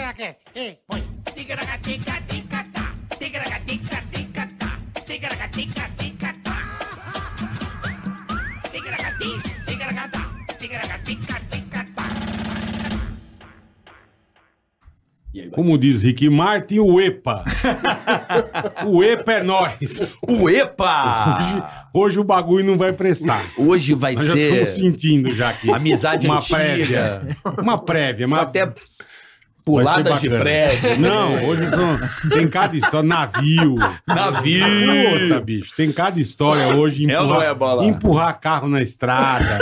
podcast. E põe. Tigaragatica-ticatá. Tigaragatica-ticatá. Tigaragatica-ticatá. Tigaragati, tigaragatá. Tigaragatica-ticatá. Como diz Rick Martin, o EPA. o EPA é nós. O EPA! Hoje o bagulho não vai prestar. Hoje Ah. vai Nós já ser estamos sentindo já aqui. Amizade uma antiga. prévia. Uma prévia, mas até É. vai ser puladas de bacana. prédio. Não, hoje são, tem cada história, navio. Navio. Puta, bicho, tem cada história hoje. É ou não é, Bola? Empurrar carro na estrada.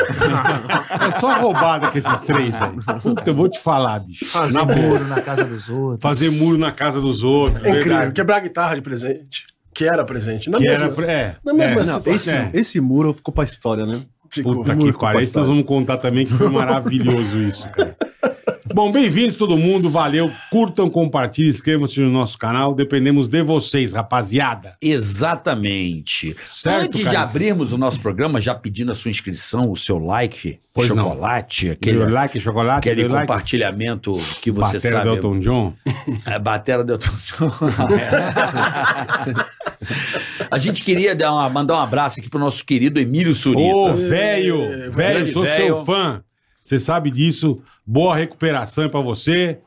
é só roubada com esses três aí. Puta, eu vou te falar, bicho. Fazer na boa. muro na casa dos outros. Fazer muro na casa dos outros. É incrível. verdade. Quebrar a guitarra de presente. Que era presente. Na Que mesma, era, pra- é, na mesma é. Não, situação. esse, esse muro ficou pra história, né? Ficou. Puta que Muito pariu. Esse nós vamos contar também que foi maravilhoso isso, cara. Bom, bem-vindos todo mundo, valeu. Curtam, compartilhem, inscrevam-se no nosso canal. Dependemos de vocês, rapaziada. Exatamente. Certo, Antes de cara? abrirmos o nosso programa, já pedindo a sua inscrição, o seu like, Pois não. chocolate, Dê o aquele, like, chocolate, aquele dê o like. compartilhamento que você Batera sabe. é do Elton John. A batera do Elton John. A gente queria dar uma- mandar um abraço aqui pro nosso querido Emílio Surita. Ô, É, velho, velho, grande sou velho. seu fã. Você sabe disso. Boa recuperação aí pra você.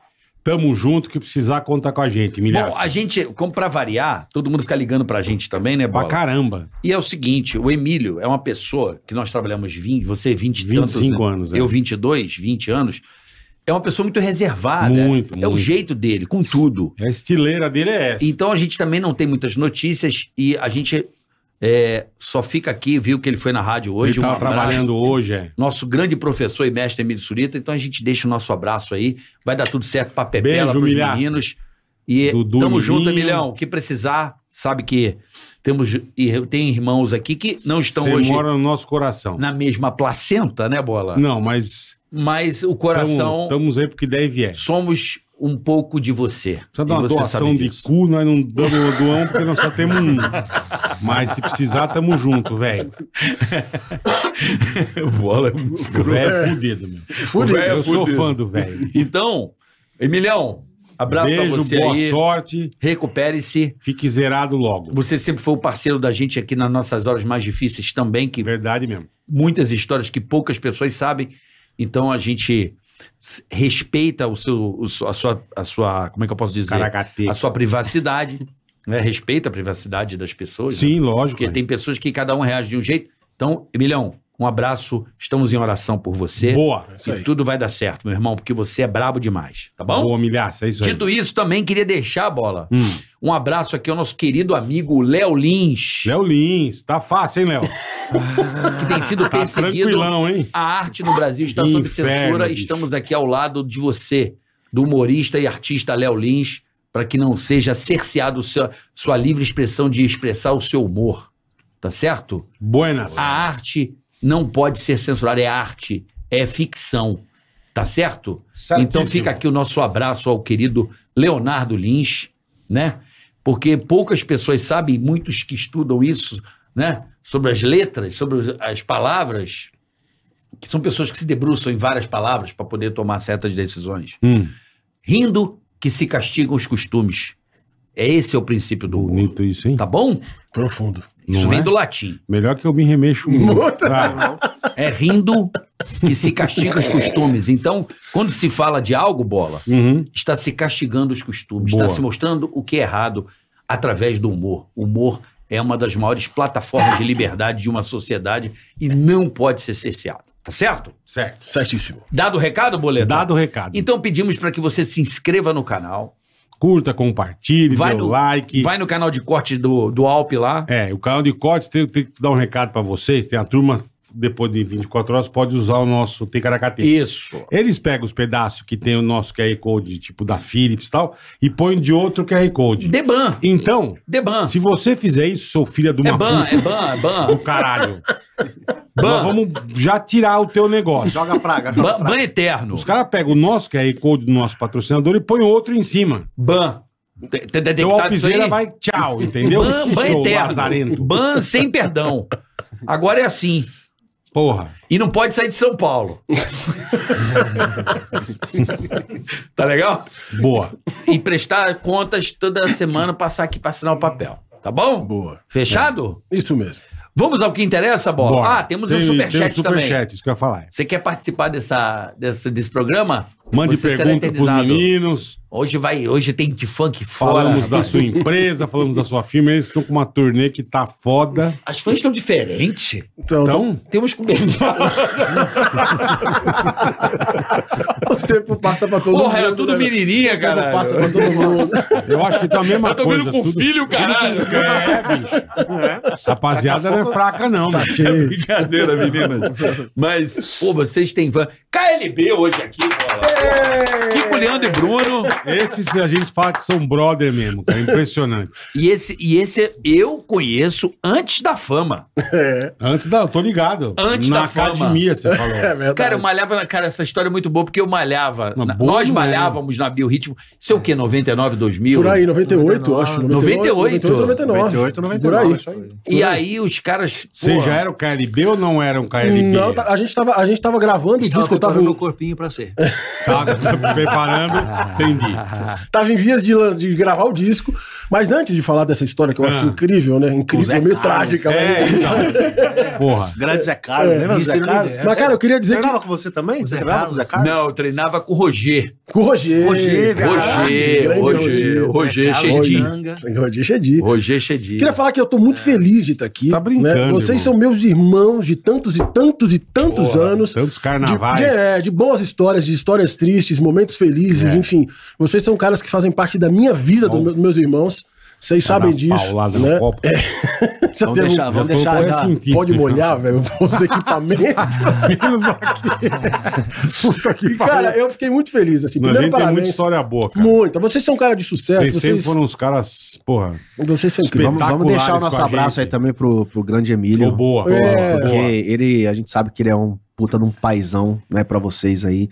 Tamo junto, que precisar conta com a gente, milhares. Bom, a gente, como pra variar, todo mundo fica ligando pra gente também, né, Pra Bola? caramba. E é o seguinte, o Emílio é uma pessoa que nós trabalhamos 20, você 20 e tantos 25 anos. é. eu 22, 20 anos, é uma pessoa muito reservada. Muito, é muito. o jeito dele, com tudo. A estileira dele é essa. Então a gente também não tem muitas notícias e a gente é, só fica aqui, viu que ele foi na rádio hoje. Ele um tava abraço. trabalhando hoje, é. Nosso grande professor e mestre Emílio Surita, então a gente deixa o nosso abraço aí. Vai dar tudo certo pra Pepela, Beijo, pros milhaço. meninos. E Dudu, tamo junto, Emílio. Emilhão. O que precisar, sabe que temos e tem irmãos aqui que não estão Você hoje mora no nosso coração. na mesma placenta, né, Bola? Não, mas Mas o coração estamos aí porque deve é. somos um pouco de você. Precisa dar E uma você doação sabe de disso. cu, nós não damos doão porque nós só temos um. Mas se precisar, tamo junto, velho. Bola. O velho é fudido, meu. Fudido. O velho é Eu sou Fudido. fã do velho. Então, Emilhão, abraço pra Beijo, você boa aí. sorte. Recupere-se. Fique zerado logo. Você sempre foi o parceiro da gente aqui nas nossas horas mais difíceis também, que Verdade mesmo. muitas histórias que poucas pessoas sabem. Então a gente s- respeita o seu, o su- a sua, a sua, como é que eu posso dizer? Caracate. A sua privacidade, né? Respeita a privacidade das pessoas. né? Sim, lógico. Porque é. tem pessoas que cada um reage de um jeito. Então, Emilhão, um abraço. Estamos em oração por você. Boa. Isso E aí. tudo vai dar certo, meu irmão, porque você é brabo demais, tá bom? Boa, milhaça, é isso aí. Dito isso, também queria deixar, Bola, Hum. um abraço aqui ao nosso querido amigo Léo Lins, Léo Lins, tá fácil, hein, Léo? que tem sido Tá perseguido. tranquilão, hein? A arte no Brasil está sob Inferno, censura. bicho. Estamos aqui ao lado de você, do humorista e artista Léo Lins, para que não seja cerceado o seu- sua livre expressão de expressar o seu humor, tá certo? Buenas. A arte não pode ser censurada, é arte, é ficção. Tá certo? Certíssimo. Então fica aqui o nosso abraço ao querido Leonardo Lins, né? Porque poucas pessoas sabem, muitos que estudam isso, né? Sobre as letras, sobre os- as palavras, que são pessoas que se debruçam em várias palavras para poder tomar certas decisões. Hum, Rindo que se castigam os costumes. É esse é o princípio do humor. bonito isso, hein? Tá bom? Profundo. Isso Não vem é? do latim. Melhor que eu me remexo muito. Puta. Tá. É rindo que se castiga os costumes. Então, quando se fala de algo, bola, Uhum. está se castigando os costumes, Boa. está se mostrando o que é errado através do humor. O humor é uma das maiores plataformas de liberdade de uma sociedade e não pode ser cerceado. Tá certo? Certo. Certíssimo. Dado o recado, boleto? Dado o recado. Então pedimos para que você se inscreva no canal. Curta, compartilhe, Vai dê o no- like. Vai no canal de corte do, do Alpe lá. É, o canal de cortes tem, tem que dar um recado pra vocês. Tem a turma, depois de 24 horas, pode usar o nosso Ticaracate. Isso. Eles pegam os pedaços que tem o nosso QR Code, tipo da Philips e tal, e põem de outro QR Code. Deban. Então, Deban. se você fizer isso, sou filha de É uma ban, puta é ban, é ban. do caralho, nós Ban. vamos já tirar o teu negócio. Joga praga. Ban, ban eterno. Os caras pegam o nosso QR Code do nosso patrocinador e põem outro em cima. Ban. Tem- tem Então o detectado isso Alpizeira aí? vai tchau, entendeu? Ban, ban Seu eterno. lazarento. Ban sem perdão. Agora é assim. Porra. E não pode sair de São Paulo. tá legal? Boa. E prestar contas toda semana, passar aqui pra assinar o papel. Tá bom? Boa. Fechado? Isso mesmo. É. Vamos ao que interessa, Bola? Bora. Ah, temos Tem- um tem superchat também. superchat, isso que eu ia falar. Você quer participar dessa, dessa- desse programa? Mande Você será pergunta pros eternizado. meninos. Hoje vai, hoje tem de funk fora. Falamos da sua empresa, falamos da sua firma. Eles estão com uma turnê que tá foda. As fãs estão diferentes. Então, Então, Temos com o tempo passa pra todo mundo. Porra, era tudo né? menininha, O tempo cara. passa pra todo mundo. eu acho que tá a mesma Eu tô coisa. vindo com tudo- filho, caralho. É, bicho. Rapaziada não é fraca, não. Tá bicho. Brincadeira, meninas. Mas, pô, vocês têm van. É. KLB hoje aqui, bola. É. Kiko, Leandro e Bruno. Esses a gente fala que são brother mesmo, cara. É Impressionante. E esse, e esse eu conheço antes da fama. É, Antes da. Eu tô ligado. Antes Na da fama. academia, você falou. é verdade. Cara, eu malhava. na- Cara, essa história é muito boa, porque eu malhava. Não, na- boa nós não é. malhávamos na Biorritmo. Sei o quê? 99, 2000? Por aí, 98, 99, acho. 98, 99. 98, 99, isso Por aí. aí. E aí os caras. Você pô, já era um o KLB ou não era um KLB? Não, tá- a gente tava, a gente tava gravando o disco, eu tava, preparando meu corpinho pra ser. Tava Tá preparando, entendi. tava em vias de, lan- de gravar o disco. Mas antes de falar dessa história que eu acho Ah. incrível, né? Incrível, meio Carlos, trágica. É, mas- é. então. Porra. Grande Zé Carlos, lembra do Zé Mr. Carlos? Universo. Mas, cara, eu queria Você dizer que treinava com você também? O Você Zé treinava com o Zé Carlos? Não, eu treinava com o Roger. com o Roger. Roger, cara. Roger, grande Roger, Roger, Carlos Chedi. Tanga. Roger Chedi. Roger Chedi. Queria falar que eu tô muito feliz de estar aqui. É. né? Tá brincando, irmão. Vocês são meus irmãos de tantos e tantos e tantos anos. Santos De, Carnavais. de- é, de boas histórias, de histórias tristes, momentos felizes, enfim. Vocês são caras que fazem parte da minha vida, do É. Bom. meu- dos meus irmãos. Vocês Tá na sabem disso. paulada no Né? copo. Já Vamos tem um- deixar, Já vamos tô deixar. até já. sentindo. Pode molhar, velho, os equipamentos. Menos aqui. Puta Ah, que E, cara, eu fiquei muito feliz, assim. a Primeiro, gente tem muita parabéns. história boa, cara. Muita. Vocês são cara de sucesso. Vocês sempre Vocês, foram uns caras, porra. vocês são incríveis. Vamos, vamos deixar o espetaculares nosso com a abraço gente. aí também pro, pro grande Emílio. Ô, boa, É, boa, Porque boa. ele, a gente sabe que ele é um puta de um paizão, né, pra vocês aí.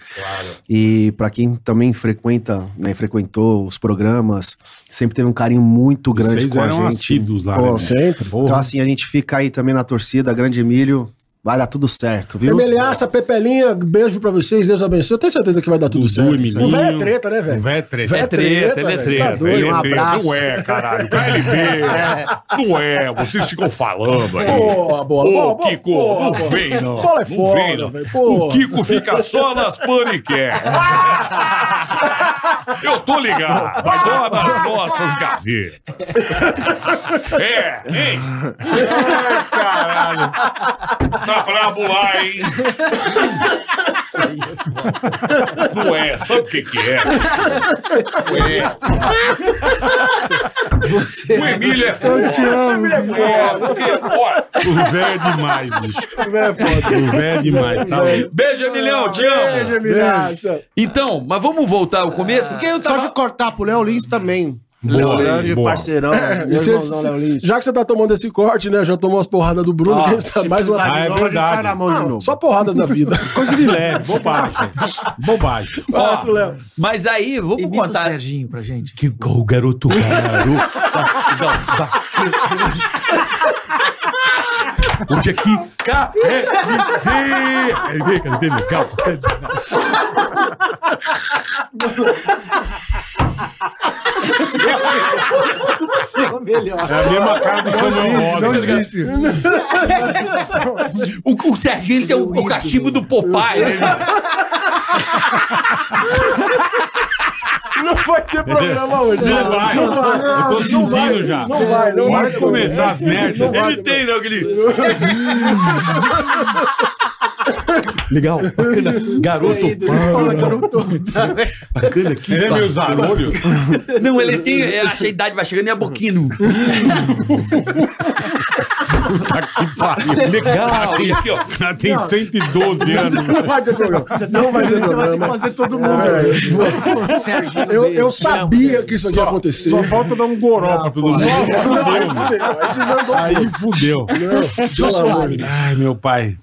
E pra quem também frequenta, né, frequentou os programas, sempre teve um carinho muito grande Vocês com a eram gente. assíduos lá, Pô, né? Sempre. Então Porra. assim, a gente fica aí também na torcida, grande Emílio, vai dar tudo certo, viu? Vermelhaça, Pepelinha, beijo pra vocês, Deus abençoe. Eu tenho certeza que vai dar tudo Dudu certo. e Milinho. O velho é treta, né, O velho? velho é treta. Velho é treta, ele é velho. treta. Tá doido. Ele é um abraço. Não é, caralho. KLB. Não é. Vocês ficam falando aí. Boa, bola. Ô, boa, boa, Kiko, boa, não boa. vem, não. Bola é Não foda, vem, não. velho. Pô. O Kiko fica só nas paniquer. Eu tô ligado, mas só nas nossas gavetas. É, hein? Ai, caralho. Tá brabo lá, hein? Não é, sabe o que que é? Não é. O Emílio é foda. Ele é É, foda. porque, ó, o velho é demais, bicho. ele é foda. O velho é demais, tá bom. Beijo, Emilhão, te amo. Vermelhaça. Então, mas vamos voltar ao começo, porque eu Só tava... de cortar pro Léo Lins também. Boa, grande boa. parceirão, meu E cê- irmãozão Léo Lins. é já que você tá tomando esse corte, né? Já tomou umas porradas do Bruno, quem sabe mais uma. precisar Ah, é novo, a gente verdade. sai na mão de novo. Só porradas na vida. Coisa de leve, bobagem. Bobagem. Passa, Léo. Mas aí, vamos Imita o contar... Serginho pra gente. Que o garoto garoto. Porque aqui. Cá, é, é, é, é, vem, cara, vem, legal. melhor. É a mesma cara do Samuel Não Rosa. né? existe. O, o Serginho ele tem o, o cachimbo do Popeye. né? Não vai ter programa hoje. Não vai. Eu tô sentindo já. Não vai, não Para vai. de começar as merdas. Ele tem, né, não, Guilherme? Legal, bacana. Garoto. Fala, garoto. Bacana aqui. Ele é meio zarolho. Não, ele tem. é, A idade vai chegando e a boquinha. não- Tá que pariu. Legal. Tem, aqui, ó, cara tem 112 anos. Não vai ter programa. tá Não vai ter Você vai ter que programa. É, fazer todo mundo. Serginho. Ah, Eu, beijo, eu te amo, sabia que isso aqui ia acontecer. Só falta dar um goró pra todo mundo. Aí fudeu. Jô Soares. Ai, meu pai.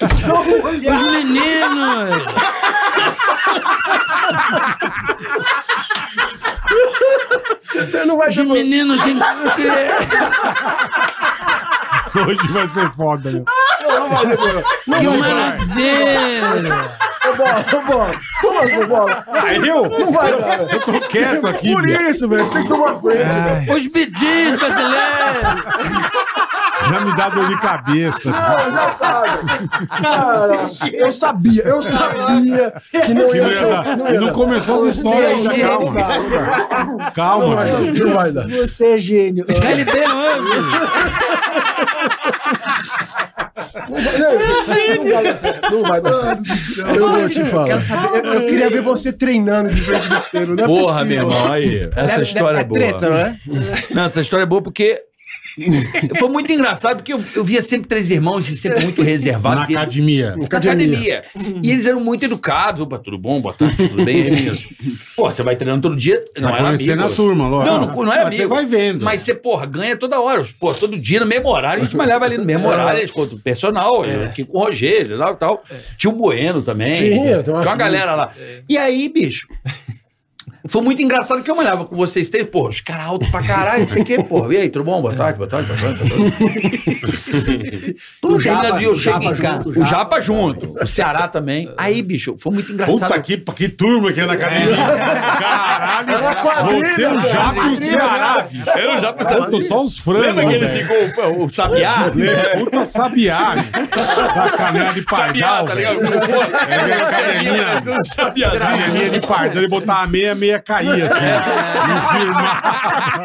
Os meninos! Não vai Esse ter... menino tem que... Hoje vai ser foda, né? meu. Que maravilha! Ô, bola, ô, bola. Toma, ô, bola. Ah, eu? Não vai dar, velho. Eu tô quieto aqui, Por velho. isso, velho. Você tem que tomar frente. né? velho. Os pedidos brasileiros! Já me dá dor de cabeça. Já tá, velho. Cara, eu sabia, eu sabia que não Que não ia ia ser. dar. Não ia E não dar. começou as histórias Você é ainda, gênio, calma. Calma. cara. Não vai dar. Você é gênio. KLB hoje! Não vai dar certo. Não vai dar certo. Eu vou te falar. Eu, eu queria ver você treinando de frente do espelho. Não é Porra, possível. meu irmão, aí. Essa história é boa. não é? Não, essa história é boa porque. Foi muito engraçado, porque eu, eu via sempre três irmãos e sempre muito Na reservados. e- academia. Na academia. E eles eram muito educados. Opa, tudo bom? Boa tarde, tudo bem? Aí, meninos? Pô, você vai treinando todo dia, não Vai era conhecer amigo. na turma, lógico. Não, não, não é Mas amigo. você vai vendo. Mas você, porra, ganha toda hora. Pô, todo dia, no mesmo horário, a gente malhava ali no mesmo horário, eles contra o personal, eu aqui com o Rogério e tal, tal. Tinha o Bueno também. Tinha, tem tinha uma- uma galera lá. E aí, bicho... Foi muito engraçado que eu olhava com vocês três, porra, os caras altos pra caralho, não sei o quê, porra. E aí, tudo bom? Boa tarde, boa tarde, boa tarde. Boa tarde. Tudo O Japa- terminando e eu o Japa chego em casa. junto, o O Japa Japa junto, o Ceará também. Aí, bicho, foi muito engraçado. Puta que, que turma que era na academia. Caralho. é Você, né? um o Japa e o Ceará. bicho. Eu já Eu tô só os frangos. né? Lembra que ele velho. ficou o- o sabiá? Lembra? Puta sabiá. bicho. Da canela de Sabiá, pardal. tá velho. ligado? É, É, academia. parecendo um sabiazinho. Academia de pardal, ele botava a meia, a meia caía assim. É. E firmava.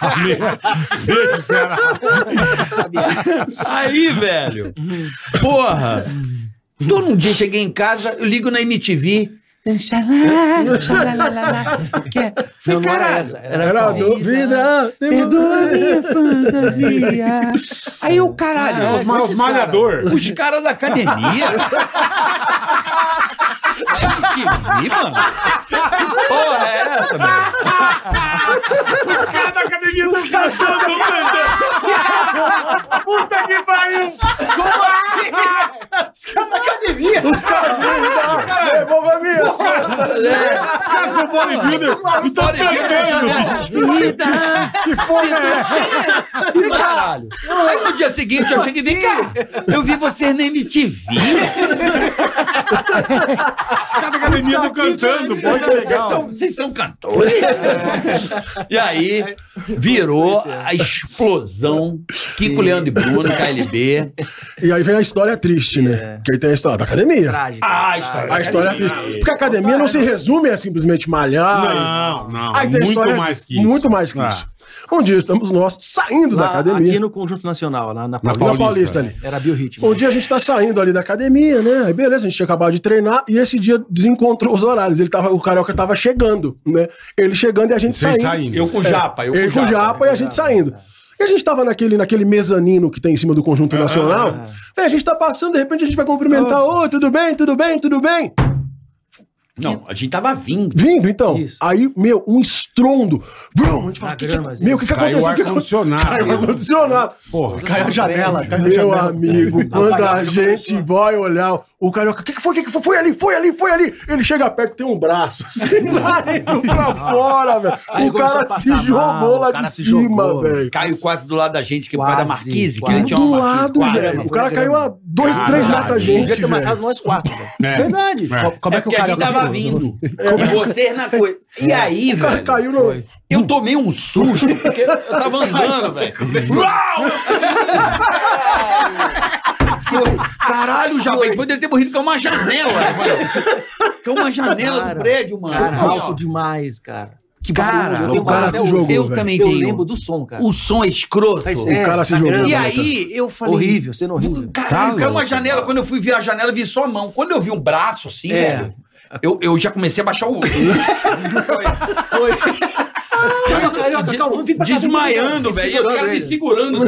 A meia. Beijo, Ceará. Aí, velho. Porra. Todo um dia cheguei em casa, eu ligo na MTV. Xalá, xalalalá, que é- Falei, Não, não era caralho. essa, era Era a dúvida. Perdoa minha fantasia. Aí o caralho. Mas os malhador. Os caras da academia. Na MTV, mano. Que porra é essa, velho? Os caras da academia estão cantando. Puta que pariu. Os caras Devolva a minha. Os caras são bodybuilder e estão né? cantando. bicho. Que porra é essa? E caralho. Aí no dia seguinte eu cheguei e vim cá. Eu vi vocês na MTV. Os caras da academia estão cantando. Pô, que Vocês legal. são, vocês são cantores. E aí virou a explosão. Kiko, Leandro e Bruno, KLB. E aí vem a história triste, né? É. Que aí tem a história da academia. Trágico. Ah, história. A história triste. é. Porque a academia não se resume a simplesmente malhar. Não, não. Aí Ah. tem a Muito história- mais que isso. Muito mais que Ah. isso. Um dia estamos nós saindo da Lá, academia. Aqui no Conjunto Nacional, lá na Na Paulista. Paulista. Paulista ali. Era né? biorritmo. Um dia a gente tá saindo ali da academia, né? Aí beleza, a gente tinha acabado de treinar e esse dia desencontrou os horários. Ele tava, o Carioca tava chegando, né? Ele chegando e a gente Vocês saindo. saindo. Eu com japa, eu Ele com o Japa né? e a gente saindo. E a gente tava naquele, naquele mezanino que tem em cima do Conjunto Ah. Nacional. Véi, a gente tá passando, de repente a gente vai cumprimentar. Ô, tudo bem, tudo bem, tudo bem? Não, a gente tava vindo. Vindo, então. Isso. Aí, meu, um estrondo. Vrum, a gente fala, Na que, grama, que, meu, o que, que Caiu aconteceu? o O que que ar-condicionado. aconteceu? Caiu o ar-condicionado. Porra. Caiu a janela, caiu a janela. Meu amigo, quando a gente vai olhar, o carioca, o que, que foi? O que, que foi? Foi ali, foi ali, foi ali. Ele chega perto, tem um braço assim, saindo pra fora, Aí velho. O começou a cara passar se mal, jogou o lá cara de se cima, jogou, né? velho. Caiu quase do lado da gente, que é o pai da Quase, Marquise, que quase. ele Do tinha uma lado, Marquise. quase. velho. O cara caiu a dois, Caralho. três metros da Ah, Podia gente, ter matado velho. nós quatro, velho. É. Verdade. É. Como É é que o porque a cara gente tava vindo. É. Com vocês na coisa. E aí, tá O cara velho. caiu no... Eu tomei um susto, porque eu tava andando, velho. Uau! Foi. Caralho, o Jabez poderia ter morrido com uma janela, mano. Com uma janela Cara, do prédio, mano. Cara, Assim, ó. alto demais, cara. Que Cara, barulho, eu o tenho cara barulho se até hoje. jogou, Eu velho. também Eu tenho. lembro do som, cara. O som é escroto. Faz- O cara se tá jogou. grande. E Não, aí, eu falei... Horrível, sendo horrível. Caralho, Tá caiu uma louco, janela. Quando eu fui ver a janela, eu vi só a mão. Quando eu vi um braço, assim, É. velho, eu, eu já comecei a baixar o... Foi. Calma, carioca, calma. Vamos vir pra cá, Desmaiando, Tá vem pra cá. velho. E os caras me ele. segurando.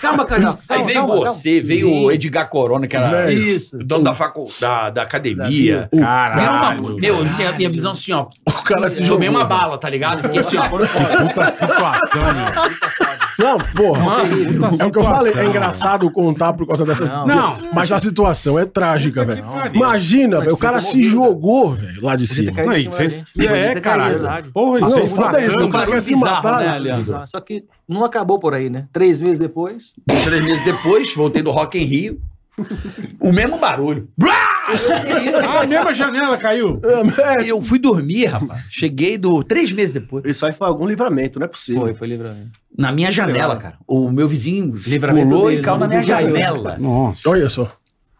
Calma, carioca. Aí calma, veio calma, calma. você, veio o Edgar Corona, que era Velho. Isso. dono da faculdade, da academia. Virou uma- Caralho. meu, minha, minha visão assim, ó. O cara se Tomei jogou. uma bala, tá ligado? Fiquei assim, ó. Puta situação, meu. Não, porra. puta é o que eu situação, falei. É né? engraçado contar por causa dessas. Não. Não, mas a situação é trágica, velho. pariu. Imagina, velho. O cara se morrido, né? jogou, velho, lá de cima. caiu. Não, em e cima vocês- da gente. É, Poderia ter caído, caralho. verdade. Porra, Não, isso é foda isso, inflação. não cara quer se matar, né? Leandro? Só que não acabou por aí, né? Três meses depois. Três meses depois, voltei do Rock em Rio. O mesmo barulho. Ah, a mesma janela caiu. Eu fui dormir, rapaz. Cheguei do. Três meses depois. Isso aí foi algum livramento, não é possível. Foi, foi livramento. Na minha janela, cara. O meu vizinho se Livramento pulou dele, e caiu na né? minha janela. Nossa. Olha só.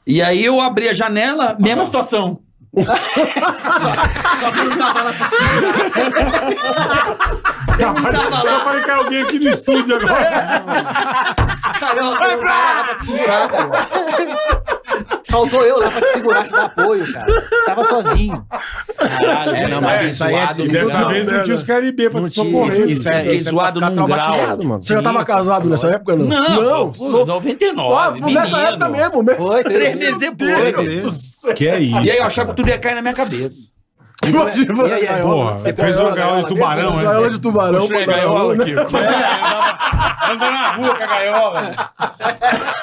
E aí eu abri a janela, mesma situação. Só que eu não tava lá pra cima. Eu falei que alguém aqui no estúdio agora. Carioca, eu não tava lá pra te segurar, cara. Faltou eu lá pra te segurar, te dar apoio, cara. Você tava sozinho. Caralho, É, não, cara, mas fiquei isso aí é zoado de- num Dessa grau. vez não tinha os KLB pra te tinha. é, socorrer. Isso aí, fiquei zoado pra ficar num grau. traumatizado, mano. Você já tava casado nessa época, não? Não, não. pô, sou- 99. Ó, nessa menino. época mesmo, né? Foi, Três meses É, depois. Três meses. Que é isso. E aí eu achava que tudo ia cair na minha cabeça. Imagina, E aí, gaiola. Porra, Você fez gaiola, uma gaiola de é. tubarão, né? Gaiola de tubarão. Puxei a pra gaiola gaiola, aqui. Andar na rua com a gaiola.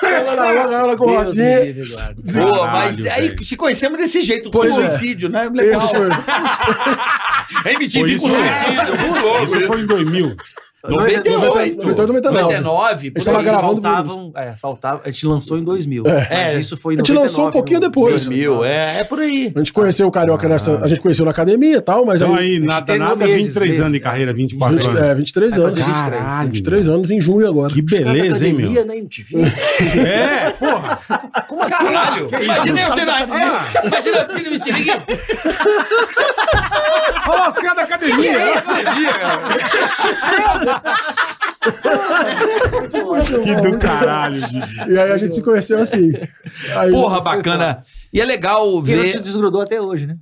Gaiola, gaiola com Deus me rodinha. livre, guarda. Caralho, Boa, mas velho. aí se conhecemos desse jeito, com Pois é. suicídio, né? Esse foi. Legal. Foi MTV isso com mesmo. suicídio, muito louco. Isso foi em 2000. 98. 98, 99. 99. Eles é por tava aí. gravando Então, Faltavam, é, faltava, a gente lançou em 2000, mas É. isso foi em A gente lançou 99, um pouquinho não- depois. 2000, é, é por aí. A gente conheceu o Carioca nessa. A gente conheceu na academia e tal, mas Então aí. aí, nada, treinou nada, meses 23 anos de mesmo. carreira, 24 20, anos. é, 23 Vai anos. fazer 23. Caralho, 23 anos em junho agora. Que beleza, hein, meu? Academia, né, MTV? É, porra. Como assim? Caralho! Imagina eu tendo a... Imagina eu sendo MTV. Olha os caras da academia. Que do caralho, Didi. né? E aí a gente se conheceu assim. Aí- Porra, bacana. E é legal Que não se ver... desgrudou até hoje, né?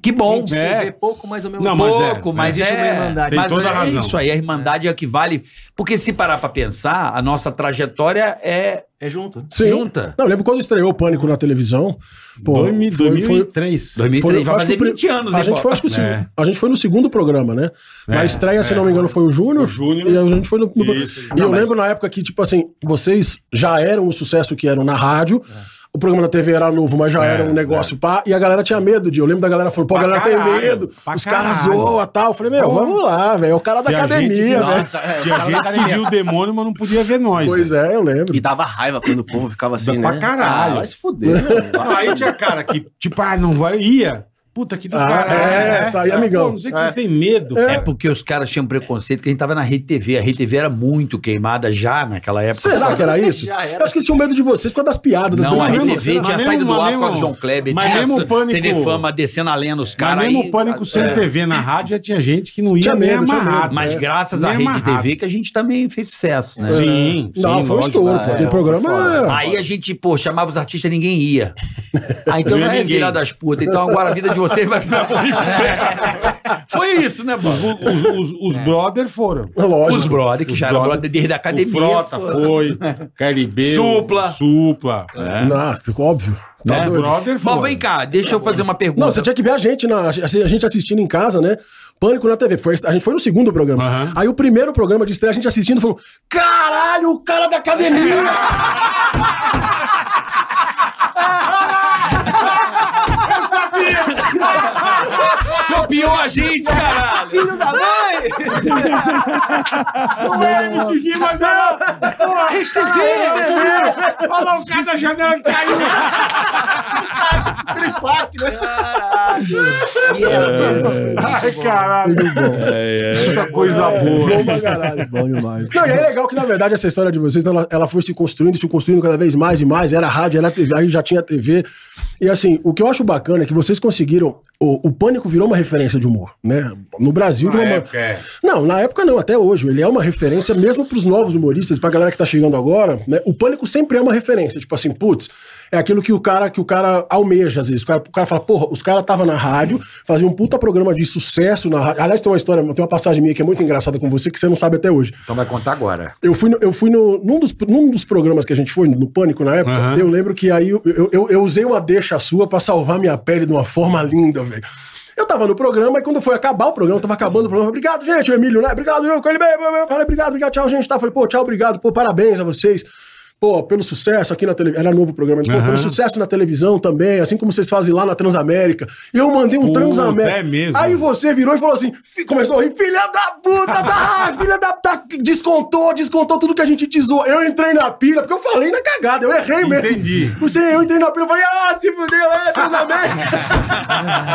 Que A bom. gente É. se vê pouco, mas ao mesmo Não, tempo. mas é, pouco, mas é, Existe uma irmandade. mas Tem toda é a razão. isso aí, a irmandade é o que vale. Porque se parar pra pensar, a nossa trajetória é É junto. Sim. junta. Não, eu lembro quando estreou o Pânico na televisão. Pô, Dois mil- foi- foi- 2003. 2003, foi- vai acho que fazer o pri- 20 anos, A hein, gente, foi, Bob? acho que o segundo- É. a gente foi no segundo programa, né? É, na estreia, se é. não me engano, foi o Júnior. O Júnior. E a gente foi no. no- Isso. E eu Não, mas- lembro na época que, tipo assim, vocês já eram o sucesso que eram na rádio. O programa da TV era novo, mas já É, era um negócio pá. E a galera tinha medo de. Eu lembro da galera falando, pô, a Pra galera caralho, tem medo. pra Os caras caralho. zoam e tal. Eu falei, meu, Porra. vamos lá, velho. É o cara da Que a gente- academia, velho. Nossa, é, os E a caras da gente que academia. viu o demônio, mas não podia ver nós. Pois Pois é, eu lembro. E dava raiva quando o povo ficava assim, Pra né? caralho. Ah, vai se fuder. meu. Não, aí tinha cara que, tipo, ah, não vai, ia. Puta que do Ah, caralho. né? é, saía amigão. Pô, não sei que vocês têm medo. É porque os caras tinham preconceito que a gente tava na Rede TV. A Rede TV era muito queimada já naquela época. Será que era isso? Já era. Eu acho que eles tinham medo de vocês por causa das piadas, das Não, a Mas Rede mesmo- brincadeiras. TV mas tinha mesmo- saído do mas ar por mesmo- causa do João Kleber. mas tinha mesmo essa o Pânico- TV Fama descendo a lenha nos Mas caras. mesmo aí- tá o É, Pânico sem TV na rádio, já tinha gente que não ia Tinha nem medo, tinha amarrado. né? medo. Mas É. graças à Nem Rede amarrado. TV que a gente também fez sucesso, né? Sim, sim, Não, foi um lógico. estouro, pô. é, Aquele foi programa foda. era. Aí a gente, pô, chamava os artistas e ninguém ia. Aí Não então ia não é ninguém. virar das putas. Então agora a vida de vocês vai ficar horrível. Foi isso, né, mano? Os, os, os brother foram. Os Lógico. brother, que Os já era brother. brother desde o a academia. Frota pô. foi, KLB. Supla. Supla. né? Nossa, óbvio. Tá Os doido. brother Bom, foram. vem cá, deixa eu fazer uma pergunta. Não, você tinha que ver a gente, na, assim, a gente assistindo em casa, né? Pânico na TV. Foi- a gente foi no segundo programa. Aham. Aí o primeiro programa de estreia, a gente assistindo, falou: Caralho, o cara da academia! Copiou a gente, caralho! Filho da mãe! Não é MTV, mas é. Porra, RedeTV! Olha lá né, o cara da janela tá que caiu. Caralho! E é, Ai, caralho. Muita coisa Bom boa. pra caralho. Bom demais. Não, e é legal que, na verdade, essa história de vocês, ela, ela foi se construindo, se construindo cada vez mais e mais. Era rádio, era TV, aí já tinha TV. E assim, o que eu acho bacana é que vocês conseguiram. O, o pânico virou uma referência de humor, né? No Brasil, de Na uma ma- época, é. Não, na época não, até hoje. Ele é uma referência, mesmo pros novos humoristas, pra galera que tá chegando agora, né? O pânico sempre é uma referência. Tipo assim, putz, é aquilo que o cara que o cara almeja, às vezes. O cara, o cara fala, porra, os caras estavam na rádio, faziam um puta programa de sucesso na rádio. Aliás, tem uma história, tem uma passagem minha que é muito engraçada com você, que você não sabe até hoje. Então vai contar agora. É. Eu fui, no- eu fui no, num, dos, num dos programas que a gente foi, no Pânico na época, Aham. eu lembro que aí eu, eu, eu- eu usei uma deixa sua pra salvar minha pele de uma forma linda, velho. Eu tava no programa e quando foi acabar o programa, tava acabando o programa. eu falei, Obrigado, gente, o Emílio, né? Obrigado, eu, com ele mesmo. Eu falei, obrigado, obrigado, tchau, gente. Tá? Eu Falei, pô, tchau, obrigado, pô, parabéns a vocês. Pô, pelo sucesso aqui na televisão. Era novo o programa. Pô, Aham. pelo sucesso na televisão também, assim como vocês fazem lá na Transamérica. E eu mandei um Puta, Transamérica. é mesmo. Aí você virou e falou assim, fi- começou a rir, filha da puta, tá, filha da tá, descontou, descontou tudo que a gente te zoou. Eu entrei na pilha, porque eu falei na cagada, eu errei mesmo. Entendi. Você, eu entrei na pilha, eu falei, ah, se fudeu, é Transamérica.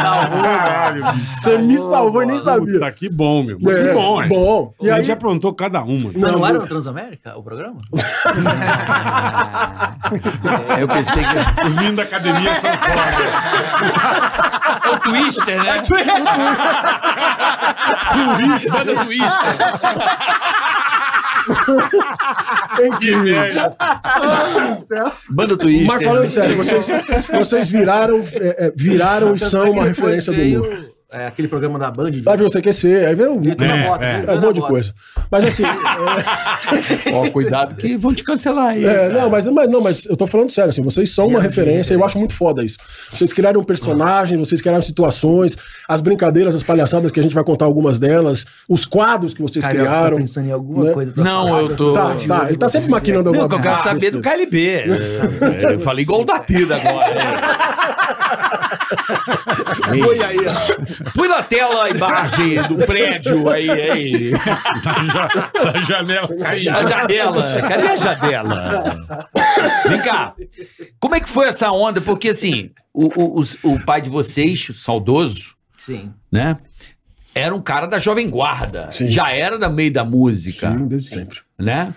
Caralho, bicho. Você me salvou e nem sabia. Puta, que bom, meu. Mas É, que bom, é. bom. E E a aí- gente aprontou cada um, uma. Não, Não, não era muito. no Transamérica o programa? É, Eu pensei que. Os meninos da academia são foda. É o Twister, né? Turista. É o Twister. Que merda. Banda Twister. Mas né? falando sério, vocês, vocês viraram, é, é, viraram e Tanto são é uma que referência do depois mundo. veio, é, aquele programa da Band. Aí veio o CQC, aí veio um, Vitor É, Mota, é. Vitor é um monte de Mota. coisa. Mas assim, é, Ó, cuidado que vão te cancelar aí. é, não, mas, mas- não, mas eu tô falando sério, assim, vocês são uma referência, eu acho muito foda isso. Vocês criaram um personagem, vocês criaram situações, as brincadeiras, as palhaçadas que a gente vai contar algumas delas, os quadros que vocês Carioca, você tá criaram. pensando em alguma né? coisa pra Não, falar? né? eu tô. Tá, tá, ele tá é sempre maquinando Não, alguma que eu quero saber do KLB. É, Eu falei igual o Datida agora. né? Põe aí, ó. Põe na tela a imagem do prédio aí, aí. A janela caiu. A janela. Cadê a janela? Vem cá. Como é que foi essa onda? Porque assim, o, o, os- o pai de vocês, saudoso, Sim. né? Era um cara da Jovem Guarda. Sim. Já era da meio da música Sim, desde sempre. né?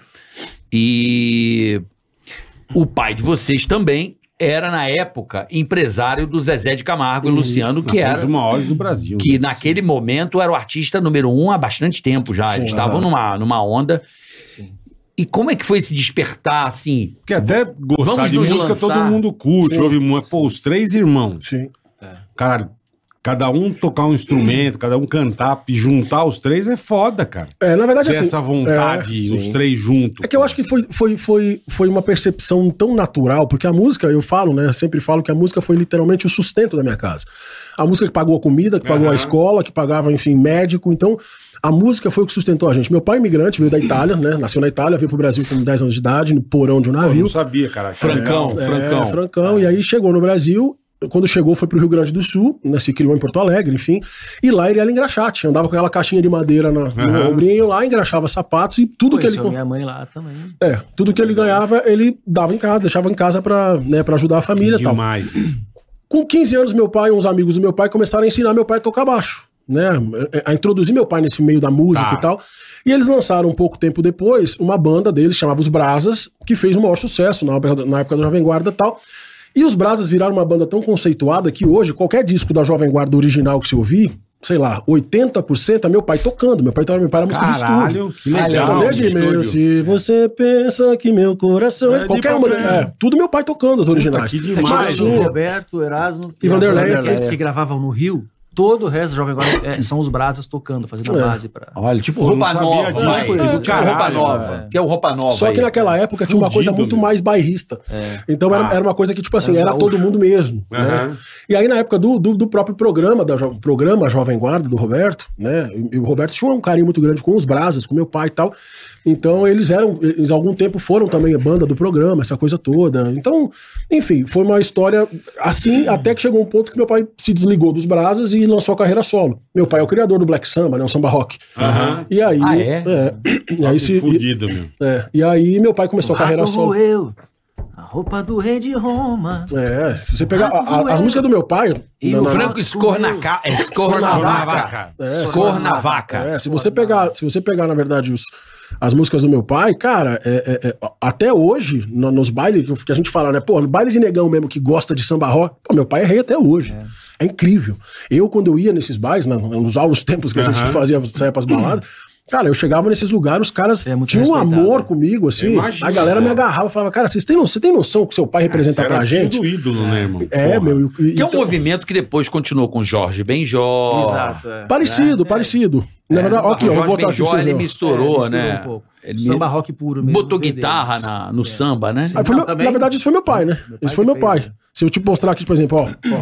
E o pai de vocês também era, na época, empresário do Zezé de Camargo Uhum. e Luciano, que Nós somos era. os maiores do Brasil. né? Que naquele momento era o artista número um há bastante tempo já. Sim, Eles estavam numa, numa onda. E como é que foi se despertar assim? Porque até gostar Vamos de nos música lançar. todo mundo curte. Sim. Ouve, mu- pô, os três irmãos. Sim. Cara, cada um tocar um instrumento, cada um cantar e juntar os três é foda, cara. É, na verdade, Ter assim. essa vontade, é, os sim. três juntos. É que eu acho que foi, foi, foi, foi uma percepção tão natural, porque a música, eu falo, né? eu Sempre falo que a música foi literalmente o sustento da minha casa. A música que pagou a comida, que pagou Aham. a escola, que pagava, enfim, médico. Então, a música foi o que sustentou a gente. Meu pai é imigrante, veio da Itália, né? Nasceu na Itália, veio pro Brasil com 10 anos de idade, no porão de um Eu navio. não sabia, cara. Francão, É, Francão. Francão. E aí chegou no Brasil. Quando chegou, foi pro Rio Grande do Sul, né, se criou em Porto Alegre, enfim. E lá ele era engraxate. Andava com aquela caixinha de madeira na, Aham. no ombrinho, lá engraxava sapatos e tudo que ele. Conheceu é com- minha mãe lá também. é, tudo que ele ganhava, ele dava em casa, deixava em casa pra, né, pra ajudar a família né? e tal. Demais. Com 15 anos, meu pai e uns amigos do meu pai começaram a ensinar meu pai a tocar baixo, né? A introduzir meu pai nesse meio da música Tá. e tal. E eles lançaram um pouco tempo depois uma banda deles, chamava Os Brasas, que fez o maior sucesso na, época- na época da Jovem Guarda e tal. E os Brasas viraram uma banda tão conceituada que hoje qualquer disco da Jovem Guarda original que você ouvir, sei lá, 80% é meu pai tocando. Meu pai, meu pai era músico de estúdio. Caralho, que legal. Então, desde Estúdio. meu, se você pensa que meu coração É é de qualquer uma. papel. É, tudo meu pai tocando as originais. que demais, Mas né? o- Roberto, Erasmo. um. E Vanderlei, Vanderlei, é. Esses que gravavam no Rio, todo o resto da Jovem Guarda é, são os brasas tocando, fazendo É. a base pra... Olha, tipo Pô, não roupa sabia nova. disso. vai. Tipo, Tipo caralho, roupa nova. velho. Que é o roupa nova. Só que aí. naquela época tinha uma coisa é Fudido, muito meu. mais bairrista. Então era, Ah. era uma coisa que, tipo assim, Mas era gaúcho. todo mundo mesmo. né? Aham. E aí, na época do, do, do próprio programa, da jo- programa Jovem Guarda, do Roberto, né? E, e o Roberto tinha um carinho muito grande com os Brasas, com meu pai e tal. Então, eles eram, eles há algum tempo foram também a banda do programa, essa coisa toda. Então, enfim, foi uma história assim, até que chegou um ponto que meu pai se desligou dos Brasas e lançou a carreira solo. Meu pai é o criador do Black Samba, né? O Samba Rock. Aham. E aí. Ah, é? E aí se. e- Ah, Fudido, meu. é, e aí, meu pai começou a O rato carreira solo. roeu a roupa do rei de Roma. É, se você pegar a- a- as músicas do meu pai. E na- o na- Franco Escornaca... é, Escornavaca. Escornavaca. É, Escornavaca. é, se você pegar, se você pegar, na verdade, os- as músicas do meu pai, cara, é- é- é, até hoje, no- nos bailes que eu- que a gente fala, né? Pô, no baile de negão mesmo que gosta de samba rock, pô, meu pai é rei até hoje. É, incrível. Eu, quando eu ia nesses bailes, né, nos aulos tempos que a gente Aham. fazia, saia pras baladas. Cara, eu chegava nesses lugares, os caras Você é muito tinham um respeitado, amor né? comigo, assim. Eu imagino, a galera me cara. agarrava e falava, cara, vocês têm noção, você tem noção que seu pai representa Era pra gente? Tudo ídolo, né, irmão? É, Porra. meu. e- Que é um então- movimento que depois continuou com Jorge Benjó. Ah, é. Parecido, parecido. Na verdade, ó, aqui, ó, Jorge vou botar aqui Benjó, pra você ele ver, ó. misturou, É, misturou né? um pouco. Ele Samba rock puro mesmo. É. botou veio guitarra deles. na- no samba, né? Aí Não, foi meu- também- na verdade, isso foi meu pai, né? pai isso foi que meu fez, pai. né? Se eu te mostrar aqui, por exemplo, ó. ó.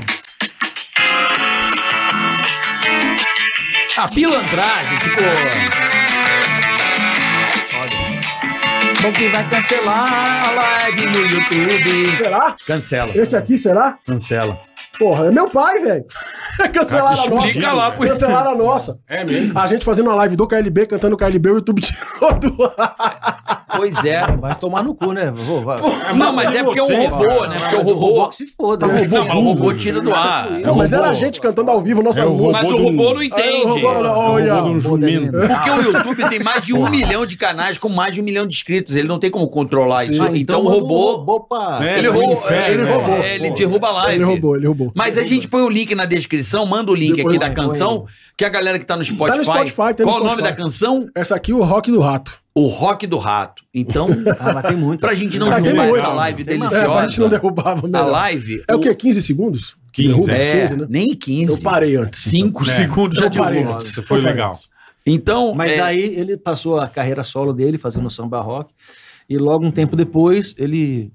A pilantragem, tipo. Bom que Então vai cancelar a live no YouTube. Será? Cancela. Esse aqui, será? Cancela. Porra, é meu pai, velho. Cancelaram a nossa. Explica lá pro- Cancelaram a nossa. É mesmo? A gente fazendo uma live do KLB, cantando KLB, o YouTube tirou do ar. Pois é. Vai se tomar no cu, né? Vou, vai. Não, mas é porque é um vocês, robô, cara. né? Porque o Mas o robô. robô que se foda. O né? robô, não, o robô tira do ar. Não, mas era a gente cantando ao vivo nossas É o robô músicas. Mas o de um- robô não Aí o entende. robô lá, olha. Eu vou dar um jumento. Porque o YouTube tem mais de um milhão de canais com mais de um milhão de inscritos. Ele não tem como controlar isso. Ah, então, o manda robô. pra- É, Ele, ele roubou, infere, ele, né? roubou, Roubou. ele derruba a live. Ele roubou, ele roubou. Mas a gente põe o link na descrição, manda o link Depois aqui da põe, canção, que a galera que tá no Spotify. Spotify, tem no qual o nome Spotify. da canção? Essa aqui, o Rock do Rato. O Rock do Rato. Então, Ah, mas tem muito. pra gente não Ah, tem derrubar muito. essa live Tem uma- É, pra gente não deliciosa, derrubava a melhor. live. É o quê? 15 segundos? 15, Derruba? É, 15, né? nem 15. Eu parei antes. 5 É. segundos já Eu parei né? derruba. antes. Isso foi legal. Então, Mas é, daí ele passou a carreira solo dele fazendo samba rock. E logo um tempo depois ele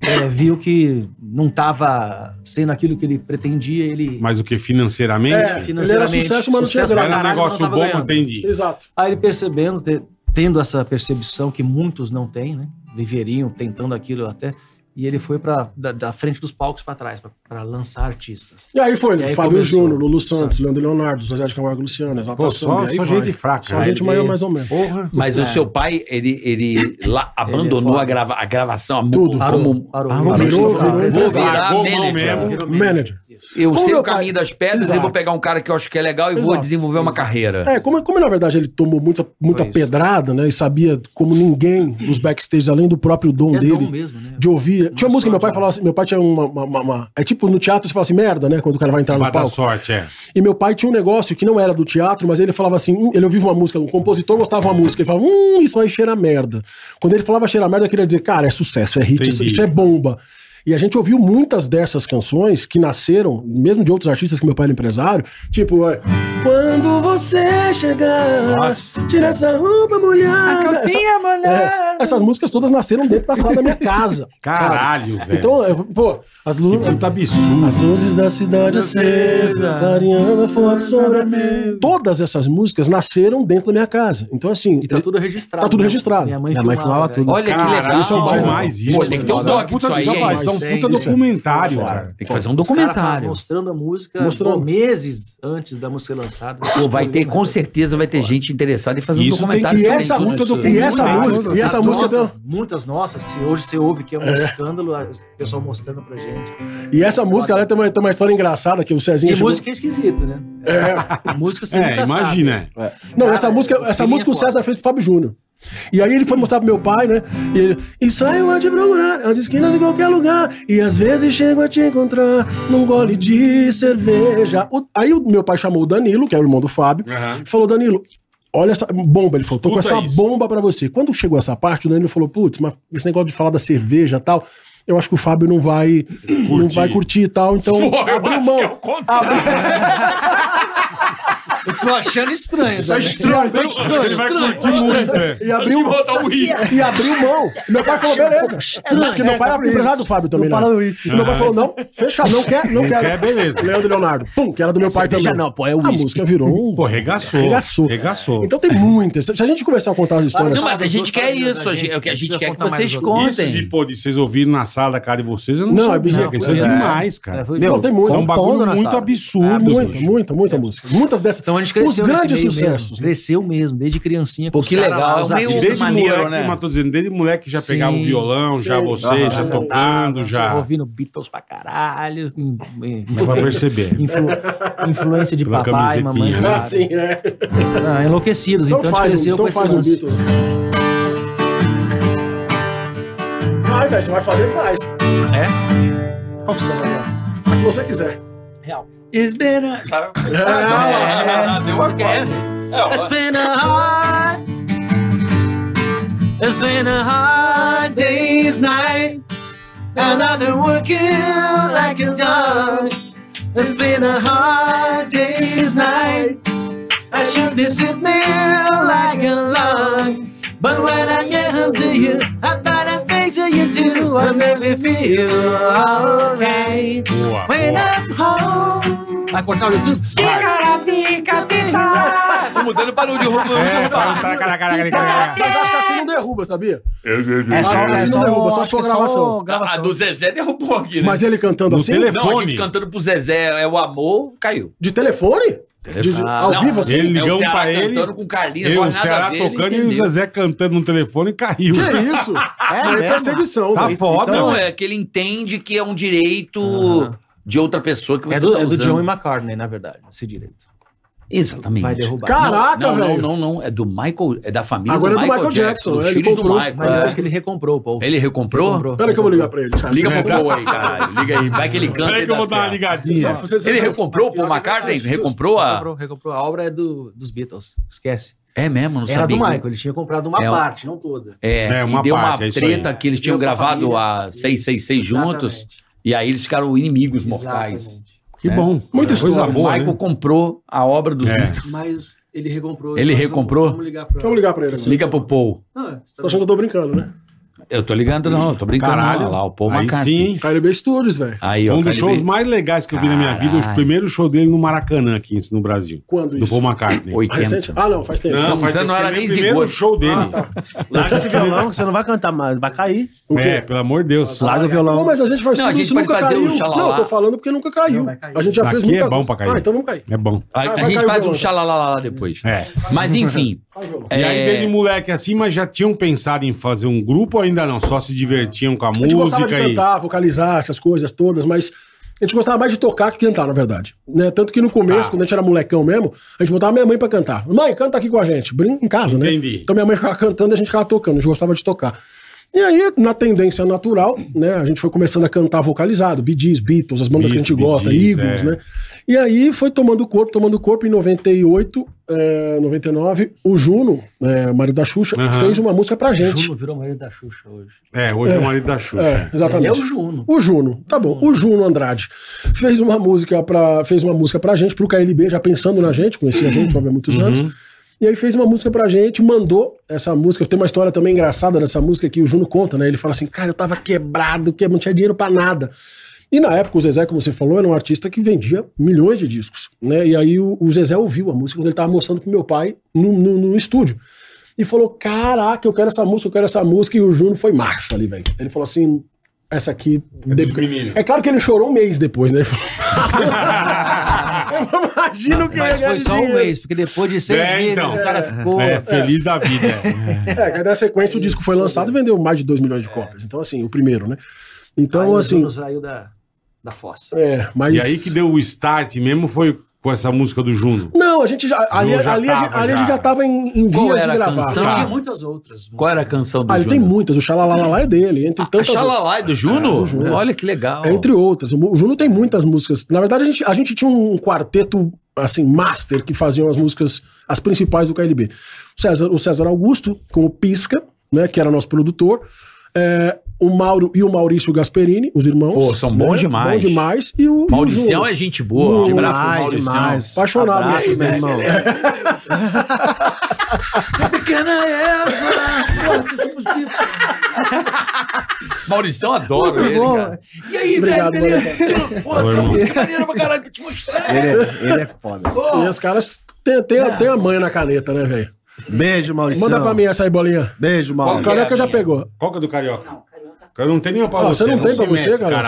é, viu que não estava sendo aquilo que ele pretendia. Ele Mas o que financeiramente? É, ele era sucesso, mas não tinha pra grana. era um caralho, negócio não tava bom, ganhando. entendi. Exato. Aí ele percebendo, te- tendo essa percepção que muitos não têm, né? Viveriam tentando aquilo até. E ele foi para da, da frente dos palcos para trás, para lançar artistas. E aí foi, E aí Fábio começou. Júnior, Lulu Santos, Leandro Leonardo, José de Camargo e Luciano, Exalta Pô, Samba, só, e aí só vai. gente fraca. Só né? gente maior, mais ou menos. Porra! mas o seu pai, ele, É. ele é lá abandonou foda. a, grava, a gravação, a mu- Tudo. como- Parou, Parou, parou de Ah, virou, tocar. virou Vou empresário. virar Largou mão manager. mesmo. Virou Manager. Isso. Eu Como sei meu o caminho das pedras e Exato. vou pegar um cara que eu acho que é legal e vou Exato. desenvolver uma carreira. É, como, como na verdade ele tomou muita, muita Foi isso. pedrada, né? E sabia como ninguém nos backstages, além do próprio dom É Um dele. dom mesmo, né? De ouvir. Tinha uma Uma música que meu pai sorte, falava assim. Meu pai tinha uma, uma- uma- uma- É tipo no teatro você fala assim, merda, né? Quando o cara vai entrar Vai no dar palco. sorte, é. E meu pai tinha um negócio que não era do teatro, mas ele falava assim: hum, ele ouvia uma música, um compositor gostava de uma música, ele falava, hum, isso aí cheira a merda. Quando ele falava cheira a merda, eu queria dizer, cara, é sucesso, é hit, isso, Entendi. isso é bomba. E a gente ouviu muitas dessas canções que nasceram, mesmo de outros artistas que meu pai era empresário, tipo, é, quando você chegar, Nossa. tira essa roupa molhada. Essa- é, essas músicas todas nasceram dentro da sala da minha casa. Caralho, sabe? velho. Então, é, pô, as que luzes. puta absurdo. As luzes da cidade acesa, clareando a fonte sobre a mesa. Todas essas músas nasceram dentro da minha casa. então assim E tá tudo registrado. Tá tudo né? registrado. Minha mãe, Minha mãe filmava velho. tudo. Olha que Caralho, legal. isso é demais, demais isso. né? Pô, tem que ter um Dá doc puta, disso aí, dá hein? mais, dá um Isso aí, puta isso aí. documentário, cara. Tem que fazer um Os caras documentário. falam, mostrando a música Mostrando. pô, meses antes da música ser lançada. Pô, vai ter, com certeza vai ter gente interessada em fazer um Isso tem documentário. que- e sobre né? essa tudo música isso. do- e essa Muito música e essa As música nossas, tem- muitas nossas, que se hoje você ouve que é um escândalo, o pessoal mostrando pra gente. e essa música ela tem uma, tem uma história engraçada que o Cezinha E chegou- música é esquisita, né? É. Música você É, nunca imagina. sabe. é. não Cara, essa música o essa feeling música é o foda. César fez pro Fábio Júnior e aí ele foi mostrar pro meu pai né e ele e saio a te procurar as esquinas de qualquer lugar e às vezes chego a te encontrar num gole de cerveja O- aí o meu pai chamou o Danilo que é o irmão do Fábio Aham. e falou Danilo Olha essa bomba, ele falou, tô com Escuta essa isso. bomba pra você. Quando chegou essa parte, o Danilo falou, putz, mas esse negócio de falar da cerveja e tal, eu acho que o Fábio não vai curtir, não vai curtir e tal, então Pô, eu abriu acho mão. que é o contrário. Eu tô achando estranho. Tá também. estranho, tá estranho. Ele vai curtir muito, é. E abriu, Assim, Acho que botar um hit. e abriu mão. Meu pai falou, beleza. É, porque meu pai era empresário do Fábio também. Não né? fala do uísque. Meu pai falou, não, fechado, não quer, não, Não quero. quer, beleza. Leandro Leonardo, pum, que era do meu pai também. não, pô, é A uísque. música virou um... Pô, regaçou. Regaçou. Regaçou. Então tem muitas. Se a gente começar a contar as histórias... Não, mas a gente quer isso. Da a gente- É o que a gente gente precisa quer que contar mais vocês os outros. Isso de, contem. pô, de vocês ouvirem na sala da cara de vocês, eu não, Não, é sabia. bizarro. Isso é É. demais, cara. É, foi- Meu, Não, tem É muito. um Compondo bagulho na muito sala. absurdo. Muita, bicho. muita, muita música. Muitas dessas. Então a gente cresceu Os nesse grandes meio sucessos. né? Mesmo. Cresceu mesmo, desde criancinha. Pô, com os que caras legal, lá, os é meio artistas. Desde maneiro, moleque, né? mas tô dizendo, desde moleque já Sim, pegava o violão, já sim. vocês, já Aham. tocando, já. assim, Ouvindo Beatles pra caralho. Hum, hum, Dá pra perceber. influ- influência de Pela papai, mamãe. camisetinha, né? Ah, cara. sim, é. Ah, enlouquecidos. Então, Então, a gente faz, um, cresceu então com esse faz um lance. Beatles. Vai, velho, você vai fazer, faz. O É? Qual que você vai fazer? que você quiser. Real. É, It's been a hard. It's been a hard day's night. And I've been working like a dog. It's been a hard day's night. I should be sitting like a log. But when I get home to you, I find a face that you do. I make me feel alright. Boa, When boa. I'm home, Vai cortar o YouTube? Tô Tá mudando para o de Romano. É, para- caraca, caraca, caraca. Mas acho que assim não derruba, sabia? É só- é só- acho que é só tá. A Ah, do Zezé derrubou aqui, né? Mas ele cantando No assim? telefone. Não, a gente cantando pro Zezé é o amor, caiu. De telefone? De- ao Não, vivo, assim? Ele é o ligou um Ceará pra ele. cantando com o Carlinhos, Eu, não o nada a Ceará ver, ele tocando e o entendeu. Zezé cantando no telefone e caiu. Que isso? É Uma mesmo? perseguição. Tá velho. foda, Então, Não, velho. é que ele entende que é um direito de outra pessoa que você É do, tá é do usando. John e McCartney, na verdade, esse direito. Exatamente. Vai derrubar. Caraca, não, não, velho. não, não, é do Michael, é da família Ah, Agora do é do Michael, Michael Jackson, Jackson, dos ele filhos do comprou, é. Michael. Mas eu É. acho que ele recomprou, pô. Ele recomprou? Comprou. Pera que eu vou ligar pra ele. cara. Liga Você- pro Paul aí, caralho. Liga aí, vai que ele canta Peraí e que eu dá vou dar uma certo. ligadinha. Você- você- Ele você- recomprou o Paul McCartney? Recomprou a... Recomprou, recomprou. A obra é do, dos Beatles. Esquece. É mesmo, não Era do sabia. Michael, ele tinha comprado uma É, ó. parte, não toda. É, É, uma uma e deu parte, é uma isso treta aí. que eles tinham Deu pra gravado família. a 666 Isso, juntos, exatamente. e aí eles ficaram inimigos mortais. Exatamente. Que bom. Muita coisa história. boa, Michael né? comprou a obra dos É. Beatles. Mas ele recomprou. Ele Nós recomprou? Vamos, vamos ligar pra Vamos ligar pra ele. assim. Liga pro Paul. Não, é, Você tá achando que eu tô brincando, né? Eu tô ligando, não, eu tô brincando. Caralho. não, Olha lá, o Paul Aí McCartney. sim, hein? KLB Studios, velho. Aí, ó, Foi um dos calibrei. shows mais legais que eu vi na minha vida. Caralho. O primeiro show dele no Maracanã, aqui no Brasil. Quando Do isso? Paul McCartney. 80. Recente? Ah, não, faz tempo. Não, faz tempo, não era era nem Ah, tá. nem é o primeiro zigoto. show dele. Larga esse violão, que você não vai cantar mais, vai cair. O É, quê? pelo amor de Deus. Larga o Não, violão. mas a gente faz tudo Não, a gente isso, pode nunca fazer o caiu. xalalá. Não, eu tô falando porque nunca caiu. Não, vai cair. A gente já fez Daqui muita é bom pra coisa. cair. Ah, então vamos cair. É bom. A, Ah, a vai gente cair o faz um violão. xalalala depois. É. Mas enfim. E aí, é, desde moleque assim, mas já tinham pensado em fazer um grupo ou ainda não? Só se divertiam com a, A gente gostava de música e. cantar, vocalizar, essas coisas todas, mas a gente gostava mais de tocar que cantar, na verdade. Né? Tanto que no começo, Tá. quando a gente era molecão mesmo, a gente botava minha mãe pra cantar. Mãe, canta aqui com a gente. Brinca em casa, Entendi. né? Então minha mãe ficava cantando e a gente ficava tocando, a gente gostava de tocar. E aí, na tendência natural, né, a gente foi começando a cantar vocalizado, Bee Gees, Beatles, as bandas que a gente Bee Gees, gosta, Eagles, é. né? E aí foi tomando corpo, tomando corpo. Em 98, eh, 99, o Juno, eh, marido da Xuxa, Aham. fez uma música pra gente. Juno virou marido da Xuxa hoje. É, hoje é o marido da É, Xuxa. exatamente. Ele é o Juno. O Juno, tá bom. O Juno Andrade fez uma música para fez uma música pra gente, pro KLB, já pensando na gente, conhecia a gente sabe, há muitos Uhum. anos. E aí fez uma música pra gente, mandou essa música. Tem uma história também engraçada dessa música que o Juno conta, né? Ele fala assim: "Cara, eu tava quebrado, que não tinha dinheiro pra nada". E na época o Zezé, como você falou, era um artista que vendia milhões de discos, né? E aí o, o Zezé ouviu a música quando ele tava mostrando pro meu pai no, no- no estúdio. E falou: "Caraca, eu quero essa música, eu quero essa música". E o Juno foi macho ali, velho. Ele falou assim: essa aqui. dos de- meninos. É claro que ele chorou um mês depois, né? Ele falou, Eu imagino que Mas ele é foi só um dinheiro. mês, porque depois de seis É, meses então. o cara ficou. É, feliz da vida. é. É, que na sequência o disco foi lançado e vendeu mais de 2 milhões de cópias. Então, assim, o primeiro, né? Aí Então, o assim. Juno saiu da, da fossa. É, mas. E aí que deu o start mesmo foi com essa música do Juno. Não, a gente já. Ali, Não, já ali, a, gente, tava, ali a gente já. já tava em, em Qual vias era de a gravar. canção? Não, tá. tinha muitas outras. qual era a canção do Ah, ele Juno? tem muitas. O Xalalalá é dele, entre A tantas. outras. Xalalai do Juno? Olha que legal. É, entre outras. O Mu- o Juno tem muitas músicas. Na verdade, a gente, a gente tinha um quarteto, assim, master, que faziam as músicas, as principais do KLB. O César, o César Augusto, com o Pisca, né, que era nosso produtor. É, o Mauro e o Maurício Gasperini, os irmãos. Pô, são bons demais. Bom demais. E o, e o Mauricião Juno. é gente boa. Juno. Abraço, Demais, Mauricião. demais. Apaixonado Abraço, né? nesse meu irmão. Pequena Eva! Mauricião adoro Muito ele, bom. cara. E aí, Obrigado, velho? beleza? Pô, Oi, tá irmão. música maneira pra caralho pra te mostrar. Ele é, ele é foda. E os caras têm têm têm a manha na caneta, né, velho? Beijo, Maurício. Manda pra mim essa aí, bolinha. Beijo, O Maurício. Carioca a já minha? pegou. Qual que é do Carioca? tá Não, Eu não tenho nenhuma pra Ah, você. é um você não tem pra se você, mete, cara? Porra,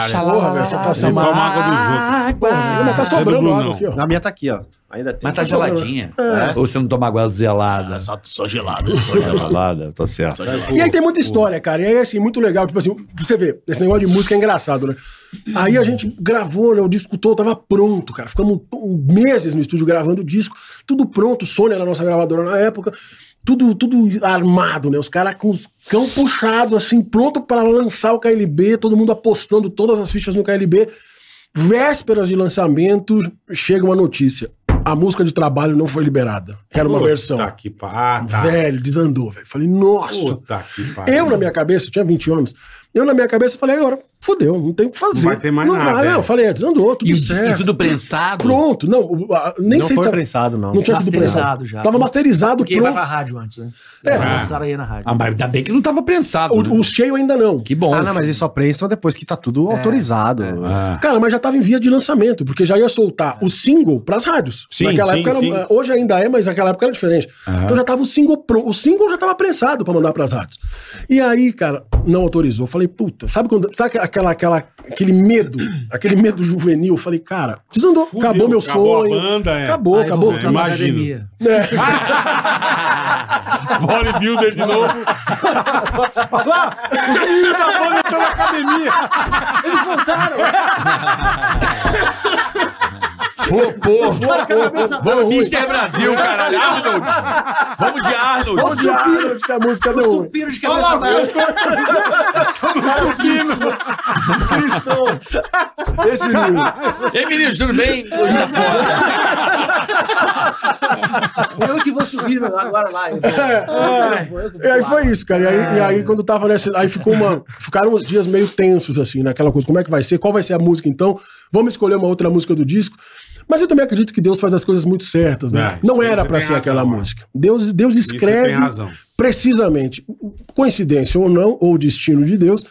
velho, você tá Você toma sendo- água dos outros. Porra, mas tá Você é do sobrando Brunão. água aqui, ó. A minha tá aqui, ó. Ainda tem. Mas tá geladinha. É. Ou você não toma água gelada? Ah, só, gelada, só gelada. Tá certo. E aí tem muita história, cara. E aí, assim, muito legal. Tipo assim, você vê, esse negócio de música é engraçado, né? Aí Uhum. a gente gravou, né? O disco todo tava pronto, cara. Ficamos meses no estúdio gravando o disco, tudo pronto. Sônia era a nossa gravadora na época. Tudo, tudo armado, né? Os caras com os cão puxado, assim, pronto para lançar o KLB, todo mundo apostando todas as fichas no KLB. Vésperas de lançamento, chega uma notícia. A música de trabalho não foi liberada. Era uma versão. Puta que pá, tá. Velho, desandou, velho. Falei, nossa. Puta que pá. um Eu, na minha cabeça, eu tinha 20 anos, eu, na minha cabeça, falei, agora, fodeu, não tem o que fazer. Não vai ter mais não nada, Vai, é. não, eu falei, é, desandou, tudo E, certo. e tudo prensado. Pronto, não, o- a- nem não sei foi se... tá- prensado, não. Não tinha sido Tá prensado. Masterizado já. Tava masterizado, Porque vai pra pronto. rádio antes, né? É. É. Lançaram aí na rádio. Ah, mas ainda bem que não estava prensado. né? O, o cheio ainda não. Que bom. Ah, não, mas eles só prensam depois que tá tudo autorizado. Ah. Cara, mas já tava em vias de lançamento, porque já ia soltar o single pras rádios. Sim, naquela sim, época era, sim. hoje ainda é, mas naquela época era diferente. Aham. Então já tava o single pronto, o single já tava prensado pra mandar pras rádios. E aí, cara, não autorizou. Eu Falei, puta, sabe quando sabe aquela aquela aquele medo, aquele medo juvenil, Eu falei, cara, desandou, Fudeu, acabou meu acabou a sonho. banda, é. Acabou, Aí vou acabou. voltar pra imagino. academia. Bodybuilder de novo. Olha lá, os meninos da banda estão na academia. Eles voltaram. Flopou. Cara, aquela cabeça- Vamos Mister Brasil, caralho. Arnold. Vamos de Arnold. Olha o supino que a música O deu. supino de cabeça baixa. Esse livro. Ei, meninos, tudo bem? Hoje tá foda. Eu que vou subir agora lá. então. E aí foi isso, cara. E aí, e aí quando tava nessa. Aí ficou uma. Ficaram uns dias meio tensos, assim, naquela coisa. Como é que vai ser? Qual vai ser a música então? Vamos escolher uma outra música do disco. Mas eu também acredito que Deus faz as coisas muito certas, né? É, Não isso era você pra tem ser aquela razão, música. Deus, Deus você escreve tem razão. precisamente. Coincidência ou não, ou destino de Deus.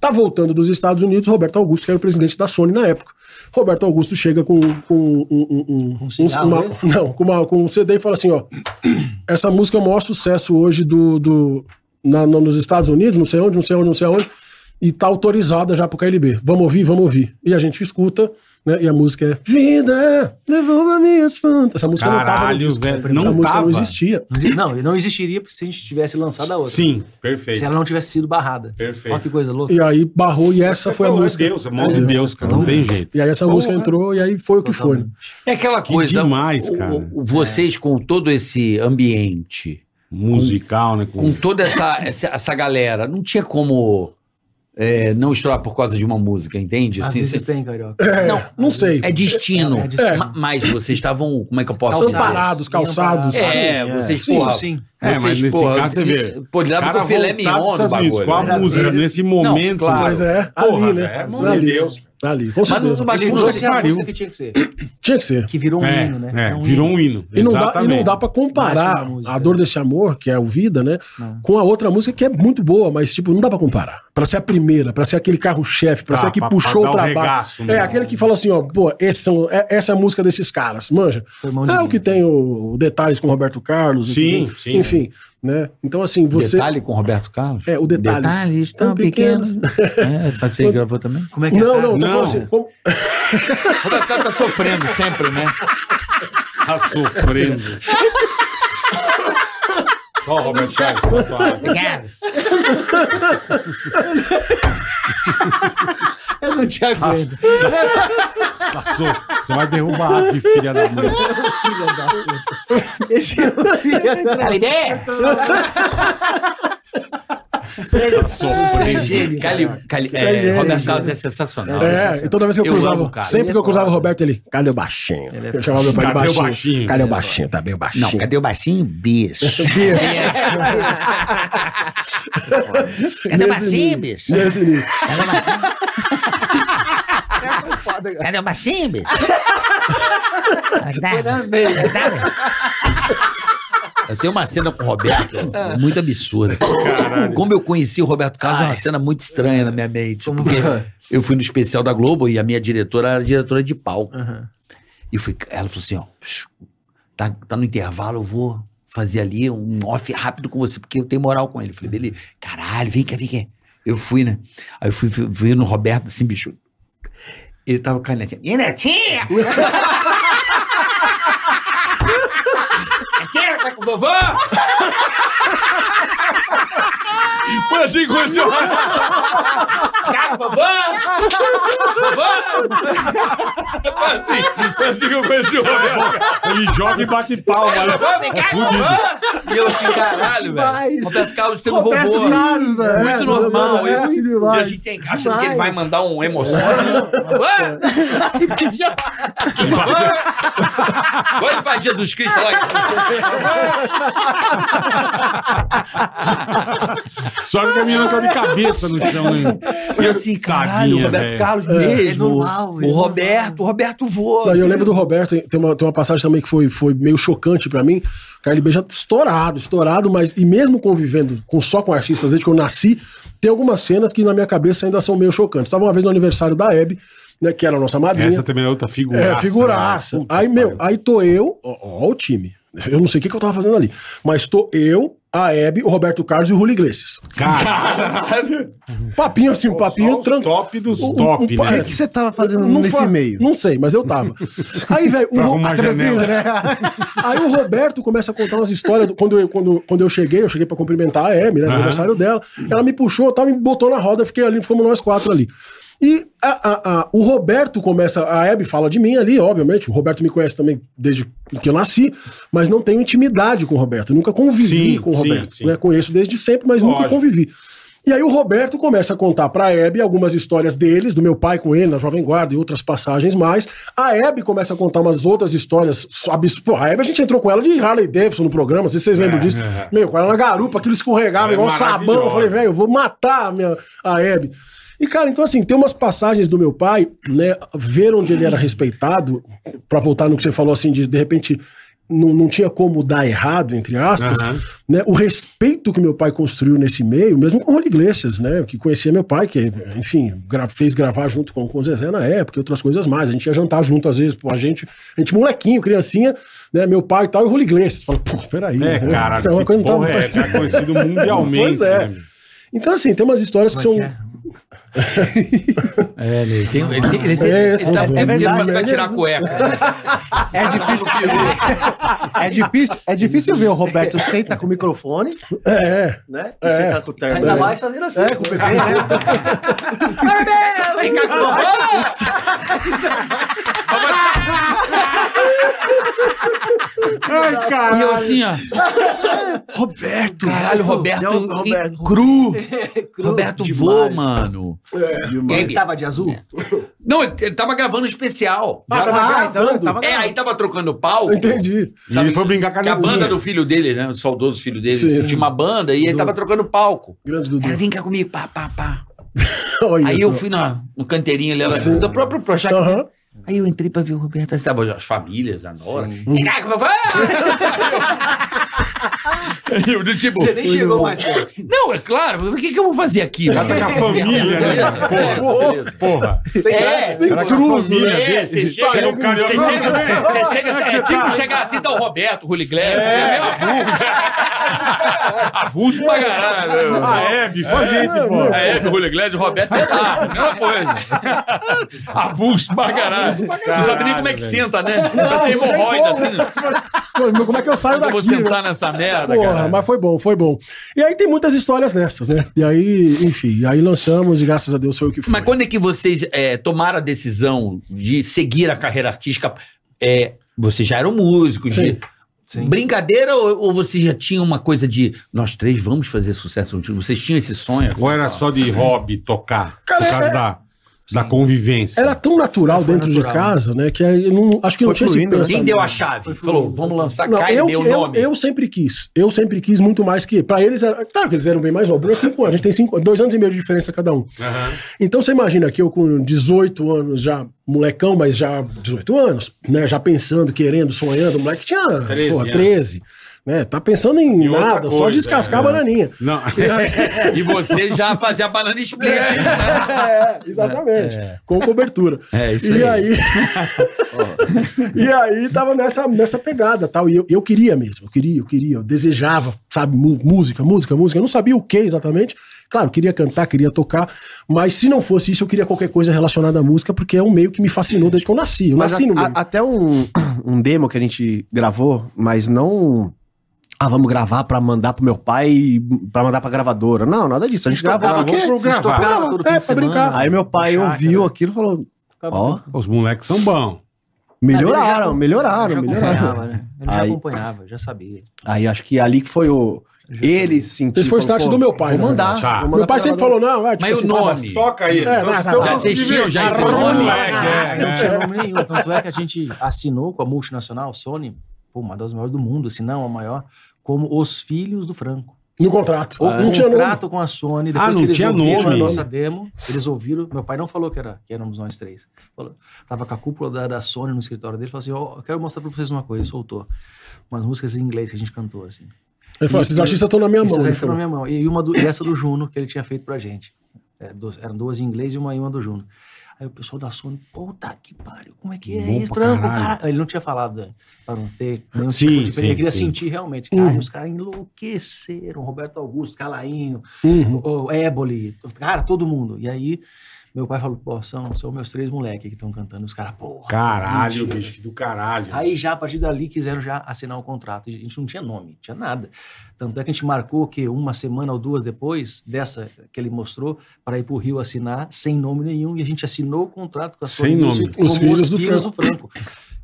Tá voltando dos Estados Unidos Roberto Augusto, que era o presidente da Sony na época. Roberto Augusto chega com, com um, um, um, cigarro uma- mesmo? não, com, uma- com um CD e fala assim, ó, essa música é o maior sucesso hoje do, do- na- no- nos Estados Unidos, não sei onde, não sei onde, não sei onde, e tá autorizada já pro KLB. Vamos ouvir, vamos ouvir. E a gente escuta, né? E a música é Vida, devolva minhas plantas. Essa música não tava. no Caralho, disco. velho. Essa Não música tava. não existia. Não exi- Não, e não existiria se a gente tivesse lançado a outra. Sim, Se perfeito. ela não tivesse sido barrada. Perfeito. Olha que coisa louca. E aí barrou, e essa Você foi a falou, é música. Deus, é mão de Deus, cara. Não tem jeito. E aí essa música entrou, e aí foi o que foi. né? É aquela Que coisa. demais, o- cara. É. o- vocês, com todo esse ambiente, Musical, né? com toda essa, essa, essa galera, não tinha como é, não estourar por causa de uma música, entende? Ah, Às Assim, vezes cê- tem, carioca. Não, Não sei. é destino. É, é destino. Ma- Mas vocês estavam, como é que eu posso dizer? Amparados, Amparados. calçados. É, Sim, é. vocês, Sim, porra, Isso sim. É, mas vocês, nesse porra, caso você vê. Pô, de lado com Cara filé voltado mignon pros no Estados Unidos, bagulho. né? Com a Mas às música, vezes- nesse Não, momento. claro. Mas é, Porra, ali, né? é, ali, mano de Deus. Ali, com Mas não- certeza. mas Mas não não Puta ser que a pariu. música que tinha que ser. Tinha que ser. Que virou um É, hino, né? é, um virou hino. um hino. E não, dá, e não exatamente. dá pra Mais que comparar uma música, a dor né? desse amor, que é o Vida, né? Não. Com a outra música que é muito boa, mas, tipo, não dá pra comparar. Pra ser a primeira, pra ser aquele carro-chefe, pra Tá, ser a que pra- puxou pra o dar o trabalho. regaço, é, né? aquele que fala assim, ó, pô, esse são, é- essa é a música desses caras, manja. Foi mão de É o Deus. que tem o, o detalhes com o Roberto Carlos. Sim, entendeu? sim, Enfim, né? Então, assim, você... Detalhe com Roberto Carlos? É, o detalhes. Um Detalhes tão, pequenos. É, essa que você gravou também? Como é que Não, é? não, eu tô Não. falando assim, como- Roberto Carlos tá sofrendo sempre, né? Tá sofrendo. Ó, Roberto Carlos. tá atuado. Eu não te aguento. Passou. "Tá Você vai derrubar aqui, filha da mãe. Esse é o é Tá sofrendo. Cali, Cali, é é, gênio, Roberto gênio. Carlos é sensacional. É, e toda vez que eu, Eu cruzava, amo o cara. sempre Ele que é eu cruzava o foda. Roberto, ele, cadê o baixinho? Ele é eu chamava meu pai de Cadê o baixinho. baixinho? Cadê o baixinho? Tá bem baixinho. Não, cadê o baixinho? Bicho. Cadê o bacinho, bicho? Nesse nível. Cadê o bacinho? Cadê o bacinho, bicho? Olha que dá. Eu tenho uma cena com o Roberto muito absurda. Como eu conheci o Roberto Carlos é uma cena muito estranha na minha mente. Porque eu fui no especial da Globo e a minha diretora era diretora de palco. E fui, ela falou assim: ó, tá, tá no intervalo, eu vou fazer ali um off rápido com você, porque eu tenho moral com ele. Eu falei, beleza, caralho, vem cá, vem cá. Eu fui, né? Aí eu fui fui- fui no Roberto assim, bicho. Ele tava com a netinha. E netinha? Netinha, tá com vovô? Foi assim que conheceu o Tá com vovô? Foi assim, foi assim que eu conheci o Roberto. Ele joga e bate palma. né? Vovô, vem cá, vovô! E eu assim, caralho, velho. Demais. Roberto Carlos sendo robô. Carlos, velho. Muito É, normal. é, eu- demais. e a gente tem, achando que ele Demais. vai mandar um emoção. Ah! Vai pra Jesus Cristo lá. Só que a minha de cabeça no chão, né? E eu assim, caralho, Tadinha, o Roberto velho. Carlos é mesmo. normal, é o Roberto, o Roberto voa. Não, e eu lembro do Roberto, tem uma, tem uma passagem também que foi, foi meio chocante pra mim. O KLB já estourado, estourado, mas e mesmo convivendo com, só com artistas desde que eu nasci, tem algumas cenas que na minha cabeça ainda são meio chocantes. Estava uma vez no aniversário da Hebe, né, que era a nossa madrinha. Essa também é outra figuraça. É, figuraça. né? Puta Aí, meu, que pariu. aí tô eu, ó, ó o time. Eu não sei o que, que eu tava fazendo ali, mas tô eu, a Hebe, o Roberto Carlos e o Rulio Iglesias. Cara, Papinho assim, um só papinho os tranquilo. top dos top, um- né? O que você tava fazendo nesse fa- meio? Não sei, mas eu tava. Aí, velho, o Pra Ro- arrumar a janela. né? Aí o Roberto começa a contar umas histórias. do- quando, eu, quando, quando eu cheguei, eu cheguei pra cumprimentar a Amy, né? No Aham. aniversário dela. Ela me puxou e tal, me botou na roda, fiquei ali, fomos nós quatro ali. E a- a- a- o Roberto começa, a Hebe fala de mim ali, obviamente. O Roberto me conhece também desde que eu nasci, mas não tenho intimidade com o Roberto. Eu nunca convivi Sim, com o sim, Roberto. sim. Né? Conheço desde sempre, mas nunca Lógico. convivi. E aí o Roberto começa a contar pra Hebe algumas histórias deles, do meu pai com ele, na Jovem Guarda e outras passagens mais. A Hebe começa a contar umas outras histórias. abs- Pô, a Hebe a gente entrou com ela de Harley Davidson no programa, não sei se vocês lembram É, disso. é. Meu, com ela na garupa, aquilo escorregava É igual sabão. Eu falei, maravilhosa. velho, eu vou matar a, minha, a Hebe. E, cara, então assim, tem umas passagens do meu pai, né? Ver onde ele era respeitado, pra voltar no que você falou assim, de de repente não, não tinha como dar errado, entre aspas, Aham. né? O respeito que meu pai construiu nesse meio, mesmo com o Rony Iglesias, né? Que conhecia meu pai, que, enfim, gra- fez gravar junto com, com o Zezé na época e outras coisas mais. A gente ia jantar junto, às vezes, pô, a gente, a gente molequinho, criancinha, né? Meu pai e tal, e o Rony Iglesias. Fala, pô, peraí. É, né? cara, Tem uma que coisa que não porra é, tá conhecido mundialmente. Pois é. né? Então, assim, tem umas histórias que são. É, ele tem. Ele, tem- ele tem- É, ele tá é pedindo verdade, pra você né? tirar a cueca. É difícil. É difícil, é difícil ver o Roberto senta com o microfone, É, né? E É. sentar com o terno. Ainda É. mais fazendo assim. É, com o bebê, né? Vem cá, porra. Ai, cara. E eu assim, ó. Roberto. Caralho, Roberto. Não, Roberto. em- Cru. Cru. Roberto voa, mano. É. Ele tava de azul? Não, ele, ele tava gravando um especial. Ah, tava gravando. é, aí tava trocando palco. eu entendi. E ele foi brincar com a Que a neguinha. banda do filho dele, né? O saudoso filho dele, Sim. tinha uma banda e ele tava trocando palco. Grande Dudu. Ela vem cá comigo, pá, pá, pá. Olha Aí eu só. fui na, no canteirinho ali, ela, do próprio projeto. Aham. Aí eu entrei pra ver o Roberto. Aí tava as famílias, a Nora. Vem cá, que eu "Ah, vou- Eu do tipo. Você nem chegou mais perto. Não, é claro, o que, é que eu vou fazer aqui? Ela tá com a família, Beleza, né? beleza, Porra, beleza. porra. Sem É, graça. Ela tá com a família É, dele. você chega, Chega o cara e você olha, chega, "Tudo bem?" você chega, é tipo chegar assim, tá o Roberto, o Rulli Glass, é, avulso pra caralho. Ah, é, bicho, a gente, pô. A Hebe, É, o Rulli Glass, o Roberto, sei lá, mesma coisa. Avulso pra caralho. Não sabe nem como é que velho. senta, né? Parece hemorroida, assim. Pô, Como é que eu saio Quando eu daqui? vou né? tá, sentar nessa merda, Porra, cara. mas foi bom, foi bom. E aí tem muitas histórias nessas, né? E aí, enfim, aí lançamos e graças a Deus foi o que foi. Mas quando é que vocês é, tomaram a decisão de seguir a carreira artística? É, vocês já eram músicos? Sim. de- Brincadeira ou, ou vocês já tinham uma coisa de nós três vamos fazer sucesso juntos? Vocês tinham esse sonho? assim, Ou era sabe? só de hobby tocar? Cara, por causa é- da, da convivência. Era tão natural dentro de natural. casa, né? Que aí eu não, acho que eu não Foi tinha esse fluindo, né? Quem pensamento. deu a chave? Falou, vamos lançar Não, Caio, eu, meu que- eu- nome. eu sempre quis. Eu sempre quis muito mais que. Pra eles era. Claro que eles eram bem mais novos. Eu cinco anos. A gente tem cinco, dois anos e meio de diferença cada um. Então você imagina que eu com 18 anos já, molecão, mas já 18 anos, né? Já pensando, querendo, sonhando. O moleque tinha 13 porra, anos. 13. né? Tá pensando em E outra nada, só coisa, descascar né? a bananinha. Não. E aí- E você já fazia banana split. né? é, exatamente. Com cobertura. É, isso e aí. aí. e aí tava nessa, nessa pegada tal. E eu, eu queria mesmo, eu queria, eu queria, eu desejava, sabe, mu- música, música, música. Eu não sabia o que exatamente. Claro, queria cantar, queria tocar, mas se não fosse isso, eu queria qualquer coisa relacionada à música, porque é um meio que me fascinou desde que eu nasci. Eu Mas nasci no a- meio. a- até um, um demo que a gente gravou, mas não. Ah, vamos gravar pra mandar pro meu pai, pra mandar pra gravadora. Não, nada disso. A gente Então, gravou Gravou porque. pro gravar. Tocava todo fim É, pra né? de semana. brincar. Aí meu pai Chácara. ouviu aquilo e falou: Ó, Os moleques são bons. Melhoraram, melhoraram, Eu já melhoraram. acompanhava, né? Eu já Aí- acompanhava, eu já sabia. Aí acho que ali que foi o. Ele sentiu. Esse foi o falou, start "Pô, do meu pai, na Vou mandar. verdade. Tá. vou mandar Meu pai pra sempre ela falou, não, é, Mas o assim, nome? Toca aí. É, nós tá, estamos tá. nos Vocês tinham já esse divertindo. nome? Moleque, Ah, é, Não é. tinha nome nenhum. Tanto é que a gente assinou com a multinacional Sony, pô, uma das maiores do mundo, se não a maior, como Os Filhos do Franco. No contrato. O Ah, não tinha nome. contrato com a Sony, Ah, depois não que eles tinha ouviram nome. a nossa demo, eles ouviram, meu pai não falou que, era, que éramos nós três. Falou, tava com a cúpula da, da Sony no escritório dele, falou assim, ó, eu quero mostrar pra vocês uma coisa, e soltou. Umas músicas em inglês que a gente cantou, assim. Ele falou, esses artistas estão na minha mão. Esses ele aí é foram falou. na minha mão. E, uma do- e essa do Juno, que ele tinha feito pra gente. É, duas- eram duas em inglês e uma, e uma do Juno. Aí o pessoal da Sony, puta que pariu, como é que é Bom isso, pra Franco? caralho. cara?" Ele não tinha falado, né, pra não ter nenhum Sim, tipo de... sim, ele queria sim. Uhum. sentir realmente. Cara, os caras enlouqueceram. Roberto Augusto, Calainho, Uhum. o, o Éboli, cara, todo mundo. E aí, meu pai falou, pô, são, são meus três moleques que estão cantando. Os caras, porra. Caralho, mentira." bicho, que do caralho. Tá. Aí já, a partir dali, quiseram já assinar o contrato. E A gente não tinha nome, tinha nada. Tanto é que a gente marcou que uma semana ou duas depois dessa que ele mostrou, para ir para o Rio assinar, sem nome nenhum. E a gente assinou o contrato com a Sem Sony nome. Music Os como filhos do Franco.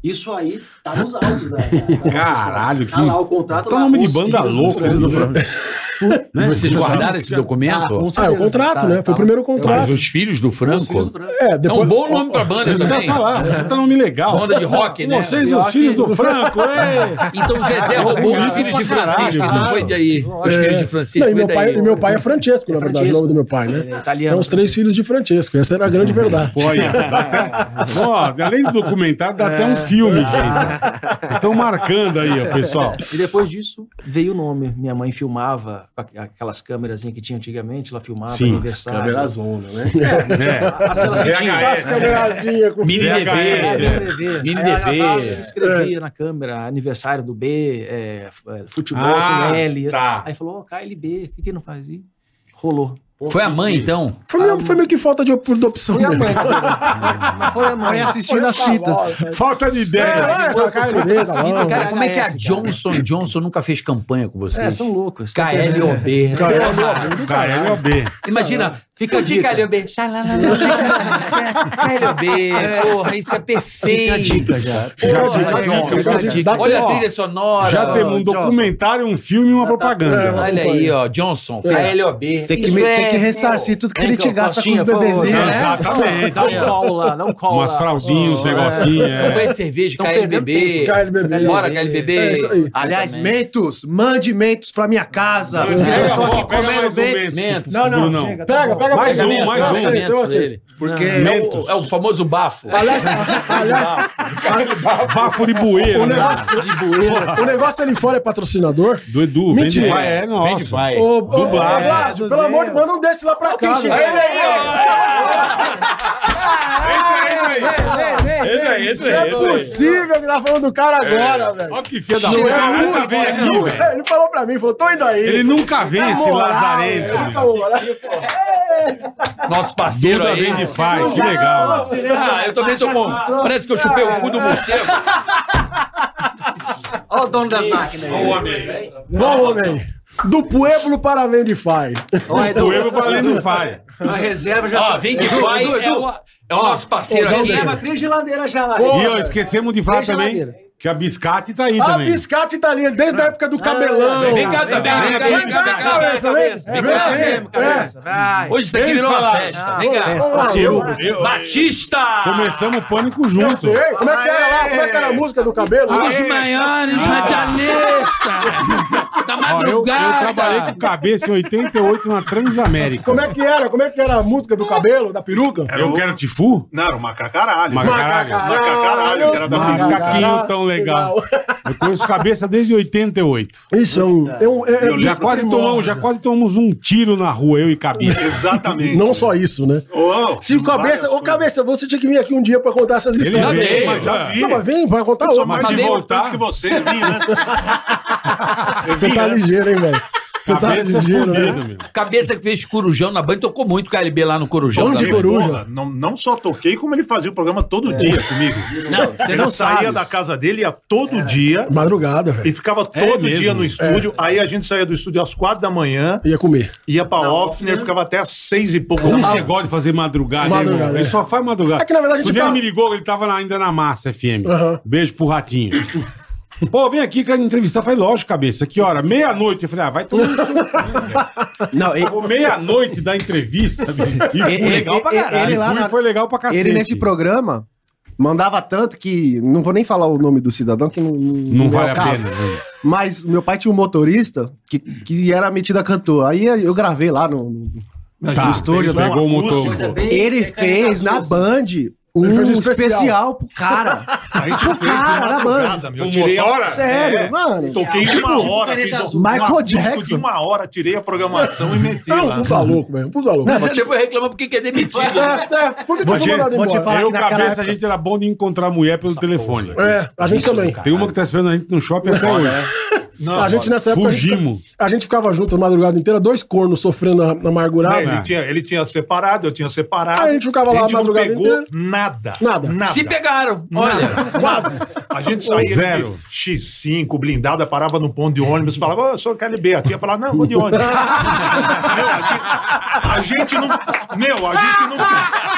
Isso aí tá nos autos da, da- da nossa Caralho, história. que- Tá lá o contrato. Tá lá, nome de Os banda Filhos do louca. né? Franco. Né? Vocês guardaram esse Ah, com documento? Tipo assim, Ah, é o certeza. contrato, né? Foi o primeiro contrato. Mas os filhos do Os Filhos do Franco. Franco. É, É depois... um bom nome pra banda Eu já ia também. falar, tá nome legal. Banda de rock, né? Vocês, Pior os filhos que- do Franco, é. Então o Zezé roubou os filhos de Francisco, não foi daí. Os É. filhos de Francisco Não, e, foi meu pai, e daí. né? meu pai é Francesco, na É verdade, o Francesco. nome do meu pai, né? É, italiano. um Então, os três filhos de Francesco. Essa era a grande verdade. Pô, aí, ó, dá até- um- ó, além do documentário, dá até um filme, gente. Estão marcando aí, ó, pessoal. E depois disso veio o nome. Minha mãe filmava com aqu- aquelas câmeras que tinha antigamente, ela filmava Sim, aniversário. Câmera zona, né? É. As cenas que tinha. VHS, camerazinhas é com... Mini VHS, É, é. DV. MDV. Mini Aí ela DV. gravava e escrevia na câmera aniversário do B, é, f- é, futebol Ah, com L. tá. Aí falou, ó, KLB, o que que não faz? E rolou. Foi a mãe, então. Foi, meio, foi meio que falta de, op- de opção. Foi a né? mãe. Mas foi a mãe. Aí assistindo as é fitas. Falta de É, ideia. essa KLB, tá bom. Foi Cara, como é que a VHS, cara. Johnson Johnson nunca fez campanha com É, vocês? são loucos. KLOB. KLB. Imagina, fica Fica a de dica. KLOB. KLOB, porra, isso é Fica a perfeito. dica já. Fica a Porra, dica, Johnson, fica a fica a dica. dica. Dá- Olha É. a Ó, trilha sonora. Já temos um Johnson. documentário, um filme e uma propaganda. Olha aí, ó, Johnson, KLOB. Tem que, Isso me- é- tem que ressarcir tudo que Hein, ele te Costinha, gasta com os por favor, bebezinhos, né? né? Exatamente. Dá um call lá, dá um call tá Umas lá. fraldinhas, uns negocinhos. é. Campanha um de cerveja, Tão perdendo KLBB. KLBB. Bora, KLBB. É isso aí. Aliás, Mentos, mande Mentos pra minha casa. Pega, porque eu tô pô, aqui pega mais comendo um Mentos. Mentos. Não, não, Brunão. chega, tá Pega, bom. pega, Mais pega. um, Eu mais um. aceito, Mentos eu aceito. dele. Porque É o- é o famoso bafo. Aliás, Bafo de bueiro, o né? negócio, De bueira. o negócio ali fora é patrocinador. Do Edu. Mentira. Vende vai, é Vende nosso. vai. Ô, ô, Dublado. ô, Vasco, pelo amor de Deus, manda um desse lá pra cá. Entra né? aí, entra aí. Entra Não aí, É. é possível que tá falando do cara agora, velho. Olha que filha da Não puta. é Ele nunca música, vem aqui, não é. velho. Ele falou pra mim, falou, tô indo aí. Tá Ele nunca vem, esse Moral, lazarento. ele tá meu. moral. Nosso parceiro Duda aí. vem de faz, que legal. assim, Ah, eu também tô com. Parece que eu chupei o cu do morcego. Olha o dono das máquinas. Vamos, homem. Do Pueblo para Vendify. Olha, O Evo para além do faz. a reserva já Ó, tá- vem de faz. Edu, É Edu, o, é o nosso parceiro aqui. Reserva três geladeiras já. E ó, é, esquecemos de falar Vem também geladeira. que a biscate tá aí A também. Ah, biscate tá ali, desde a época do cabelão. Vem tá cá também, vem cá, vem cá, vem cá. cabeça, cabeça. Vem Vem cá, cá mesmo, é. cabeça. Vai. Hoje isso aqui Eles virou uma falaram. festa. Vem cá. Eu- Eu eu- Batista! Ah, Começamos o pânico eu junto. sei. Como é que era lá? Como é que era a música do cabelo? Os maiores radialistas da Ah. Ó, eu, eu trabalhei madrugada. com cabeça em 88 na Transamérica. Como é que era? Como é que era a música do cabelo, da peruca? Eu quero tifu? Não, era o macacaralho. Macacaralho. Macacaralho, que era da Macacaralho. Macaquinho tão legal. Eu conheço cabeça desde 88. Isso é um. É um é- é- Eu Já quase, tomamos, já quase tomamos um tiro na rua, eu e cabeça. Exatamente. Não só isso, né? Oh, Se o cabeça. Ô, cabeça, você tinha que vir aqui um dia pra contar essas Ele é histórias. veio, Mas já vi. Não, mas vem, vai contar Eu sou outra. mais mas vem importante voltar. que vocês, vim antes. Eu Você vim tá antes. ligeiro, né? hein, velho? Cabeça fodida, meu. Cabeça que fez corujão na banha, tocou muito KLB lá no corujão. Onde também. foi? coruja. É. Porra, não, não só toquei, como ele fazia o programa todo dia comigo. Não, você ele não saía sabe. É. da casa dele, ia todo dia Madrugada, e velho. ficava É todo mesmo. dia no estúdio. Aí a gente saía do estúdio às quatro da manhã, Ia comer. ia pra Offner, ficava até às seis e pouco. Como da você manhã. gosta de fazer madrugada, Ah, Madrugada, hein, irmão? é. Ele só faz madrugada. É que, na verdade, a gente Outro dia fala- ele me ligou, ele tava lá ainda na Massa FM. Aham. Beijo pro Ratinho. Pô, vem aqui, quero entrevistar. Eu Falei, lógico, cabeça. Que hora? Meia-noite. Eu falei, ah, vai tomar no seu cu, cara. Não, e- Pô, meia-noite da entrevista, bicho. E foi E- e- legal pra e- caralho. ele lá E foi, na- foi legal pra cacete. ele nesse programa mandava tanto que. Não vou nem falar o nome do cidadão, que não. Não, é vale o a caso. pena. né? Mas meu pai tinha um motorista que, que era metido a cantor. Aí eu gravei lá no. no- Mas Tá, no estúdio, fez né? Pegou o motor. acústico. Coisa bem- Ele bem fez na caricaturesca. Band um, fez um especial. especial pro cara. A gente fez de cara, na madrugada, meu. Eu Com tirei a... motora? Sério, mano. Toquei de uma Tipo hora, caneta fiz um azul. Michael um acústico Jackson. de uma hora, tirei a programação e meti É lá. um puta louco, velho. Um puta louco. Mas você depois reclama porque quer demitir. né? É, é. Por que que eu Vou fui te- mandado vou te embora? falar Eu, que naquela cabeça, a época- gente era bom de encontrar mulher pelo telefone. É, a gente também. Tem uma que tá esperando a gente no shopping até hoje. é. Não, A gente nessa época. a gente- Fugimos. A gente ficava junto a madrugada inteira, dois cornos sofrendo a- na né, amargurada. ele, tinha, ele tinha separado, eu tinha separado. Aí a gente ficava lá a gente a não madrugada pegou inteira. nada. Nada. Se pegaram. Olha. Nada. Quase. A gente saía Zero. de X5, blindada, parava no ponto de ônibus, falava, ô, eu sou KLB. A tia falava, não, vou de ônibus. meu, a, gente, a gente não. Meu, a gente não.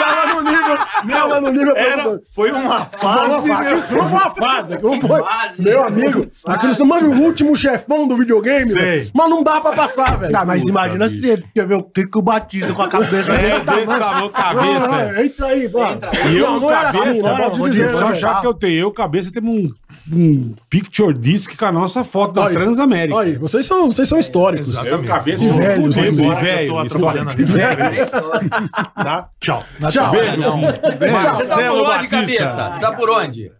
Tava no nível. tava no nível. Era, foi uma fase. meu. Não foi uma fase, aquilo foi. fase, meu que amigo, aquilo você manda o último chefão do videogame, Sei. velho. mas não dá pra passar, velho. Tá, mas imagina se você quer ver o Kiko Batista com a cabeça É, dele. desse tamanho, cabeça. Ah, entra aí, vai. E eu, Não, não era cabeça, assim, não, vou vou te dizer, dizer, só não. achar que eu tenho. Eu, cabeça, temos um, um picture disc com a nossa foto da Olha aí. Transamérica. Olha aí, vocês são, vocês É, são históricos. Exato. Eu, meu. cabeça, E vou velho, fuder, vamos vou- né? embora, que eu tô velho, atrapalhando histórico, a velho. Tá? Tchau. Tchau. Beijo. é Você tá por Marcelo onde, Batista. cabeça? Você tá por onde?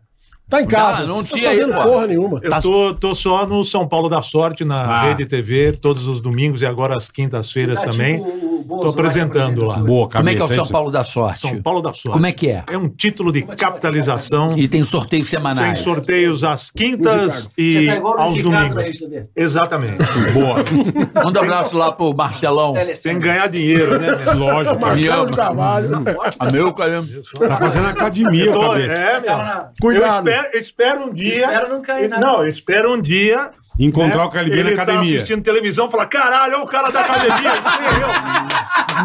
Tá em casa. Ah, não Não, tá tinha fazendo isso, porra ó. nenhuma. Tá Eu tô, tô só no São Paulo da Sorte, na Tá Ah. Rede TV, todos os domingos e agora às quintas-feiras Tá tipo também. o Tô Bolsonaro apresentando lá. Boa, cabeça. Como é que é o São isso. Paulo da Sorte? São Paulo da Sorte. Como é que é? É um título de capitalização. é E tem sorteio semanal. Tem sorteios às quintas Você e tá igual o aos Luiz Ricardo aí, domingos. deixa eu ver. Exatamente. Boa. Manda um abraço lá pro Marcelão. Sem ganhar dinheiro, né? meu? Lógico, é cara. Marcelo de Carvalho. um A meu, cara. Tá fazendo academia, Tô- cabeça. é, meu. Cara, Eu Cuidado. espero, eu espero um dia. Espero não cair nada. Não, eu espero um dia. Encontrar É. né, o Calibê na ele tá academia. assistindo televisão e falar: caralho, é o cara da academia, isso é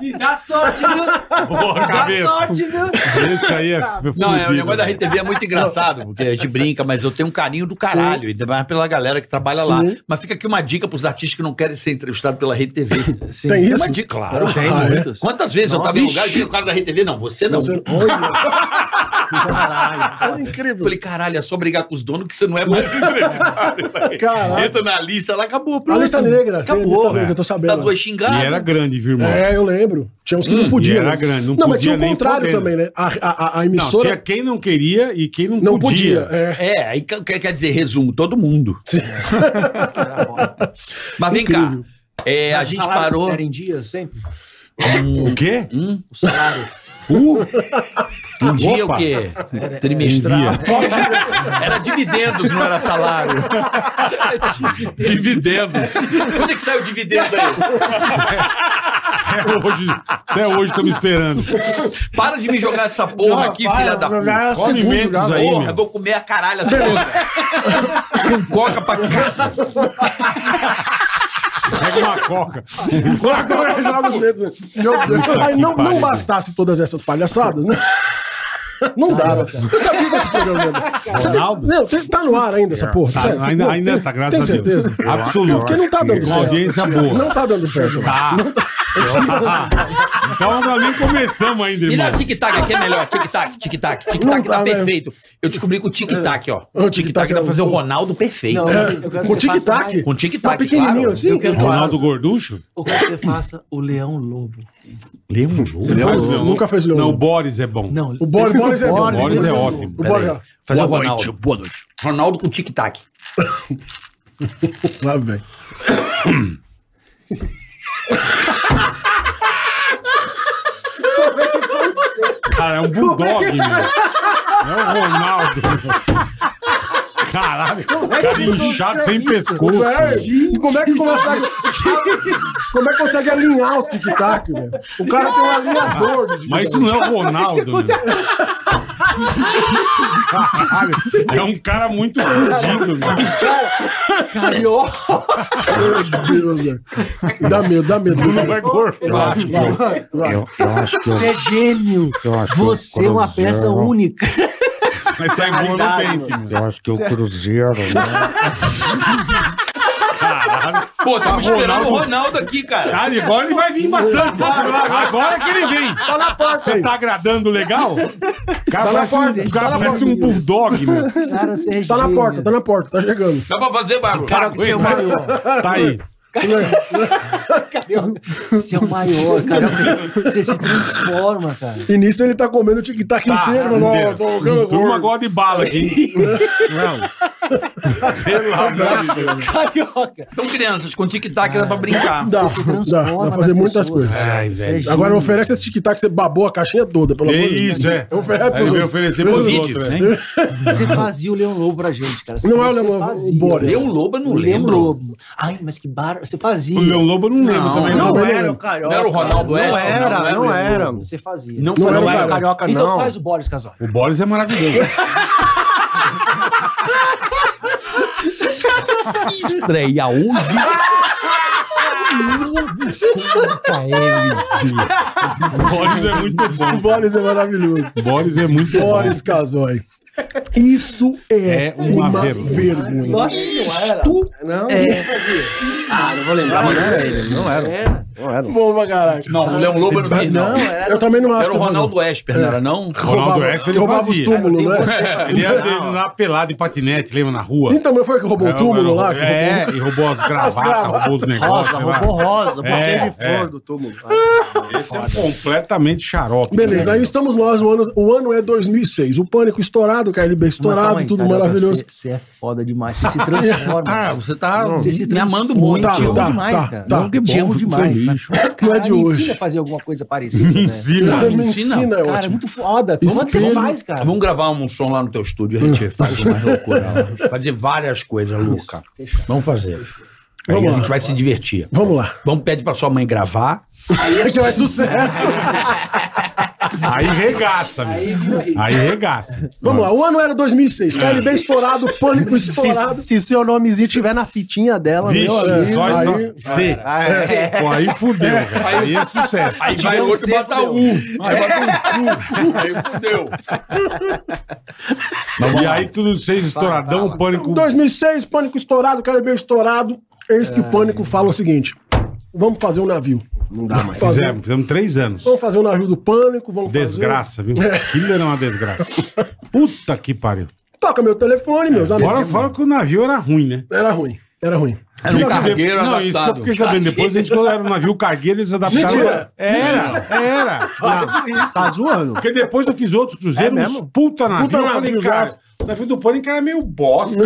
me Dá sorte, viu? eu. Porra, Dá cabeça. sorte, viu? Esse aí é um f- Não, é, o fudido. negócio da Rede TV é muito engraçado, porque a gente brinca, mas eu tenho um carinho do caralho, ainda mais pela galera que trabalha lá. Sim. Mas fica aqui uma dica pros artistas que não querem ser entrevistados pela Rede TV. Sim. Tem isso? Uma dica, claro. Tem Ah, é? muitos. Quantas vezes eu tava em um lugar e tinha o cara da Rede TV? Não, você não. Você- Eu Olha, Caralho. incrível. falei, caralho, é só brigar com os donos que você não é mais entrevistado. Caralho. Entra na lista, ela acabou. A pronto. lista negra. tem a Acabou. lista negra, eu tô sabendo. né?" Tá dois E xingados. era grande, viu, irmão? É, eu lembro. Tinha uns que não podiam. Hum, e era né? grande, não mas tinha podia o nem contrário fodendo. também, né? A, a- a Não, emissora tinha quem não queria e quem não, não podia. podia. É. É, aí que- que- quer dizer, resumo, todo mundo. Sim. Era bom. Mas vem Incrível. cá. é, a Mas o gente salário parou. Era em dias, sempre. O quê? Hum. O salário. Uh, Um dia Opa. o quê? Trimestral. Era dividendos, não era salário. dividendos. Onde é que saiu o dividendo aí? até hoje, até hoje estamos esperando. Para de me jogar essa porra Não, aqui, para, filha da não, puta. não, Come Segundo mentos aí, Porra, eu meu. vou comer a caralha toda. Com coca pra cá. Pega uma coca. Agora joga os dedos. Aí que não, não pariu. bastasse todas essas palhaçadas, né? Não dava. Eu sabia desse programa. Né? Você tem- Ronaldo? não, tem- tá no ar ainda essa porra. Tá, sério. ainda, Não, ainda tem- tá, graças tem a Deus. certeza. Absoluto. Porque não tá dando Com certo. audiência boa. Não tá dando certo. Tá. tá. Então nós nem começamos ainda, E irmão. na tic-tac aqui é melhor. Tic-tac, tic-tac, Não tic-tac dá, tá velho. perfeito. Eu descobri que o tic-tac, ó. O O tic-tac tic-tac dá pra fazer o Ronaldo perfeito. Não, eu quero que né? Com você faça tic-tac. mais- Com tic-tac, Tá pequenininho claro. assim? Eu quero que você Ronaldo Gorducho? Eu quero que você faça o Leão Lobo. Lembro. faz- nunca fez Leão Não, o Lobo. Boris é bom. Não, O Boris, Boris é bom. O Boris é ótimo. O Boris Peraí. é... Fazer o Ronaldo. boa noite. Ronaldo com tic-tac. Lá vem. Cara, é um bulldog, meu. É o Ronaldo. meu. Caralho, cara inchado, sem pescoço. E como é que consegue. como é que consegue alinhar os tic-tac, velho? O cara tem um alinhador de Mas isso não é o Ronaldo. né? Caralho, é um cara muito fudido, meu. Meu Deus, velho. Dá medo, dá medo. Não é vai gorfar. Eu, eu acho que eu, Você é gênio. eu acho que o Você é uma peça Cruzeiro- única. Mas é sai voando no pente, meu. Eu acho que é o é- Cruzeiro. né? Pô, tava esperando o Ah, Ronaldo aqui, cara. Cara, agora ele vai vir bastante. Agora que ele vem. Tá na porta Você aí. tá agradando legal? O cara parece porta, um, o tá cara na parece um porta. bulldog, meu. Cara, você é Tá na gênio. porta, tá na porta, tá chegando. Dá pra fazer, Bárbara? Cara, você é o maior. Tá aí. Carioca, Você é o maior, cara. Você se transforma, cara. E nisso ele tá comendo o tic-tac Tá, inteiro, mano. inteiro. Tô jogando Turma gordo. gosta de bala aqui. Não. Pelo amor de Deus. Carioca. Então, crianças, com tic-tac dá pra brincar. Tá, Dá, Você se dá, transforma. dá pra fazer nas muitas pessoas. coisas. Ai, Você é É, velho. gênio. Agora não oferece esse tic-tac que você babou a caixinha toda, pelo É amor de Deus. isso, é. Eu ofereço Aí pros veio outros. oferecer pro Covid, outro, né? né? Você fazia o Leão Lobo pra gente, cara. Você- Não é o você Leão Lobo, o fazia. Boris. Leão Lobo, eu não Leão lembro. Lobo. Ai, mas que bar... Você fazia. O Leão Lobo eu não lembro Não, também. não. é. Não. Não também era lembro. o Carioca. Não era o Ronaldo Não Weston, não era, era o não era. Você fazia. Não, era o era o Carioca. Carioca, não. então faz o Boris Casoy. O Boris é maravilhoso. Estreia hoje. Novo show é KLB. O Boris é muito O bom. Boris é maravilhoso. O Boris é muito bom. Boris Casoy. Isso é, É uma uma, vergonha. vergonha. Não, É. Ah, não vou lembrar. não era ele, não era. Não era. Bom pra caralho. Não, o Leão Lobo eu não fiz, não. Não, era. Eu também não acho. Era o que eu Ronaldo Esper, não É. era não? fazia. Ronaldo roubava, Esper, ele roubava os fazia. túmulos, Cara, né? Ele ia ele lá pelado de patinete, lembra, na rua? Então, mas foi que roubou o túmulo lá? que É, roubou um e roubou as As gravatas, gravatas. roubou os negócios. Rosa, sei lá. roubou rosa, É, porque de é. flor do túmulo. Esse é completamente xarope. o- Beleza, né? aí estamos nós, o ano, o ano é 2006. O Pânico estourado, o KLB estourado, tudo maravilhoso. Você, você é foda demais. Você se transforma. Cara, cara. você tá Você se me amando transforma. muito. Tá, Te amo tá, demais, tá, cara. tá. Não, te amo demais. Mas, Não é de me hoje. ensina a fazer alguma coisa parecida, né? Ensina. Me ensina, é Cara, é ótimo. muito foda. Como é que você Ensina. faz, cara? Vamos gravar um som lá no teu estúdio, a gente faz uma loucura. lá. Fazer várias coisas, louca. Vamos fazer. Aí Vamos a lá. gente vai se divertir. Vamos lá. Vamos pedir pra sua mãe gravar. É que é um sucesso. Aí regaça, meu. Aí regaça. Vamos lá, o ano era 2006. KLB estourado, Pânico estourado. Se, se seu nomezinho tiver na fitinha dela, Vixe, meu amigo. só isso. aí- C. Ah, é. Pô, aí fudeu, velho. Aí é sucesso. Aí vai o outro e bota um. Aí bota um cu. Aí fudeu. e aí tudo seis estouradão, pânico. 2006, Pânico estourado, KLB estourado. Eis É. que o Pânico fala o seguinte: vamos fazer um navio. Não dá mais. Fazer- Fizemos, fizemos três anos. Vamos fazer o navio do Pânico, vamos Desgraça, viu? Aquilo era uma desgraça. Puta que pariu. fazer. Toca meu telefone, meus É. Fora, amigos. fora que o navio era ruim, né? Era ruim, era ruim. Era um Fica- cargueiro Não, isso que eu adaptado. fiquei sabendo. Depois, a gente, quando era um navio cargueiro, eles adaptaram. Mentira. Ah. Era, era. Tá zoando? Porque depois eu fiz outros cruzeiros, É uns mesmo? puta navio. Puta eu falei, navio, cara, já. o navio do Pânico era meio bosta.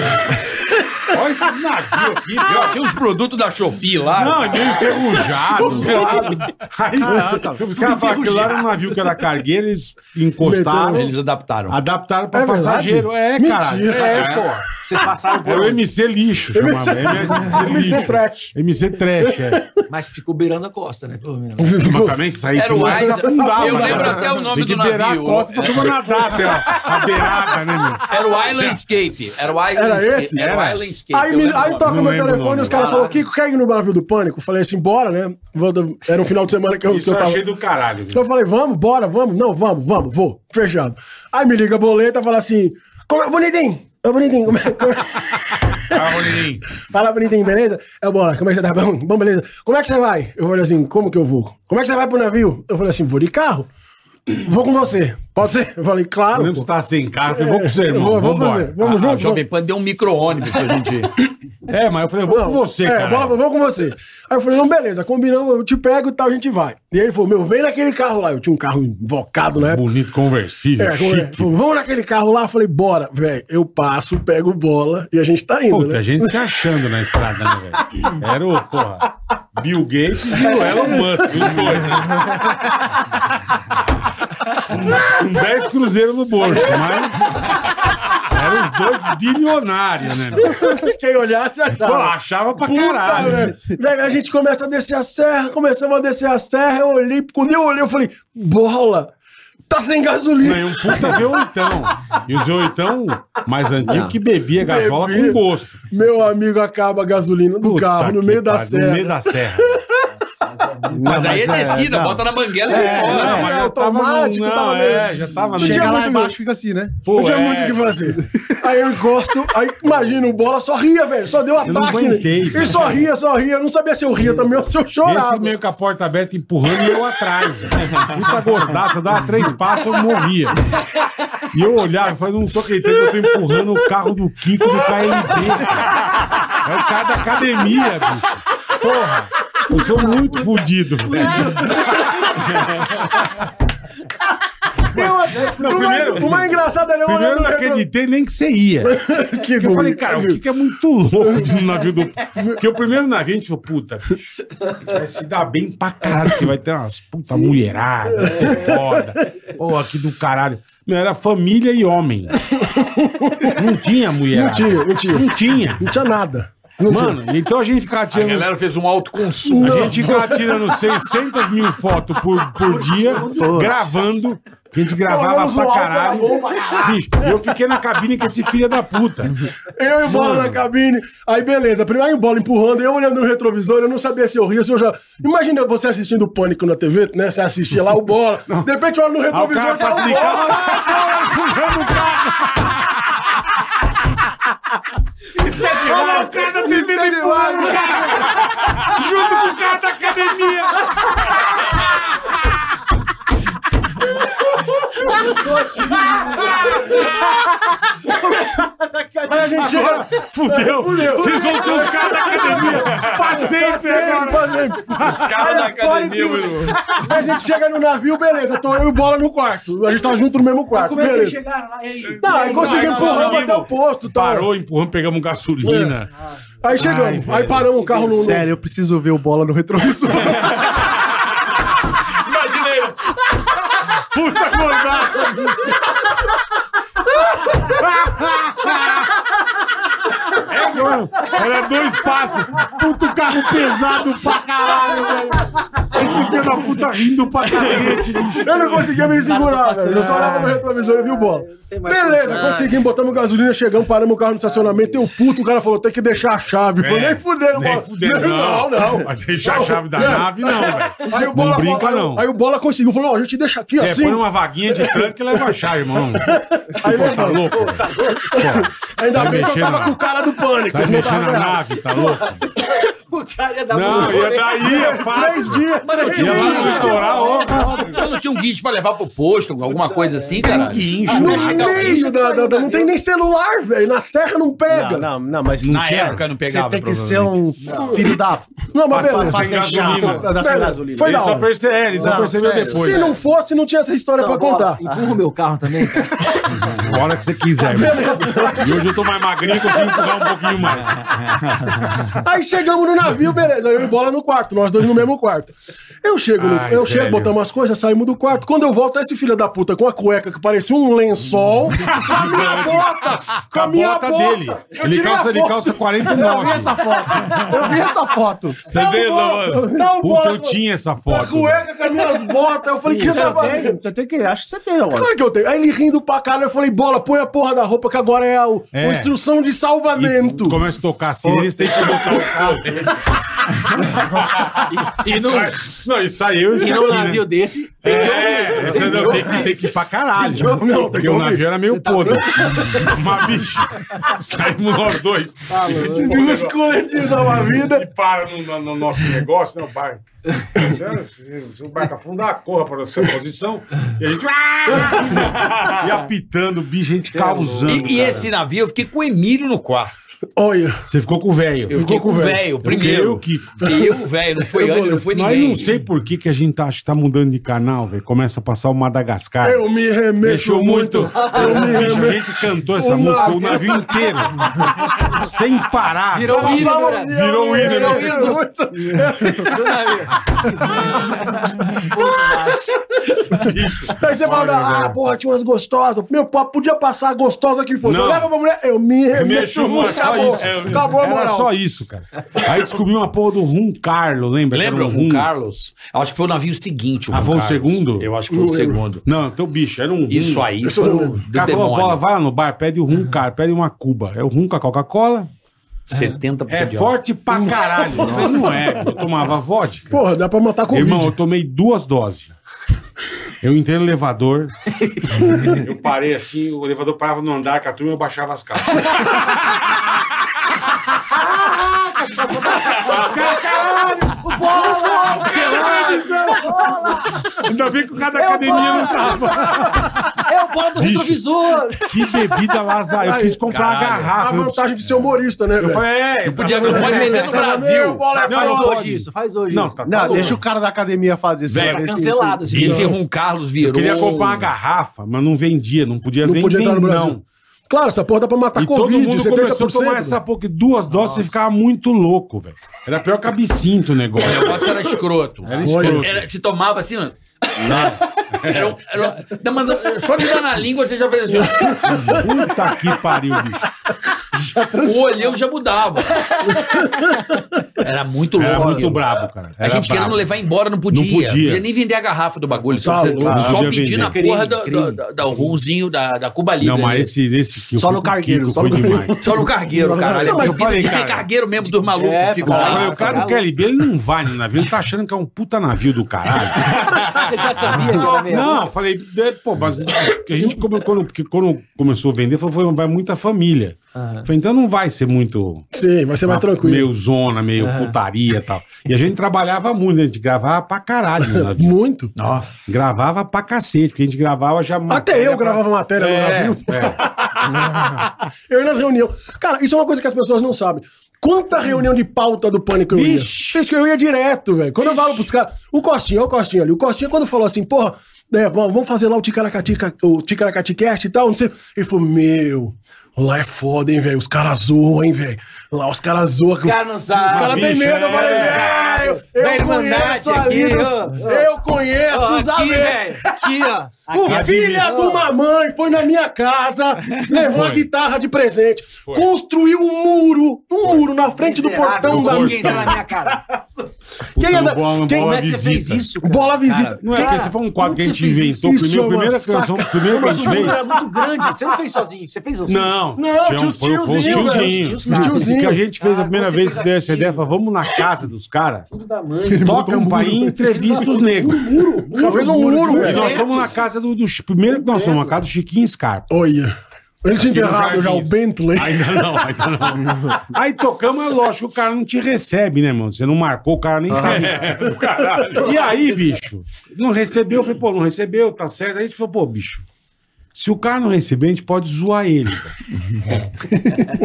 Olha esses navios aqui, Eu viu? achei os produtos da Shopee lá. Não, é cara. meio enferrujado, sei lá. Ah, Aí, tá. os caras falaram que lá era um navio que era cargueiro, eles encostaram, Eles adaptaram. adaptaram pra É verdade? passageiro. É, cara. Mentira. É, Vocês- pô. Vocês passaram por Era o onde? MC lixo, chamava. MC MC lixo. Trash. MC Trash, é. Mas ficou beirando a costa, né? Pelo menos. Mas também se saísse Era o mais, Aiza. afundava. Eu lembro cara. até o nome Tem que do beirar navio. a costa pra É. turma nadar, até a, a beirada, né, meu? Era o Islandscape. Era o Islandscape. Era esse? Era o Era. Islandscape. Aí, eu me- lembro o aí tá- nome. toca Não meu lembro o telefone nome. e os caras falaram: Kiko, quer ir no navio do Pânico? Eu falei assim: bora, né? Vou do- Era um final de semana que eu, que Isso eu eu tava. achei do caralho. Então eu falei, vamos, bora, vamos. Não, vamos, vamos, vou. Fechado. Aí me liga a boleta e fala assim: como é, bonitinho? Ô, bonitinho, como é, como é- Fala, bonitinho, beleza? É bora, como é que você tá? Bom, bom, beleza. Como é que você vai? Eu falei assim, como que eu vou? Como é que você vai pro navio? Eu falei assim, vou de carro. Vou com você. Pode ser? Eu falei, Eu claro. lembro que pô. você tava sem cara. tá, Eu falei, vou com você, É, irmão. vou- vou com vambora. Ah, você. Vamos A junto? Jovem Pan deu um micro-ônibus pra gente ir. É, mas eu falei, eu vou com Não, você, é, cara. Bola, eu vou com você. Aí eu falei, não, beleza, combinamos, eu te pego e tal, a gente vai. E aí ele falou, meu, vem naquele carro lá. Eu tinha um carro invocado na época. Bonito, conversível, É, chique. falou, vamos naquele carro lá. Eu falei, bora, velho. Eu passo, pego bola e a gente tá indo. Puta, né? a gente se achando na estrada, né, velho? Era o, porra, Bill Gates e o Elon Musk, os dois, né? Com 10 cruzeiros no bolso, mas... Era Eram os dois bilionários, né? meu? Quem olhasse Pô, achava. achava pra Puta, caralho. velho. né? Velho, a gente começa a descer a serra, começamos a descer a serra, eu olhei, quando eu olhei, eu falei, bola, tá sem gasolina. Ganhei um puta V8. E o V8 mais antigo que bebia gasola Ah. Bebia. com gosto. Meu amigo acaba a gasolina do Puta carro no que meio da pariu, serra. No meio da serra. Mas aí é descida, não. bota na manguela e É, vai embora. não, mas é, já tava no- automático, não, tava meio- é, já tava no... Tinha Chega lá muito- embaixo fica assim, né? Pô, não tinha é. muito o que fazer. Aí eu encosto, aí imagina, o bola só ria, velho. Só deu não ataque. né? aguentei, Ele velho. só ria, só ria. Eu não sabia se eu ria também ou se eu chorava. Esse meio com a porta aberta empurrando e eu atrás. Puta gordaça, eu dava três passos eu morria. E eu olhava e falava, não tô acreditando, eu tô empurrando o carro do Kiko do KLB. cara. É o cara da academia, bicho. Porra, eu sou muito fudido. Não, o, mais, primeiro- o mais engraçado era eu Primeiro eu olhando não no retro- acreditei nem que você ia. Que Porque eu falei, doido. cara, o Kiko é muito louco no navio do. Porque o primeiro navio a gente falou, puta, bicho, a gente vai se dar bem pra caralho, que vai ter umas puta mulherada, vai ser foda. Pô, aqui do caralho. Meu, era família e homem. Não tinha mulherada. Não tinha, não tinha. Não tinha. Não tinha nada. Mano, então a gente ficava A tirando. galera fez um alto consumo. A gente ficava tirando 600 mil fotos por, por dia, gravando. que A gente gravava Estouramos pra o alto, caralho. era bom pra Uhum. Bicho, eu fiquei na cabine com esse filho da puta. Eu e o bola Mano. na cabine. Aí, beleza. Primeiro, aí o bola empurrando, eu olhando no retrovisor, eu não sabia se eu ria, se eu já. Imagina você assistindo o Pânico na TV, né? Você assistia lá o bola. De repente, eu olho no Aí o retrovisor, cara tá pra o se bola. ligar, empurrando o carro. Olha o cara termina empurrando o carro. é Junto com o cara tá da academia. Aí a gente chega. Fudeu. Fudeu. Vocês vão ser os caras da academia. Passei, Tá Passei sério, agora. mano. Os caras da academia, meu irmão. Aí a gente chega no navio, beleza. Tô eu e o bola no quarto. A gente tá junto no mesmo quarto. Como é que vocês Beleza. chegaram lá? E aí? Não, aí conseguimos empurrar conseguimos. até o posto, tá? Parou, empurrando, pegamos É. gasolina. Aí chegamos. Ai, aí paramos o carro no. no- Sério, eu preciso ver o bola no retrovisor. Imaginei. Puta gordaça. É, mano, era dois passos. Puto carro pesado pra caralho, velho. Esse filho da puta rindo pra cacete, bicho. Eu não conseguia me segurar, passando. velho. Eu só olhava no retrovisor e vi o bola. Beleza, conseguimos, botamos gasolina, chegamos, paramos o carro no estacionamento. Tem o puto, o cara falou: tem que deixar a chave. Eu falei, nem fuderam, É. Nem bola. fuderam, Não, não. não. Vai deixar a chave da Não. nave, não, velho. Aí o Não bola brinca, falou- não. Aí o bola conseguiu, falou: ó, a gente deixa aqui É, assim. põe uma vaguinha de tranco e leva a chave, irmão. Aí, Pô, tá louco? Ainda bem que Sai eu Tá mexendo tava na- com o cara do pânico. Sai senão eu mexendo tava na ferrado. nave, tá louco? O cara ia dar Não, ia daí, é Três fácil. dias. Mas não Ia tinha lá um no guincho. litoral, ó. Mas não tinha um guincho pra levar pro posto, alguma coisa assim, cara. No Chegar lá, meio da, da- da- Não tem nem celular, velho. Na serra não pega. Não, não, não, mas Na sincero, época não pegava, Você tem que ser um filho da. Não, mas beleza. pra- pra Sem deixar- gasolina. pra dar sem Beleza, gasolina. foi Ele da só hora. percebeu, é, ele só Não, percebeu sério. depois. Se não fosse, não tinha essa história pra contar. Empurra o meu carro também, cara. A hora que você quiser, meu. E hoje eu tô mais magrinho e consigo empurrar um pouquinho mais. Aí chegamos no navio, beleza. Eu e bola no quarto, nós dois no mesmo quarto. Eu chego, no- Ai, eu chego, velho. botamos as coisas, saímos do quarto. Quando eu volto, tá esse filho da puta com a cueca que parecia um lençol, Tá com a Então, minha assim, bota, com a, minha bota. dele. Eu Ele tirei a calça, ele foto. calça Eu vi 49. essa foto. Eu vi essa foto. Você vê, mano? Tá o Puta, bola. eu tinha essa A foto. velho. cueca Tá com as minhas botas. Eu falei, o que você tá fazendo? Você tem que. Acho que você tem, agora. Claro que eu tenho. Aí ele rindo pra caralho, eu falei, bola, põe a porra da roupa que agora é a, o- É. a instrução de E salvamento. Começa a tocar assim, eles têm que botar o carro dele. E, não... não, isso aí eu E isso num aqui, né? navio desse, É, essa não, tem, que, tem que ir pra caralho. Tem que- não, tem porque que o ouvir. navio era meio tá podre. Mas, bicho, saímos nós dois. um Os coletinhos da uma E vida. para no, no- no nosso negócio, né? O barco. Se o barco afundar, corra para a sua posição. E a gente. ah! e apitando, bicho, gente causando. E, e esse navio, eu fiquei com o Emílio no quarto. Olha, Você ficou com o velho. Eu fiquei com o velho, Eu fiquei primeiro. eu, Kiko. E eu, velho, não foi antes, não foi Mas ninguém. não sei por que, que a gente tá, acho que tá mudando de canal, velho. Começa a passar o Madagascar. eu me remexo Mexeu muito. muito. Eu me Bicho, a remexo. gente cantou essa O música o navio- navio inteiro. sem parar. Virou um ídolo, né? Virou um ídolo. Virou um ídolo. Do navio. Daí você fala, ah, né?" porra, tinha umas gostosas. Meu papo podia passar a gostosa que fosse. Não. Eu levo pra mulher, eu me remexo Mexeu muito. muito, só Acabou, isso. É, acabou a Era moral. só isso, cara. Aí descobriu uma porra do Rum Carlo, lembra? Lembra Era o um Rum Carlos? Acho que foi o navio seguinte. O Ah, Rum foi o Carlos. segundo? Eu acho que foi o Não lembro. segundo. Não, teu bicho, era um rum. Isso aí Eu sou foi do o lembro. O do cara falou, bola, demônio. vai lá no bar, pede o rum, cara, pede uma cuba. É o rum com a Coca-Cola. 70% É de álcool. forte pra caralho. Eu falei, não é, eu tomava vodka. Porra, dá pra matar com Irmão, eu tomei duas doses. Eu entrei no elevador. eu parei assim, o elevador parava no andar com a turma eu baixava as calças. Os caras, caralho! Ainda bem que o cara da academia não tava. Eu boto o Bicho. retrovisor. Que bebida lazar. Eu quis comprar a Caralho. A garrafa. Eu- vantagem de ser humorista, né? Eu velho? falei, é, Eu podia, eu exatamente. pode vender no Brasil. Faz Não, não, hoje pode. isso, faz hoje Não, isso. tá, tá Não, louco. deixa o cara da academia fazer isso. Velho, pra ver se- Cancelado, se- gente. Esse Rum Carlos virou. um Eu queria comprar uma garrafa, mas não vendia, não podia Não vender. podia entrar no Brasil. não. Claro, essa porra dá pra matar E todo Covid, mundo 70%. começou a tomar essa porra, que duas doses você ficava muito louco, velho. Era pior que absinto o negócio. O negócio era escroto. Era escroto. Era- se tomava assim, ó. Nossa. Era um- era um- não, mas só de dar na língua você já fez assim. ó. Puta que pariu, bicho. O olhão já mudava. Era muito louco. Era muito aquilo. brabo, cara. a gente querendo levar embora, não podia. Não podia. nem vender a garrafa do bagulho. Só, Tá você- louco, não só podia pedindo a vender. porra da- Crime, crime. da, da- do rumzinho da, da Cuba Libre. Não, mas né? esse, esse que o Só no Kiko cargueiro, só foi no- demais. Só no cargueiro, caralho. Não, mas Eu eu falei, que cara. tá. tem cargueiro mesmo dos malucos. É, que ficam cara. Eu lá. falei, o cara do Kelly B, ele não vai no navio, ele tá achando que é um puta navio do caralho. Você já sabia que era meia Não, eu falei, é, pô, mas a gente, come- quando, porque quando começou a vender, falou, foi, vai muita família. Aham. Falei, então não vai ser muito. Sim, vai ser mais uma- tranquilo. Meio zona, meio putaria e tal. E a gente trabalhava muito, né? a gente gravava pra caralho no navio. Muito. Nossa. Gravava pra cacete, porque a gente gravava já. Até eu gravava matéria no É, navio. é. Eu ia nas reuniões. Cara, isso é uma coisa que as pessoas não sabem. Quanta Hum. reunião de pauta do pânico eu ia? Vixe. Vixe, eu ia direto, velho. Quando eu falava pros caras. O Costinha, olha o Costinha ali. O Costinha, quando falou assim, porra, né, vamos vamos fazer lá o Ticaracatica, o Ticaracaticast e tal, não sei. Ele falou, meu. Lá é foda, hein, velho. Os caras zoam, hein, velho. Lá os caras zoam. Os caras não sabem. Os caras têm Bicho, medo. Eu falei, é. velho, Da eu Irmandade conheço aqui, ali. dos- ó, ó. Eu conheço os aqui, amigos. velho. Aqui, ó. O filho é de admito. uma mãe foi na minha casa, levou a guitarra de presente, construiu um muro, um muro na frente do portão da Ninguém tá na minha cara. Quem Puta, é da- boa- quem- boa Como é que você fez visita. isso, cara? Bola visita. Não é Cara, que esse foi um quadro que a como gente você fez inventou. isso? Primeiro, É uma primeira saca- canção, primeiro que a Mas gente o é número era fez. muito grande. Você não fez sozinho. Você fez sozinho? Não, Não, tinha tinha um- os foi- foi os tiozinhos, tiozinhos. velho, os Cara, tiozinhos. Ah, O que a gente fez a Cara, primeira quando vez que você fez deu essa aquilo, ideia, foi, vamos na casa dos caras, Tudo da mãe. toca um pai e entrevista os negros. Já fez um muro, E velho. né? nós fomos na casa do, dos- primeiro que nós fomos, na casa do Chiquinho Scarpa. Olha. Ele tinha Aqui no enterrado já o Jardins. Bentley. Ainda não, ainda não. Aí tocamos, é lógico, o cara não te recebe, né, mano? Você não marcou, o cara nem sabe. E aí, bicho, não recebeu, eu falei, pô, não recebeu, tá certo. Aí a gente falou, pô, bicho, se o cara não receber, a gente pode zoar ele. cara.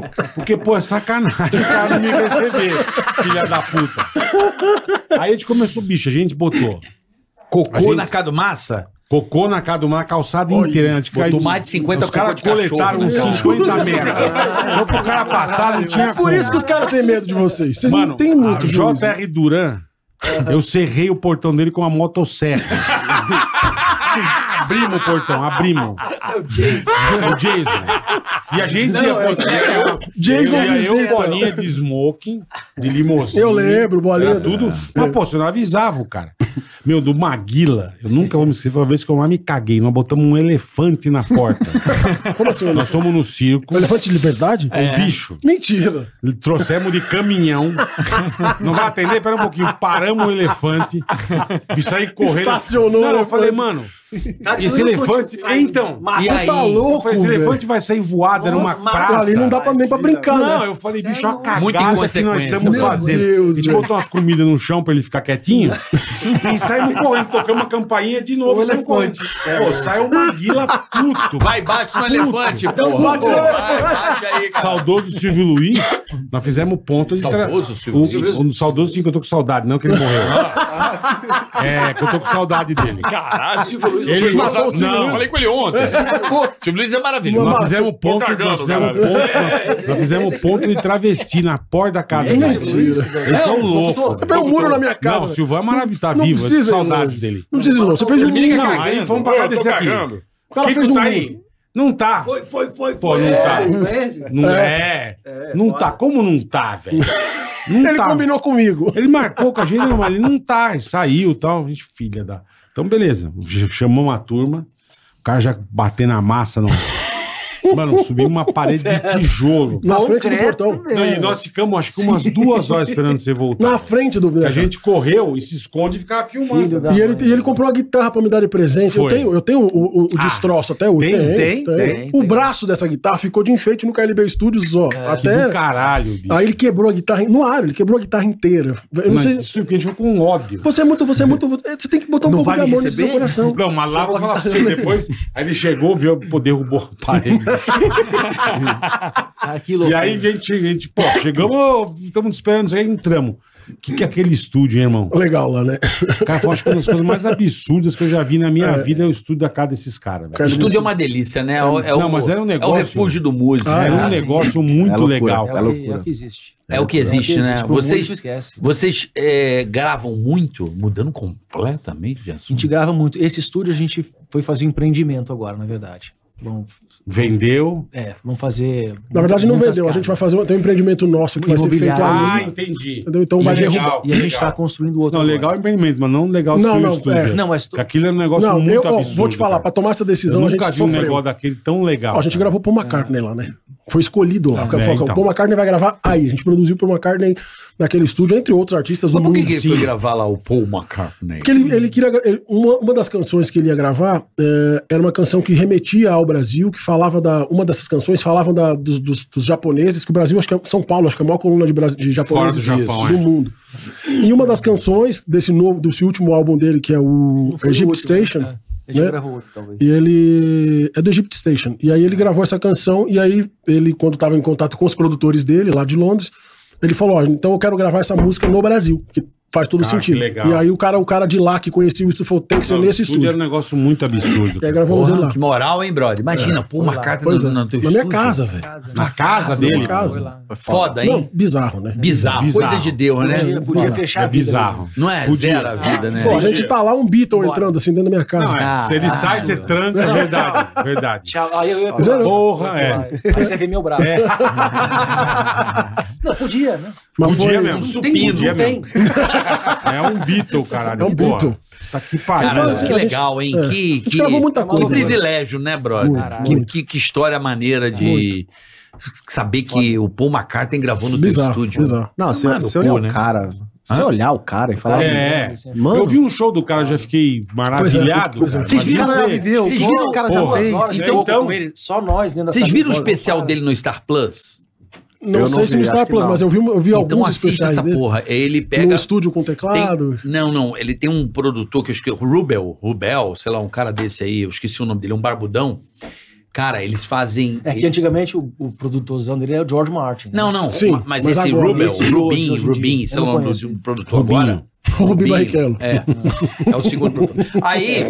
Porque, pô, é sacanagem o cara não me receber, filha da puta. Aí a gente começou, bicho, a gente botou Cocô A gente- na casa do Massa? cocô na casa do mar, calçada inteira. Antes que botou aí- mais de 50 Os caras cocô de coletaram uns cachorro, né? 50 merda. Então pro cara passar, não tinha É por isso que os caras têm medo de vocês. Vocês Mano, não têm muito né? a juízo. JR Duran, eu serrei o portão dele com uma motosserra. abrimos o portão, abrimos. É o Jason. é O Jason. E a gente ia eu, Jason eu, eu, visita. bolinha de smoking, de limousine. Eu lembro, Bolinha. Era tudo. Mas, pô, você não avisava o cara. Meu, do Maguila, eu nunca vou me esquecer, foi uma vez que eu mais me caguei. Nós botamos um elefante na porta. é- Como assim? Nós fomos no O circo, elefante de verdade? É. o bicho. Mentira. Trouxemos de caminhão. Não vai atender? Pera um pouquinho. Paramos o elefante. E saí correndo. Estacionou Não, o eu falei, elefante. mano, Cara, Esse um elefante. sai- Então, Mas- e Você aí? tá Eu louco, falei, esse velho. elefante vai sair voado Nossa, numa mas praça. Ali não dá pra, nem pra brincar, Não, né? eu falei, Você bicho, é olha a louco. Muita cagada que nós inconsequência, estamos meu fazendo. Deus, a gente velho. botou umas comidas no chão pra ele ficar quietinho e saímos correndo, tocamos uma campainha de novo. O saímos correndo. Pô, saiu uma guila puto. Vai, bate no elefante, porra. bate no Vai, bate aí, cara. Saudoso Silvio Luiz, nós fizemos ponto de tra- Saudoso Silvio o, Luiz? O, saudoso tinha que eu tô com saudade, não que ele morreu. Ah. é, que eu tô com saudade dele. Caralho, Silvio Luiz Ele foi matou gozado. o Silvio Não, Luiz. falei com ele ontem. Pô, Silvio Luiz é maravilhoso. Nós fizemos ponto, cagando, nós fizemos caralho. ponto, nós fizemos ponto de travesti na porta da casa Mentira. dele. é Eles são loucos. Você pegou um muro na minha casa. Não, o Silvão é maravilhoso, tá Não vivo, eu tô com precisa, saudade não. dele. Não precisa ir longe. Você fez um Ele me liga muro. cagando. Aí, vamos pra Pô, cá eu tô descer aqui. cagando. O cara Kiko fez um tá muro. aí? Não tá. Foi, foi, foi. Pô, foi. não tá. Conhece? Não é. Não tá. Como não tá, velho? Não Ele tá. combinou comigo. Ele marcou com a gente, não, mas ele não tá, ele saiu e tal. A gente, filha da. Então, beleza. Ch- Chamamos a turma, o cara já batendo a massa. Não. Mano, subimos uma parede de tijolo. Na frente do Concreto, portão. Não, e nós ficamos, acho que umas duas horas esperando você voltar. Na frente do. A gente correu e se esconde e ficava filmando. Filho da E mãe. ele, e ele comprou uma guitarra pra me dar de presente. Foi. Eu tenho, eu tenho o, o- o destroço até hoje. tem, Tenho, tem, tenho. tem, O tem. braço dessa guitarra ficou de enfeite no KLB Studios, ó. Que do até. caralho, bicho. Aí ele quebrou a guitarra no ar, ele quebrou a guitarra inteira. Eu não Mas sei. isso porque a gente ficou com ódio. Você é muito, você é muito. Você tem que botar um Não pouco vai de me amor nesse seu receber? coração. Não, mas lá eu vou falar pra você depois. Aí ele chegou, viu, pô, derrubou a parede. Ah, que louco. E aí a gente, a gente pô, chegamos, ô, estamos te esperando, aí entramos. O que, que é aquele estúdio, hein, irmão? Legal lá, né? Cara, eu acho que é uma das coisas mais absurdas que eu já vi na minha vida é o estúdio da casa desses caras, velho. O estúdio é uma delícia, né? É, o- é Não, o, mas era um É o negócio- refúgio do músico. Ah, É um Ah, sim. negócio muito É loucura. legal. É cara. o, que, é loucura. o que existe. É o que existe, né? Pro Vocês, músico, esquece. vocês é, gravam muito, mudando completamente de A gente assunto. grava muito. Esse estúdio a gente foi fazer um empreendimento agora, na verdade. Bom, Vendeu. é, vamos fazer. Na verdade, não vendeu. A gente vai fazer um, tem um empreendimento nosso que vai ser feito Imobiliário. Ah, é ali. entendi. Entendeu? Então e vai a gente, derrubar. e a gente legal. tá construindo outro. Não, agora. legal é empreendimento, mas não legal Não, destruir o não, estúdio. é. velho. Não, mas tu- Porque Aquilo é um negócio Não, muito eu, ó, absurdo. vou te falar, pra cara. tomar essa Eu decisão, a gente nunca vi um sofreu. negócio daquele tão legal. Ó, a gente cara. gravou Paul McCartney lá, né? Foi escolhido lá. É, É, então. O Paul McCartney vai gravar aí. A gente produziu o Paul McCartney naquele estúdio, entre outros artistas do Mas por mundo. que, que ele foi Sim. gravar lá o Paul McCartney? Porque ele, ele queria. gra- ele- uma, uma das canções que ele ia gravar eh, era uma canção que remetia ao Brasil, que falava da. Uma dessas canções falava da- dos, dos- dos japoneses, que o Brasil, acho que é, São Paulo, acho que é a maior coluna de, brasi- de japoneses Fora do Japão, do é. mundo. E uma das canções desse novo, desse último álbum dele, que é o Não foi o Egypt último, Station. é. A gente né? gravou outro, talvez. E ele é do Egypt Station. E aí É. ele gravou essa canção, e aí ele, quando estava em contato com os produtores dele, lá de Londres, ele falou, ó, então eu quero gravar essa música no Brasil, que faz todo Cara, sentido. Ah, que legal. E aí o cara, o cara de lá que conhecia o estúdio falou, tem que ser Não, o é nesse estúdio. É, era um negócio muito absurdo. E aí cara. gravamos ele Porra, lá. que moral, hein, brother? Imagina, Paul McCartney Pois é, no, na no teu minha estúdio. Tá casa, velho. Casa, Na casa Na dele. minha casa. Foi lá. Foda, Não, hein? bizarro, né? Bizarro. Bizarro. Coisa de Deus, né? Podia, podia fechar É a vida, bizarro. né? Não é Podia. zero a vida, né? Pô, a Entendi. gente tá lá um Beatle Bora. entrando assim dentro da minha casa. Não, é, Ah, se ele sai, ah, você tranca, é verdade. Verdade. Tchau. Aí eu ia Porra, pular. é. Aí você vê meu braço. Não, podia, né? Mas Podia foi- um um mesmo. não Supino, tem, podia não tem. mesmo. É um Beatle, caralho. É um porra. Beatle. Tá que pariu. Cara, Então, que a gente- legal, hein? é. Que, gente que, gravou muita que coisa, privilégio, né, brother? Muito, que, muito. que- que história maneira de saber que o Paul McCartney gravou no teu Bizarro, estúdio. bizarro. Não, se, Mano, se olhar pô, o né? cara, se Hã? olhar o cara e falar, É, é. mano, Eu vi um show do cara, eu já fiquei maravilhado. Pois é, pois cara. é. vocês viram o Imagina que ela você- viveu? Vocês Como viram- esse cara Porra, já fez? Horas, Então- então, com ele, só nós dentro da Vocês sala viram o de roda, especial para. dele no Star Plus? Não, Eu não sei se vi, no acho Star que Plus, não. mas eu vi, eu vi Então alguns assiste especiais essa dele. porra. Ele pega. No estúdio com tem- teclado. Não, não. Ele tem um produtor que eu esqueci. Rubel, Rubel, sei lá, um cara desse aí, eu esqueci o nome dele, é um barbudão. Cara, eles fazem. É que antigamente o, o produtorzão dele era o George Martin. né? Não, não. Sim, mas, mas esse agora, Rubel, esse de hoje, Rubim, hoje em Rubim, dia, sei eu lá não o nome conheço. do produtor Rubinho. agora. Rubinho Barrichello. É. É o segundo produtor. Aí,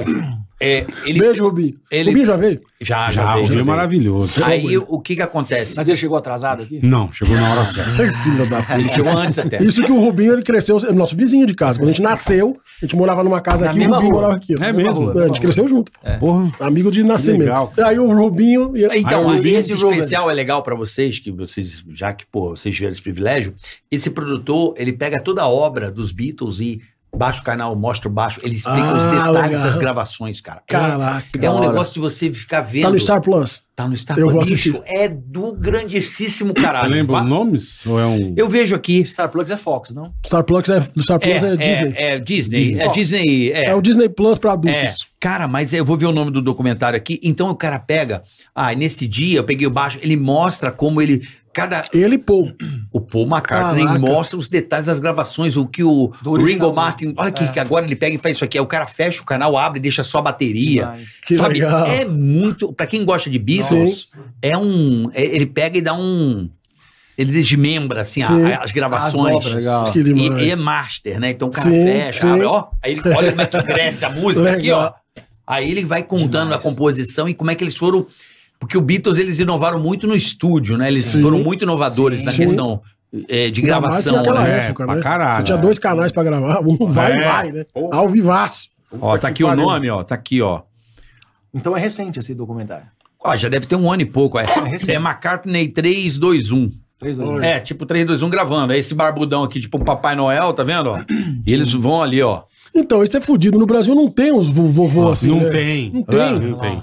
é, ele. Beijo, Rubinho. ele- Rubinho já veio? Já, já, Já, veio, o já dia é veio. maravilhoso. Aí o que que acontece? Mas ele chegou atrasado aqui? Não, chegou na hora certa. Filha da Ele chegou antes até. Isso que o Rubinho ele cresceu, é nosso vizinho de casa. Quando a gente nasceu, a gente morava numa casa Na aqui, o mesma Rubinho rua. morava aqui. ó. É mesma mesmo? rua. É, a gente cresceu junto. Porra. Amigo de legal. nascimento. Aí o Rubinho. e- Então, Aí eu vi esse esse jogo, especial é legal pra vocês, que vocês, já que, pô, vocês tiveram esse privilégio. Esse produtor, ele pega toda a obra dos Beatles e Baixa o canal, mostra o baixo. Ele explica Ah, os detalhes legal. das gravações, cara. É- Caraca. É, um da hora. negócio de você ficar vendo. Tá no Star Plus. Tá no Star Eu vou Bicho, assistir. É do grandíssimo Você caralho. lembra Va- os nomes? Ou é um. Eu vejo aqui. Star Plugs é Fox, não? Star Plus é, do Star Plus é, Disney. É, Disney. É Disney. É, É. o Disney Plus pra É. adultos. Cara, mas eu vou ver o nome do documentário aqui. Então o cara pega. Ah, nesse dia eu peguei o baixo. Ele mostra como ele. Cada. Ele, pô. O Paul McCartney Caraca. né? mostra os detalhes das gravações, o que o Do original. Ringo Martin. Olha É. que, que agora ele pega e faz isso aqui. Aí o cara fecha o canal, abre e deixa só a bateria. Mas- Que Sabe? legal. É muito. Pra quem gosta de Beatles, é um. é- ele pega e dá um. Ele desmembra, assim, a- Sim. a- as gravações. obras. Legal. Que E, demais. e é master, né? Então o cara Sim, fecha, sim. abre, ó. Aí ele olha como é que cresce a música aqui, ó. Legal. Aí ele vai contando a composição e como é que eles foram. Porque o Beatles, eles inovaram muito no estúdio, né? Eles Sim. foram muito inovadores na Sim. questão eh, de Ainda mais gravação, naquela né? né? época, É, pra né? caralho. Você tinha dois canais pra gravar, um vai e É. vai, né? Porra. Ao vivaço. Ó, tá aqui o pariu. nome, ó. Tá aqui, ó. Então é recente esse documentário. Ó, já deve ter um ano e pouco. É, recente. é McCartney 321. Três, dois, um. É, tipo 321 gravando. É esse barbudão aqui, tipo o Papai Noel, tá vendo? ó? E eles vão ali, ó. Então, isso é fudido. No Brasil não tem uns vo- vovô assim. não né? tem. É. Não tem. Não tem.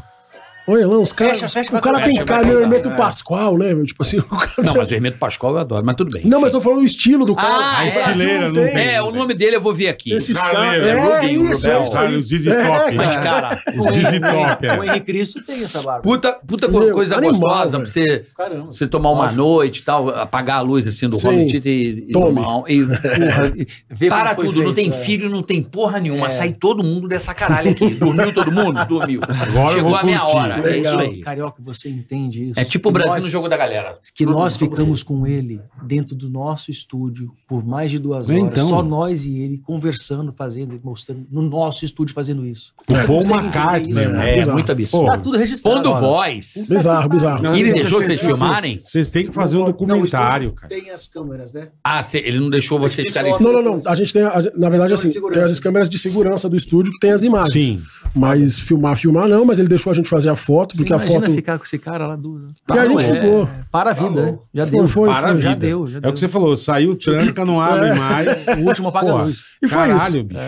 Olha lá, os caras. Fecha, fecha, O vai cara contar. tem Fecha, cara, vai meu contar, Hermeto Pascoal, né? meu? Tipo assim, o cara. Não, mas o Hermeto Pascoal eu adoro, mas tudo bem. Não, mas eu tô falando o estilo do cara. um Ah, O é. Brasil Estileira, não tem. É, o nome dele eu vou ver aqui. Esses Cara, caras. é, É, Rubinho, isso, Rubel. é isso aí. Sabe, os Dizzy É, Top. né? Mas, cara, Os Dizzy Top, Então, O é. Henrique Cristo tem essa barba. puta, puta Meu, coisa animal, gostosa velho. pra você, Caramba. você tomar uma noite e tal, apagar a luz assim do Sim. Robert Tito e, e Tome. tomar um- e, porra, e- Vê como para foi tudo, não feito, tem é. filho, não tem porra nenhuma. Sai todo mundo dessa caralho aqui. Dormiu todo mundo? Dormiu. Agora eu Chegou vou a minha curtir. hora. É Legal. isso aí. Carioca, você entende isso. É tipo o Brasil Nós- no jogo da galera. Que nós ficamos com ele dentro do nosso estúdio por mais de duas horas. Então. Só nós e ele conversando, fazendo, mostrando, no nosso estúdio fazendo isso. O Paul consegue entender McCartney, né? isso? mano. É, bizarro. muito absurdo. Pô, Tá tudo registrado. Pondo agora. voz. Bizarro, bizarro. Não, E ele vocês- deixou vocês vocês- filmarem? Vocês têm que fazer um Não, o estúdio documentário, cara. Tem as câmeras, né? Ah, cê- ele não deixou vocês ficarem. Não, não, não. A gente tem, a- na verdade, de assim, segurança. tem as câmeras de segurança do estúdio que tem as imagens. Sim. Mas filmar, filmar não, mas ele deixou a gente fazer a foto, porque a imagina foto. ficar com esse cara lá do. é. E aí a gente ficou. Tá Para a vida, né? Já Foi, deu. foi, Para a foi. Já vida. deu, já É o deu. que você falou, saiu tranca, não abre mais. O último apaga a Porra. luz. E foi isso. Caralho, bicho.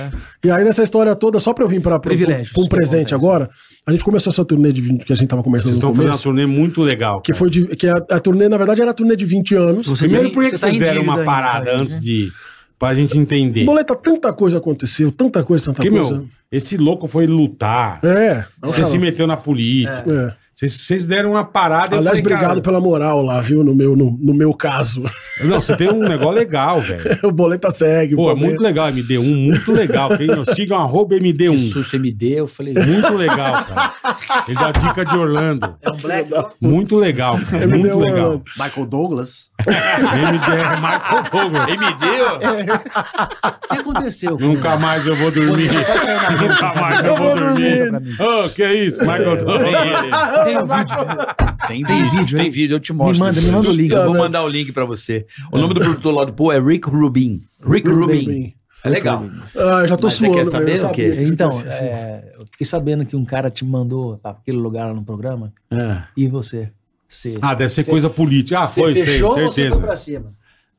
E aí, nessa história toda, só pra eu vir pra, pra, Privilégios. pra um presente Acontece. agora, a gente começou essa turnê de 20, que a gente tava começando Vocês no estão fazendo uma começo. turnê muito legal. Que cara. foi de, que a, a turnê, na verdade, era a turnê de 20 anos. Você Primeiro, tem- por que você que tá vocês em deram uma dívida ainda, parada né? antes de. pra gente entender? Boleta, tanta coisa aconteceu, tanta coisa, tanta Porque, coisa. meu, esse louco foi lutar. É. Você se meteu na política. é. Vocês, vocês deram uma parada. eu Aliás, falei, obrigado pela moral lá, viu? No meu, no, no meu caso. cara, Não, você tem um negócio legal, velho. o Boleta segue. Pô, é o Boleta- muito né? legal, MD1, muito legal. Quem não siga, é um arroba Que MD1. susto me deu. Eu falei, Muito legal, cara. Ele dá dica de Orlando. É um black. Muito legal, MD1 cara. um Muito legal. Orlando. Michael Douglas. MDR Michael Douglas. ele me deu? O que aconteceu? Nunca mais eu vou dormir. Nunca mais eu vou dormir. Ô, que isso, Michael Douglas. Tem um vídeo. Tem vídeo, tem vídeo, eu te mostro. manda, me manda o link. Eu vou mandar o link pra você. O nome do produtor lá do Paul é Rick Rubin. Rick Rubin. Rubin. É legal. Ah, eu já tô Mas você suando. quer velho, saber eu o sabia quê? que isso Então, ia ser assim. é, eu fiquei sabendo que um cara te mandou pra aquele lugar lá no programa. E você? Você, Ah, deve ser coisa política. Ah, você foi, sei, fechou ou você certeza. foi pra cima?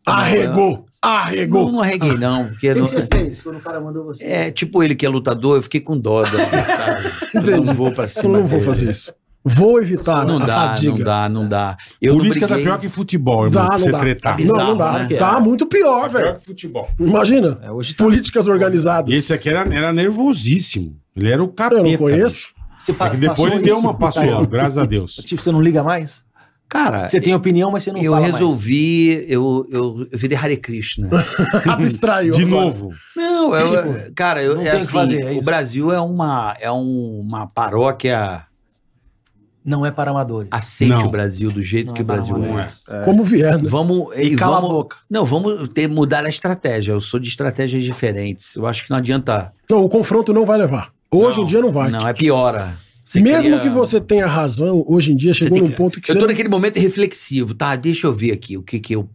Arregou! Não, Arregou! não arreguei, não. Porque O que, não- que você fez quando o cara mandou você? É, tipo ele que é lutador, eu fiquei com dó. dele, sabe? Eu não vou pra Eu cima. não vou dele. fazer isso. Vou evitar né? Não a dá, não fadiga. dá, não dá. Eu política não tá briguei. pior que futebol, irmão. Dá, pra não você dá. tretar. não, não dá. Bizarro, né? Tá muito pior, velho. que futebol. Imagina. É, hoje tá- Políticas organizadas. Esse aqui é era, era nervosíssimo. Ele era o capeta. né? eu não conheço. Você pa- É que depois Tá, passou ele deu isso uma pro passou, Caio? graças a Deus. Tipo, você não liga mais? Cara, Você tem opinião, mas você não Ah, eu fala resolvi, eu, eu, eu virei Hare Krishna. Abstraiu. De agora. novo. Não, eu, cara, eu, não é tem o que assim, fazer, é o isso. Brasil é uma, é uma paróquia, mais. Não é para amadores. aceite Não. o Brasil do jeito Não que é o Brasil para é. amadores. Como vier, né? Vamos, E e cala vamos, a boca. Não, vamos ter, mudar a estratégia. Eu sou de estratégias diferentes. Eu acho que não adianta. Não, o confronto não vai levar. Hoje em dia não vai. Não, é piora. Você Mesmo cria- que você tenha razão, hoje em dia chegou tem num que- ponto que Eu você. tô naquele momento reflexivo, tá? Deixa eu ver aqui o que que eu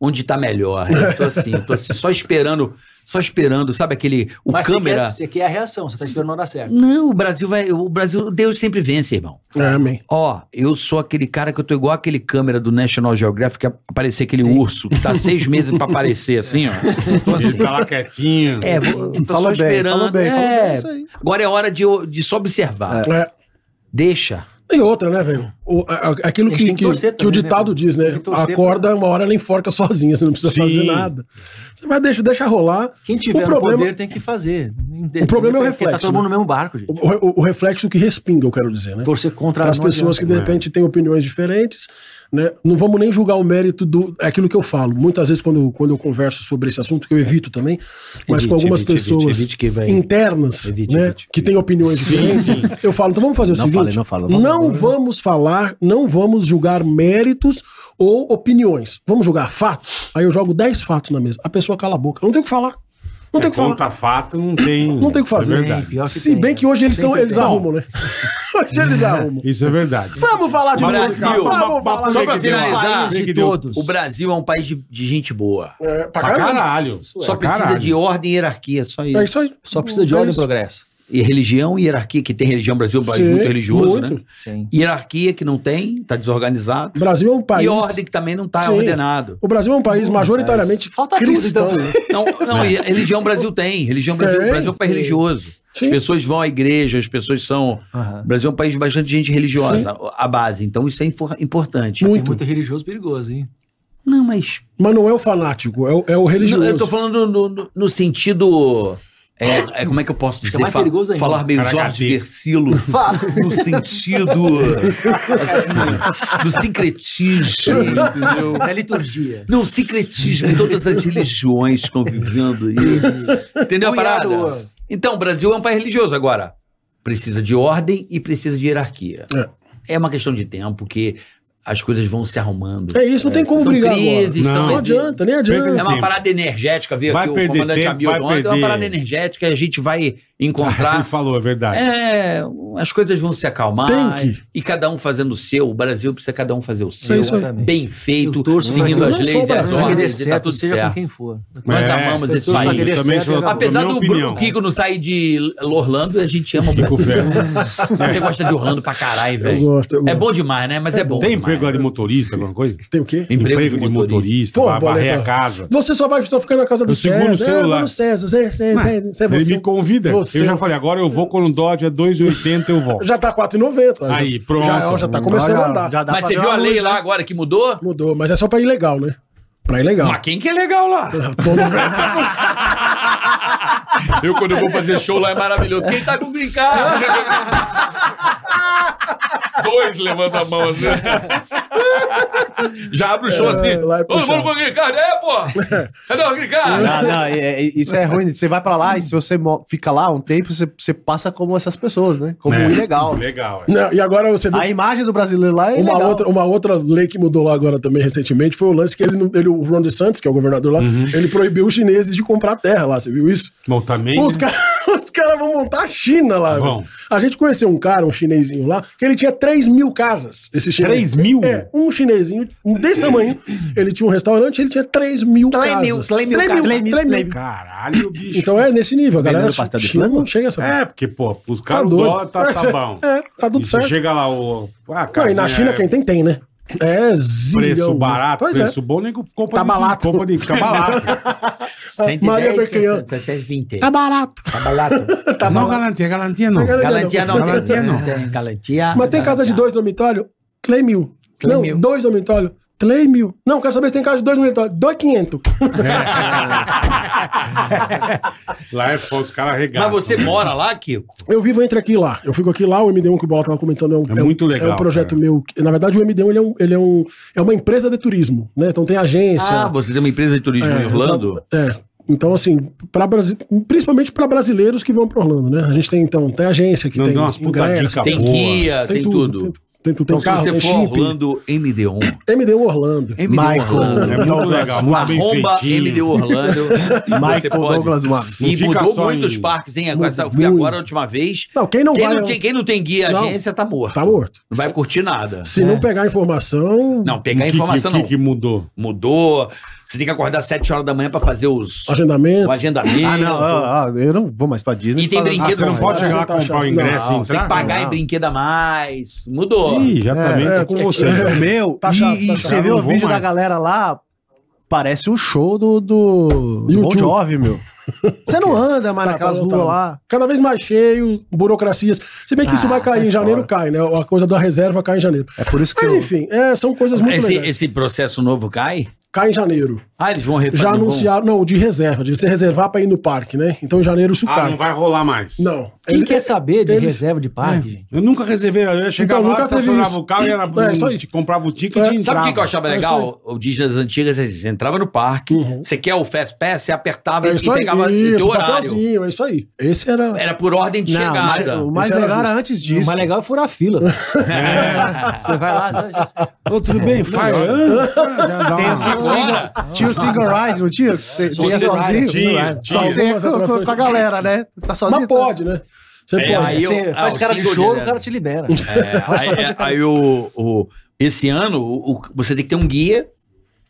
onde tá melhor. Eu tô assim, eu tô assim, só esperando, só esperando, sabe aquele o Mas câmera. Você quer, você quer a reação, você tá esperando a hora certa. Não, o Brasil vai, o Brasil, Deus sempre vence, irmão. é, Amém. Ó, eu sou aquele cara que eu tô igual aquele câmera do National Geographic que é aparecer aquele urso que tá seis meses pra aparecer assim, ó. Tô assim. Ele tá lá quietinho. É, vou- tô Falou só bem, esperando. falou bem, falou é, bem, isso aí. Agora é hora de, eu- de só observar. É. Deixa. E outra, né, velho? O- a- a- Aquilo A que, gente tem que que- torcer que o também, né, ditado mano? diz, né? Tem que torcer pra- Acorda, uma hora ela enforca sozinha, você não precisa fazer Sim. nada. Você vai deixar, deixa rolar. Quem tiver o o problema, poder tem que fazer. O problema é o Porque Tá reflexo, todo mundo né? no mesmo barco, gente. o, o- o reflexo que respinga, eu quero dizer, né? Torcer contra Para as não pessoas que adianta. de repente têm opiniões diferentes, né? Não vamos nem julgar o mérito do. É aquilo que eu falo. Muitas vezes, quando, quando eu converso sobre esse assunto, que eu evito também, mas Evite, com algumas evite, pessoas evite, evite que vai- internas, Evite, né? evite, que têm opiniões diferentes, eu falo, então vamos fazer o Não seguinte: fale, não fala. Vamos- não vamos- vamos falar, não vamos julgar méritos ou opiniões. Vamos julgar fatos. Aí eu jogo 10 fatos na mesa. A pessoa cala a boca. Não tem o que falar. Não tem o que falar. Conta fato, não tem. Não tem o que fazer. É verdade. pior que Se tem, bem né? que hoje eles, Sempre tão, eles tem. arrumam, né? Hoje eles arrumam. Isso é verdade. Vamos falar de Brasil. Brasil. Vamos falar Só de pra que deu? finalizar, País de de deu? todos. o Brasil é um país de, de gente boa. É, pra Pra caralho. caralho. Só Pra precisa caralho. de ordem e hierarquia, só isso. É isso aí. Só precisa de É ordem e isso. progresso. E religião e hierarquia, que tem religião, o Brasil é um país Sim, muito religioso, muito. né? Sim. Hierarquia que não tem, tá desorganizado. O Brasil é um país. E ordem que também não tá Sim. ordenado. O Brasil é um país majoritariamente Falta tudo, cristão. então. né? Não, não, e a religião o Brasil tem. Religião Brasil, Tem, o Brasil é um país sim. religioso. Sim. As pessoas vão à igreja, as pessoas são. Aham. O Brasil é um país de bastante gente religiosa, a base. Então isso é infor- importante. Tem Muito. muito religioso perigoso, hein? Não, mas. Mas não é o fanático, é o, é o religioso. Não, eu tô falando no, no- no sentido. É, é, como é que eu posso dizer? mais Fa- perigoso ainda. falar meio Caraca, Jorge tem. Versilo. Fala. No sentido. assim, do sincretismo, entendeu? Na É liturgia. Não, sincretismo em todas as religiões convivendo. e- Entendeu a parada? Cunhado. Então, o Brasil é um país religioso agora. Precisa de ordem e precisa de hierarquia. É, uma questão de tempo que as coisas vão se arrumando. É isso, não tem como são brigar crises, agora. são Não, exílios. adianta, nem Perda É adianta. uma Tempo. parada energética, viu? Vai que o perder comandante tempo, Hamilton vai ontem, É perder. uma parada energética, a gente vai Ele encontrar. falou, é verdade. É, as coisas vão se acalmar. Tem que. E cada um fazendo o seu. O Brasil precisa cada um fazer o seu. isso aí. Exatamente. bem feito, Eu torço seguindo pra as que- não leis e só o as Brasil. que dê ordens, e tá certo, tudo seja com certo. quem for. Nós É, amamos esse pessoas país. pra Eu também sou- Apesar Apesar minha do opinião. Bruno Kiko não sair de Orlando, a gente ama o Kiko Brasil. Ferro. Você gosta de Orlando pra caralho, Eu velho. gosto, eu É gosto. bom demais, né? Mas é bom. Tem demais. emprego lá de motorista, alguma coisa? Tem o quê? Emprego de motorista. Pô, vai varrer Boleta. a casa. Você só vai só ficar na casa do Eu seguro o César. É, celular. vai no César, Zé, Zé, Zé, Zé, Ele você. me convida. Você. Eu já falei, agora eu vou quando o Dodge é 2,80 eu volto. Já tá 4,90. Aí, já, pronto. Já, já tá começando a andar. Hum, já dá Mas pra você ver viu uma a lei luz, lá né? agora que mudou? Mudou, mas é só pra ilegal, né? Pra ilegal. Mas quem que é legal lá? Tô no velho. Eu, quando eu vou fazer show lá, é maravilhoso. Quem tá com brincar? Dois levanta a mão assim. Já abre o show assim. É, lá é Todo puxado. mundo com o Green Card. É, pô! Cadê o Green Card? Não, não, é- é- isso é ruim. Você vai pra lá e se você mo- fica lá um tempo, você, você passa como essas pessoas, né? Como É. ilegal. Legal, é. Não, e agora você vê A imagem do brasileiro lá é Uma ilegal. outra, uma outra lei que mudou lá agora também recentemente foi o lance que ele, não- ele o Ron DeSantis, que é o governador lá, Uhum. ele proibiu os chineses de comprar terra lá, você viu isso? Bom, também. Pô, né? os caras os caras vão montar a China lá. Vão. velho. A gente conheceu um cara, um chinesinho lá, que ele tinha 3 mil casas, esse chinês. 3 mil? É, um chinesinho desse tamanho, ele tinha um restaurante, ele tinha 3 mil 3 casas. mil, 3 mil 3 casas. 3 mil, 3 mil. Caralho, bicho. Então é nesse nível, a galera Vendendo pastel de China frango? não chega a essa É, porque, pô, os Tá caras do doido. dólar tá, tá bom. É, tá tudo E você certo. chega lá, o. Ah, Não, e casinha na China é quem tem, tem, né? É zilhão. Preço né? barato, Pois é. preço bom, nem compra Tá barato. Compra de, fica barato. é. Maria Berquinhão. 720. Tá barato. Tá barato. Tá não, barato. garantia, garantia não. Garantia Galantia né? não. Galantia tem- não. tem Galantia. Mas tem casa de dois dormitórios? 3 mil. Três não, mil. dois dormitórios? 3 mil. Não, quero saber se tem casa de dois dormitórios. Dois 500. Lá é foda, os caras Mas regaçam. você mora lá, Kiko? Eu vivo entre aqui e lá. Eu fico aqui e lá, o MD1 que o Bola tava comentando é um, É muito legal, É um projeto cara. meu. que- Na verdade, o MD1 ele é, um, ele é, um, é uma empresa de turismo, né? Então tem agência. Ah, você tem uma empresa de Tipo, turismo É, em Orlando? então- é. Então, assim, pra, Brasi- principalmente para brasileiros que vão para Orlando, né? A gente tem, então, tem agência que Não tem. dá umas puta ingresso, dica Tem boa. guia, tem, tudo. tem- Tem, tu tem Então, se carro, você tem for chip. Orlando MD1, MD1 Orlando. MD Michael. Orlando, É muito legal, muito bem arromba feitinho. MD Orlando, você Michael pode. Douglas Marcos. E Não fica mudou só muitos em- parques, hein? Agora, Muito, eu fui muito. agora a última vez. Não, quem não Quem vai... não, tem, quem não tem guia Não. agência tá morto. Tá morto. Não vai curtir nada. Se não pegar a informação, É. Não, pegar O que- né? informação o que, não. que mudou? Mudou. Você tem que acordar às 7 horas da manhã pra fazer os, agendamento... o agendamento. Ah, não, ah, ah, eu não vou mais pra Disney. E tem por causa- Ah, brinquedo você não não, pode não, chegar lá tá comprar o achando. ingresso Não, e tem que entrar? pagar Não. em brinquedo a mais. Mudou. Ih, já É. também tô com você. né? O Meu, Tá e- chato, e, tá você chato. vê Eu o não vou vídeo da mais. galera lá, parece o show do, do, do Bon YouTube. Jovi, meu. Você não anda mais Tá, naquelas tá ruas lotado. lá. Cada vez mais cheio, burocracias. Se bem que Ah, isso vai cair, sai em é janeiro cai, né? A coisa da reserva cai em janeiro. É por isso que Mas eu- enfim, é, são coisas muito Então, Esse, legais. esse processo novo cai? Cai em janeiro. Ah, eles vão refazer. Já anunciaram, não, de reserva, de você reservar pra ir no parque, né? Então em janeiro isso Ah, cai. não vai rolar mais. Não. Quem Ele- quer saber de eles- reserva de parque, gente? Eu nunca reservei. Eu chegava Então, lá, nunca teve estacionava isso. o carro e era... um É, isso aí. Comprava o ticket É. e entrava. Sabe o que que eu achava É legal? O Disney das antigas, você entrava no parque, você quer o Fast Pass, você apertava É e isso aí, pegava o isso, teu horário. papelzinho, é isso aí. Esse era... Era por ordem de Não, mas- é, chegada. o mais Isso era legal era justo. antes disso. O mais legal é furar a fila. Você vai lá, você já- Ô, tudo bem? é, Faz. Ah, Tá. Tem o single, Agora! tinha o single ride, não tinha? Você, você ia Single sozinho? ride, tinha, tinha. Só você ia Algumas com, com- atrações. com a galera, né? Tá sozinho? Mas pode, né? Você É, pode. aí eu- você ah, faz o cara de single choro, dele, o cara te libera. É, aí é, aí o, o- esse ano, o- o- você tem que ter um guia,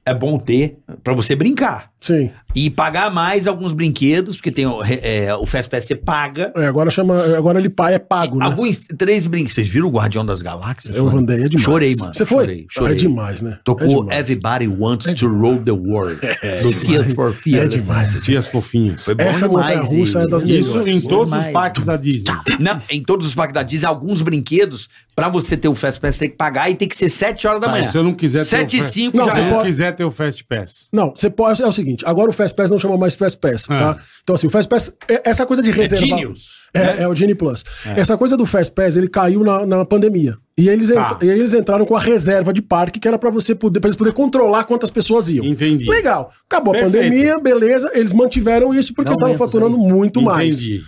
é bom ter, pra você brincar. Sim. E pagar mais alguns brinquedos, porque tem o, re- é, o Fast Pass, você paga. É, agora chama... Agora ele pa- é pago, né? Alguns três brinquedos. Vocês viram o Guardião das Galáxias? Eu mano? andei, é demais. Chorei, mano. Você foi? Chorei, chorei. É demais, né? é Tocou demais. Everybody Wants to Roll the World. do Tears for É Fears. demais. Tias fofinhas. Foi bom Essa demais. montanha-russa e- é das Isso Tá, melhores. em todos os Demais. parques da Disney. Não, em todos os parques da Disney, alguns brinquedos, pra você ter o Fast Pass, tem que pagar e tem que ser 7 horas da Tá, manhã. se eu não quiser Sete ter o e Fast- cinco Não, Se já É. você eu é. não pode- quiser ter o Fast Pass. Não, você pode. É o seguinte, agora o Fast Pass não chama mais Fast Pass, tá? Ah. Então, assim, o Fast Pass. é- Essa coisa de reservar. Genius. É, é o Genie Plus. Essa coisa do Fast Pass, ele caiu na, na pandemia. E eles, Tá. entra- e eles entraram com a reserva de parque, que era pra você poder, pra eles poderem controlar quantas pessoas iam. Entendi. Legal. Acabou a Perfeito. pandemia, beleza. Eles mantiveram isso porque Dá estavam aumentos faturando muito mais. Entendi.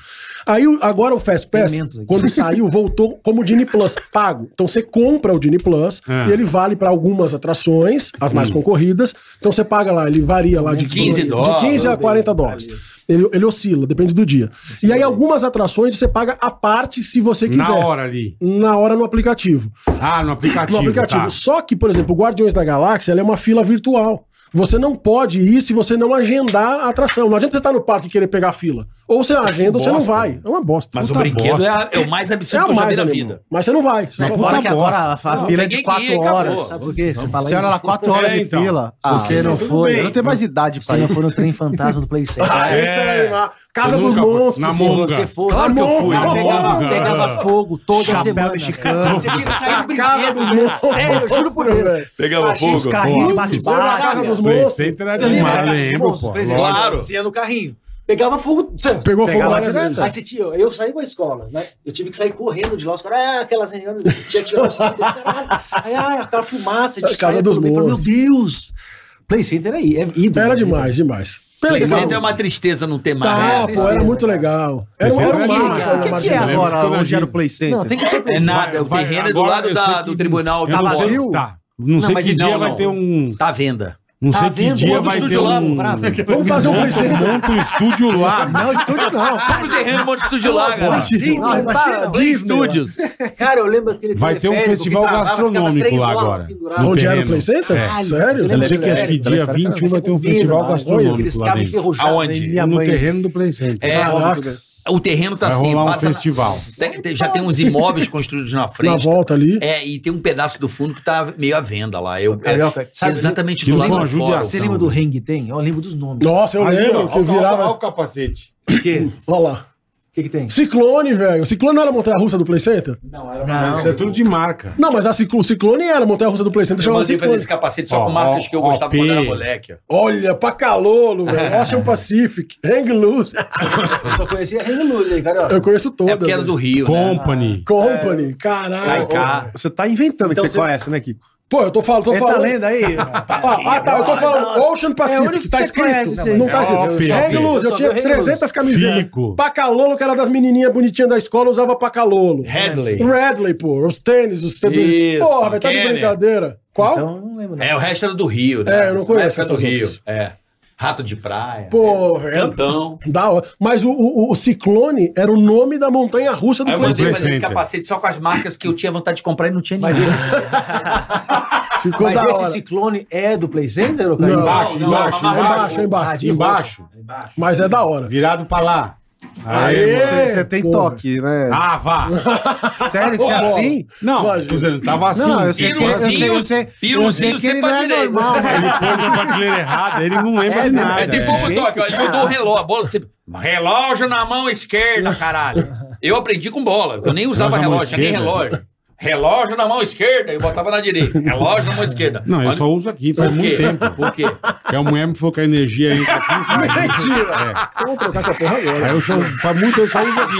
Aí o- agora o Fast Pass, Elementos aqui. quando saiu, voltou como Genie Plus pago. Então você compra o Genie Plus Ah. Hum. e ele vale para algumas atrações, as mais concorridas. Então você paga lá, ele varia lá de 15 de dólares, 15 a assim, 40 dólares. Ele, ele oscila, depende do dia. E aí algumas atrações você paga à parte se você quiser. Na hora ali. Na hora no aplicativo. Ah, no aplicativo. No aplicativo. tá. Só que, por exemplo, o Guardiões da Galáxia ela é uma fila virtual. Você não pode ir se você não agendar a atração. Não adianta você estar no parque e querer pegar a fila. Ou você agenda ou você não bosta, vai. É uma bosta. Mas o Puta brinquedo bosta. é, a- é o mais é absurdo a que eu já vi mais, na amigo. vida. Mas você não vai. Você só Fora vai. que agora a, a fila é peguei de guia e 4 acabou. horas. Sabe por quê? Você fala Você olha lá, isso. 4 horas É, de então. fila. Você não tudo foi. bem. Eu não tenho mais idade pra Você não isso. foi no trem fantasma do Play Center. Ah, esse É. era animal. Casa Eu dos nunca fui. monstros. Na Se Monga. você fosse, Claro que eu fui. ela pegava, Monga. pegava fogo toda Chapéu semana. mexicano. Você tinha que sair do brinquedo. né? Sério, eu juro por Deus. Pegava Os carrinhos de bate-bate. Casa dos Play monstros. Center era Você lembra da demais, Casa dos lembro, Monstros, pô. por exemplo? Lógico. Claro. Você ia no carrinho. Pegava fogo. você- Pegou fogo Pegava várias direto. vezes. Aí você tinha, eu saí com a escola, né? Eu tive que sair correndo de lá, os caras, ah, aquelas reuniões, tinha que tirar o cinto, caralho. Aí, ah, aquela fumaça, a gente Casa saía dos pelo meio, falei, meu monstros. Deus! Play Center aí, é ídolo. Era demais, demais. Play Legal. Center é uma tristeza não ter mais. Tá, né? pô, era muito legal. Era um Mas era era um legal. marco, O era O uma que, que é margem. Lembro agora quando eu onde era o vi. Play Center? Não, tem que ter Play É Center. nada, o Vai, terreno é do agora lado eu da- sei que- do tribunal. Eu Tá não sei- vazio? Tá. Não sei mas que isso dia não. vai ter um... é Tá à venda. Não sei Tá que vendo? dia Monta o vai ter estúdio lá, um... bravo. Vamos fazer um Play Center. Monta o estúdio lá. Não, estúdio não. Tá Compra o terreno, um monte de estúdio lá, cara. Sim, Ah, não, imagina. Play Studios. Cara, eu lembro aquele Vai ter um teleférico que festival travava, ficava gastronômico três lá horas agora. pendurado. No Onde era o terreno. Play Center? É. Sério? Eu sei que acho que dia 21 vai ter um festival Aqueles gastronômico lá dentro. cabos enferrujados. Aonde? Tem minha No mãe. terreno do Play Center. Ah, É, Nossa. o terreno tá Vai assim, rolar um passa na- festival. tem- tem- já tem uns imóveis construídos na Na frente. volta ali. É, e tem um pedaço do fundo que tá meio à venda lá. Eu, é, Carioca, sabe- exatamente do Aquilo foi lado então. uma do fórum. judiação. Você lembra do Hang Ten? Eu lembro dos nomes. Nossa, eu Aí, lembro ó, que eu ó, ó, ó virava. o capacete. O quê? Olha lá. O que que tem? Ciclone, velho. Ciclone não era a montanha russa do Play Center? Não, era Isso é tudo de marca. Não, mas a ciclo, ciclone era a montanha russa do Play Center, Eu chamava mandei fazer Ciclone. esse capacete só Ó, com marcas ó, que eu gostava ó, quando era P. moleque. Olha, pra calolo, velho. Ocean Pacific, Hang Loose. Eu só conhecia Hang Luz aí, Carioca. Eu conheço todas. É porque era velho. do Rio, É. né? Company. Company, caralho. Cai cá. Você tá inventando Então que você você- conhece, né, Kiko? Pô, eu tô falando, tô Ele tá falando. lendo aí? Ah, ah, tá, eu tô falando Ocean É o único Pacific, que tá você escrito. conhece, sim. não tá É escrito. óbvio. Reg Luz, eu Só tinha do Reg 300 Luz. camisetas. Fico. Pacalolo, que era das menininhas bonitinhas da escola, usava Pacalolo. Hadley. Redley, pô. Os tênis, os tênis. Isso, Porra, velho, tá de Kenner. brincadeira. Qual? Então, eu não lembro. não. É, o resto era do Rio, né? É, eu não conheço Essa do essas Rio. outras. É. Rato de praia. Pô, é. velho. Cantão. Da hora. Mas o, o- o Ciclone era o nome da montanha russa do É, Aí eu Play mandei Center. fazer esse Center. capacete só com as marcas que eu tinha vontade de comprar e não tinha Mas nenhuma. esse, é Ficou mas da esse hora. ciclone é do Play Center, ô, Caio? Não, Embaixo, não, embaixo, não, embaixo, embaixo, embaixo. embaixo. Mas é da hora. Virado pra lá. Aê, Você você tem pô. toque, né? Ah, vá. Sério que você é Pô. assim? Não, Imagina. tô dizendo, tava assim. Não, eu sei que, eu sei, eu sei, eu sei piruzinho que ele sem não é patinete. normal, Ele mas... pôs na prateleira errada, ele não lembra É, de né? nada. É É de tipo fogo. velho. o toque, ó, eu dou o relógio, a bola sempre... Relógio na mão esquerda, caralho. Eu aprendi com bola, eu nem usava relógio, Relógio na mão nem esquerda. relógio. Relógio na mão esquerda, eu botava na direita. Relógio na mão esquerda. Não, eu Olha- só uso aqui, faz Por muito quê? tempo. Por quê? Porque a mulher me falou que a energia aí tá aqui, sabe? É, Mentira. Vamos trocar essa porra Aí agora. eu só, faz muito eu só uso aqui.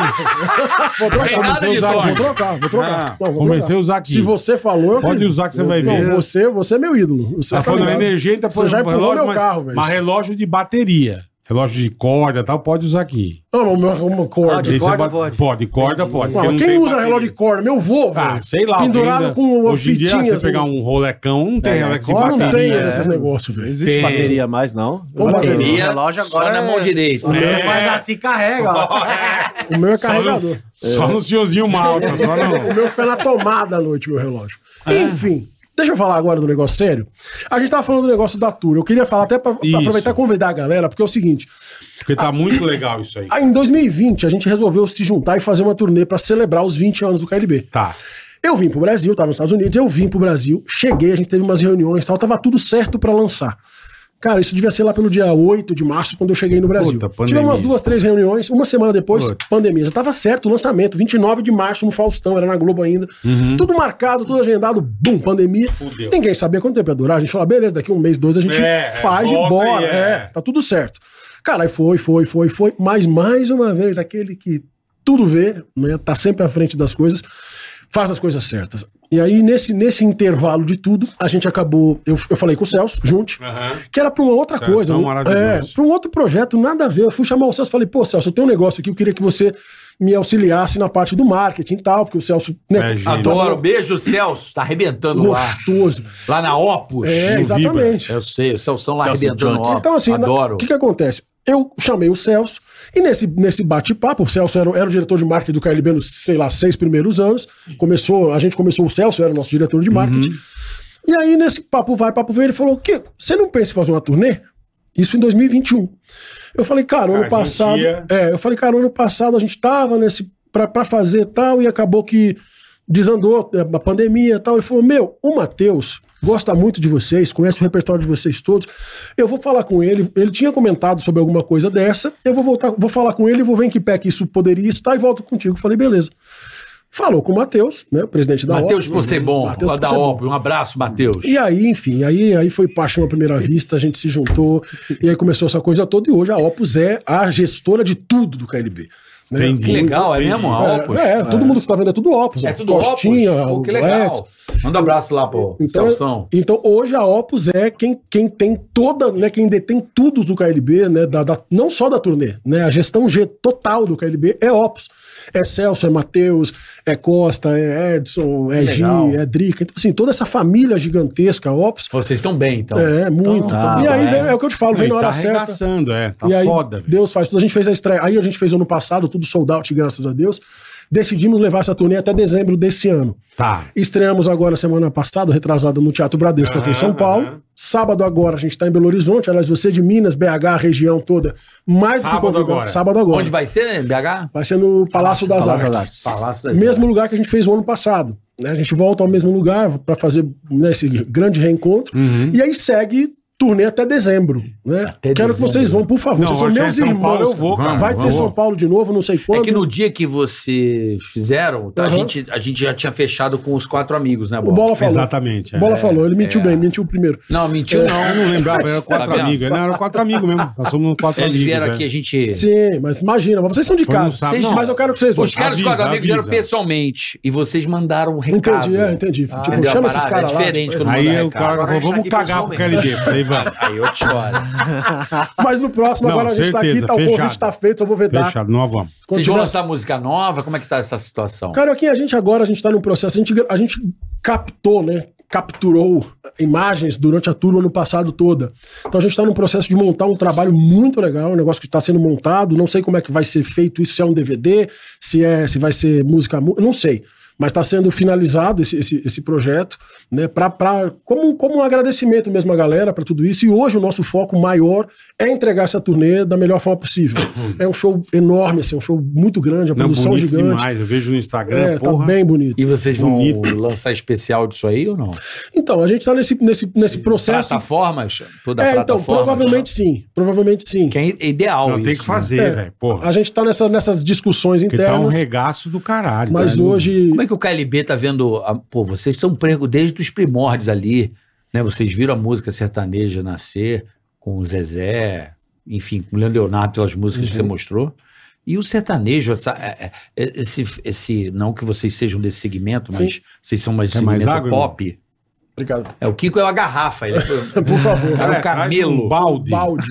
Vou Tem trocar, nada eu de usar vou toque. trocar, vou trocar. Ah, Não, vou comecei a trocar. usar aqui. Se você falou... eu Pode acredito. usar que você vai Não, ver. você, você é meu ídolo. Você Tá tá falando ligado. energia, ainda Você já empurrou meu carro, velho. Mas relógio de bateria. Relógio de corda e tal, pode usar aqui. Não, não, meu- uma corda. Ah, de Aí você corda bota- pode. Pode, corda pode. Não, porque não quem tem usa bateria. relógio de corda? Meu vô, Ah, velho. sei lá. Pendurado alguém com ainda- uma Hoje em dia, fitinha, você assim. pegar um rolecão, não tem É, relógio de agora Não tem né? bateria. né? esses negócios, Não velho. existe Tem. bateria mais, não. Ô, bateria. O Bateria relógio agora só na mão é- direita. Você É. faz assim, carrega, ó. O meu é Só no, carregador. só no senhorzinho malta, só É. O no... meu fica na tomada à noite, meu relógio. Enfim, deixa eu falar agora do negócio sério. A gente tava falando do negócio da tour. Eu queria falar até pra, pra Isso. aproveitar e convidar a galera, porque é o seguinte: Porque tá muito legal isso aí. ah, em 2020 a gente resolveu se juntar e fazer uma turnê pra celebrar os 20 anos do KLB. Tá. Eu vim pro Brasil, tava nos Estados Unidos, eu vim pro Brasil, cheguei, a gente teve umas reuniões e tal, tava tudo certo pra lançar. Cara, isso devia ser lá pelo dia 8 de março, quando eu cheguei no Brasil. Puta, pandemia. Tivemos umas duas, três reuniões, uma semana depois, Puta. pandemia. Já tava certo o lançamento, 29 de março no Faustão, era na Globo ainda. Uhum. Tudo marcado, tudo agendado, bum, pandemia. Fudeu. Ninguém sabia quanto tempo ia durar. A gente falou, beleza, daqui um mês, dois, a gente É, faz e volta bora. e é. é, tá tudo certo. Cara, aí foi, foi, foi, foi. Mas mais uma vez, aquele que tudo vê, né? Tá sempre à frente das coisas, faz as coisas certas. E aí, nesse, nesse intervalo de tudo, a gente acabou. Eu, eu falei com o Celso, junto, que era pra uma outra Celso coisa. é um um- maravilhoso. é, pra um outro projeto, nada a ver. Eu fui chamar o Celso e falei, pô, Celso, eu tenho um negócio aqui, eu queria que você me auxiliasse na parte do marketing e tal, porque o Celso, né, É, gente. Adoro. Beijo, Celso. Tá arrebentando lá. gostoso. Lá na Opus. É, exatamente. Eu sei, o Celso lá Celso arrebentando. Jones. Opus. Então, assim, na- Adoro. o que, que acontece? Eu chamei o Celso, e nesse, nesse bate-papo, o Celso era, era o diretor de marketing do KLB nos, sei lá, seis primeiros anos. Começou, a gente começou, o Celso era o nosso diretor de marketing. Uhum. E aí, nesse papo vai, papo vem, ele falou: Kiko, você não pensa em fazer uma turnê? Isso em 2021. Eu falei, cara, A ano gente passado. ia- É, eu falei, cara, ano passado a gente tava nesse. pra, pra fazer tal, e acabou que desandou é, a pandemia e tal. Ele falou: Meu, o Matheus gosta muito de vocês, conhece o repertório de vocês todos. Eu vou falar com ele. Ele tinha comentado sobre alguma coisa dessa. Eu vou voltar, vou falar com ele, vou ver em que pé que isso poderia estar e volto contigo. Eu falei, beleza. Falou com o Matheus, né? O presidente da Matheus Opus. por ser bom, Matheus lá por da ser bom. Opus. Um abraço, Matheus. E aí, enfim, aí, aí foi paixão à primeira vista, a gente se juntou, e aí começou essa coisa toda, e hoje a Opus é a gestora de tudo do KLB. né? Entendi. Que legal, é Entendi. mesmo? A Opus. É, é, todo mundo que está vendo é tudo Opus. É ó, tudo Opus. Pô, o que legal. Edson. Manda um abraço lá, pô. Então, Celso. então hoje a Opus é quem, quem tem toda, né, quem detém tudo do KLB, né, da, da- não só da turnê, né, a gestão G total do KLB é Opus. É Celso, é Matheus, é Costa, é Edson, é Gi, legal. é Drica, então assim, toda essa família gigantesca Opus, Vocês estão bem, então. é, muito. tá, e aí tá, vem- é o que eu te falo, vem Não, na e hora tá certa. arregaçando, é. Tá e aí foda, velho. Deus faz tudo. A gente fez a estreia. Aí a gente fez ano passado, tudo sold out, graças a Deus. Decidimos levar essa turnê até dezembro desse ano. Tá. Estreamos agora semana passada, retrasada, no Teatro Bradesco aqui em São Aham, Paulo. aham. Sábado agora a gente está em Belo Horizonte. Aliás, você é de Minas, BH, a região toda, mais do que Sábado convidado. agora. Sábado agora. Onde vai ser, BH? Vai ser no Palácio, das Palácio Artes. das Artes. Palácio das Mesmo lugar que a gente fez o ano passado. Uhum. né? A gente volta ao mesmo lugar para fazer né, esse grande reencontro. E aí segue turnê até dezembro. Né? Até Quero que dezembro. vocês vão, por favor. Não, vocês são eu já em meus São irmãos. Paulo eu vou, cara. cara. Vai ter Vamos. São Paulo de novo, não sei quando. É que no dia que vocês fizeram, tá, a, Aham. gente, a gente já tinha fechado com os quatro amigos, né, O Bola? Bola falou. Exatamente. O é. Bola falou, ele mentiu é. bem, mentiu primeiro. Não, mentiu Eu não. não lembrava, era Tá quatro vendo? amigos. Não, era quatro amigos mesmo. Nós somos quatro Eles amigos. vieram é. aqui, a gente... Sim, mas imagina, mas vocês são de Foi no casa. sábado, Vocês- não. mas eu quero que vocês vão. Os caras Avisa, dos quatro amigos vieram avisa. pessoalmente e vocês mandaram um recado. Entendi, é, entendi. Ah, tipo, entendeu a chama esses parada? caras É lá. diferente tipo, quando Aí manda o recado. cara falou, vamos cagar pro KLB. Falei, vamos. Aí eu te olho. Mas no próximo, Não, agora a gente tá aqui, certeza, tá, o fechado. convite tá feito, eu vou vedar. Fechado, nós vamos. Quando Vocês vão tiver- lançar música nova? Como é que tá essa Então. situação? Carioquinha, a gente agora, a gente tá num processo, a gente, a gente captou, né? Capturou imagens durante a turma ano passado toda. Então a gente tá num processo de montar um trabalho muito legal, um negócio que está sendo montado. Não sei como é que vai ser feito isso, se é um DVD, se é se vai ser música, mu- não sei. Mas está sendo finalizado esse, esse, esse projeto, né? Pra, pra, como, como um agradecimento mesmo à galera para tudo isso. E hoje o nosso foco maior é entregar essa turnê da melhor forma possível. é um show enorme, assim, é um show muito grande, a Não, produção bonito gigante. demais. Eu vejo no Instagram, É, porra. tá bem bonito. E vocês vão Bonito. lançar especial disso aí ou não? Então, a gente tá nesse, nesse, nesse tá processo. Plataformas? Toda É, então, plataforma? provavelmente sim. Provavelmente sim. Que é ideal Não, isso. né? tem que fazer, É. velho. Porra. A gente tá nessa, nessas discussões Porque tá um internas, regaço do caralho. mas tá indo- hoje. Como é que o KLB tá vendo. a- Pô, vocês são prego desde os primórdios ali, né? Vocês viram a música sertaneja nascer com o Zezé, enfim, com o Leandro Leonardo, pelas músicas Uhum. que você mostrou. E o sertanejo, essa- é- é- esse, esse. Não que vocês sejam desse segmento, mas vocês são mais Quer É mais né? segmento água, pop. Obrigado. É, o Kiko é uma garrafa, ele é, Por favor. cara, é um traz camelo. Um balde. Balde.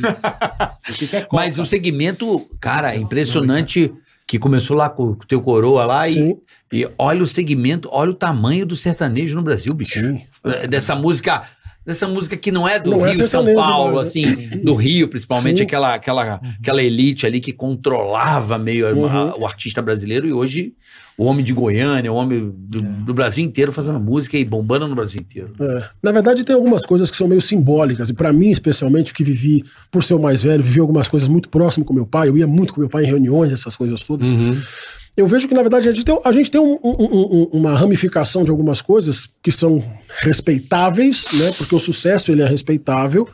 mas o segmento, cara, é impressionante que começou lá com o teu coroa lá e, Sim, E olha o segmento, olha o tamanho do sertanejo no Brasil, bicho. sim. Eh, Dessa música, dessa música que não é do É. Não é Rio e São sertanejo, Paulo, né? assim, do Rio, principalmente Sim. aquela aquela aquela elite ali que controlava meio a- Uhum. a- o artista brasileiro e hoje o homem de Goiânia, o homem do, do Brasil inteiro fazendo música e bombando no Brasil inteiro. É. Na verdade, tem algumas coisas que são meio simbólicas. E pra mim, especialmente, que vivi, por ser o mais velho, vivi algumas coisas muito próximo com meu pai. Eu ia muito com meu pai em reuniões, essas coisas todas. Uhum. Eu vejo que, na verdade, a gente tem, a gente tem um- um- um- um- uma ramificação de algumas coisas que são respeitáveis, né? Porque o sucesso ele é respeitável.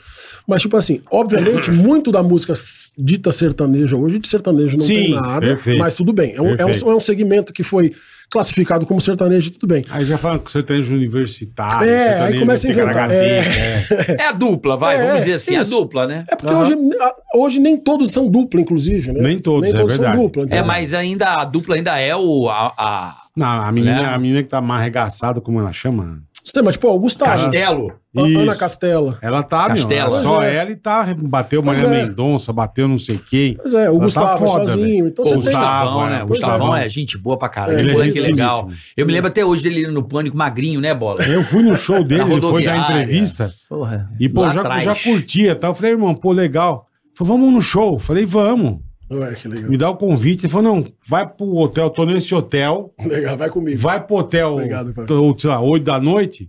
Mas, tipo assim, obviamente, muito da música s- dita sertaneja hoje, de sertanejo não tem Sim, nada. perfeito. Mas tudo bem. É um, é, Perfeito. um, é um segmento que foi classificado como sertanejo, tudo bem. Aí já falam que sertanejo universitário. tá É, aí sertanejo começa a inventar, TKHD, é. é. É a dupla, vai, É, vamos dizer assim, é a isso. dupla, né? É porque hoje, a- hoje nem todos são dupla, inclusive, né? Nem todos, é verdade. são dupla. É, entendeu? mas ainda a dupla ainda é o a, a- Não, a menina, Né? a menina que tá mais arregaçada, como ela chama? Sei, mas, tipo, Augusta, Castelo. A- Ana Isso. Castela. Ela tá, Castela. meu, só Pois é. ela e tá, bateu Pois Maria é. Mendonça, bateu não sei quem. Pois é, o Ela tá Gustavo é foda, sozinho. velho. Então Pô, o você tem. Gustavo, Gustavão, né? O Pois é. Gustavão é gente boa pra caralho. É, Que ele é moleque gentíssimo. legal. Eu Hum. me lembro até hoje dele no Pânico, magrinho, né, Bola? Eu fui no show dele, ele foi dar rodoviária. entrevista, Porra. e pô, Lá já, atrás. já curtia, tá? Eu falei, irmão, pô, legal. Ele Falou, vamos no show. Eu Falei, vamos. Ué, que legal. Me dá o convite. Ele falou, não, vai pro hotel, tô nesse hotel, Legal, vai comigo. vai pro hotel, Obrigado, cara. tô, sei lá, 8 da noite,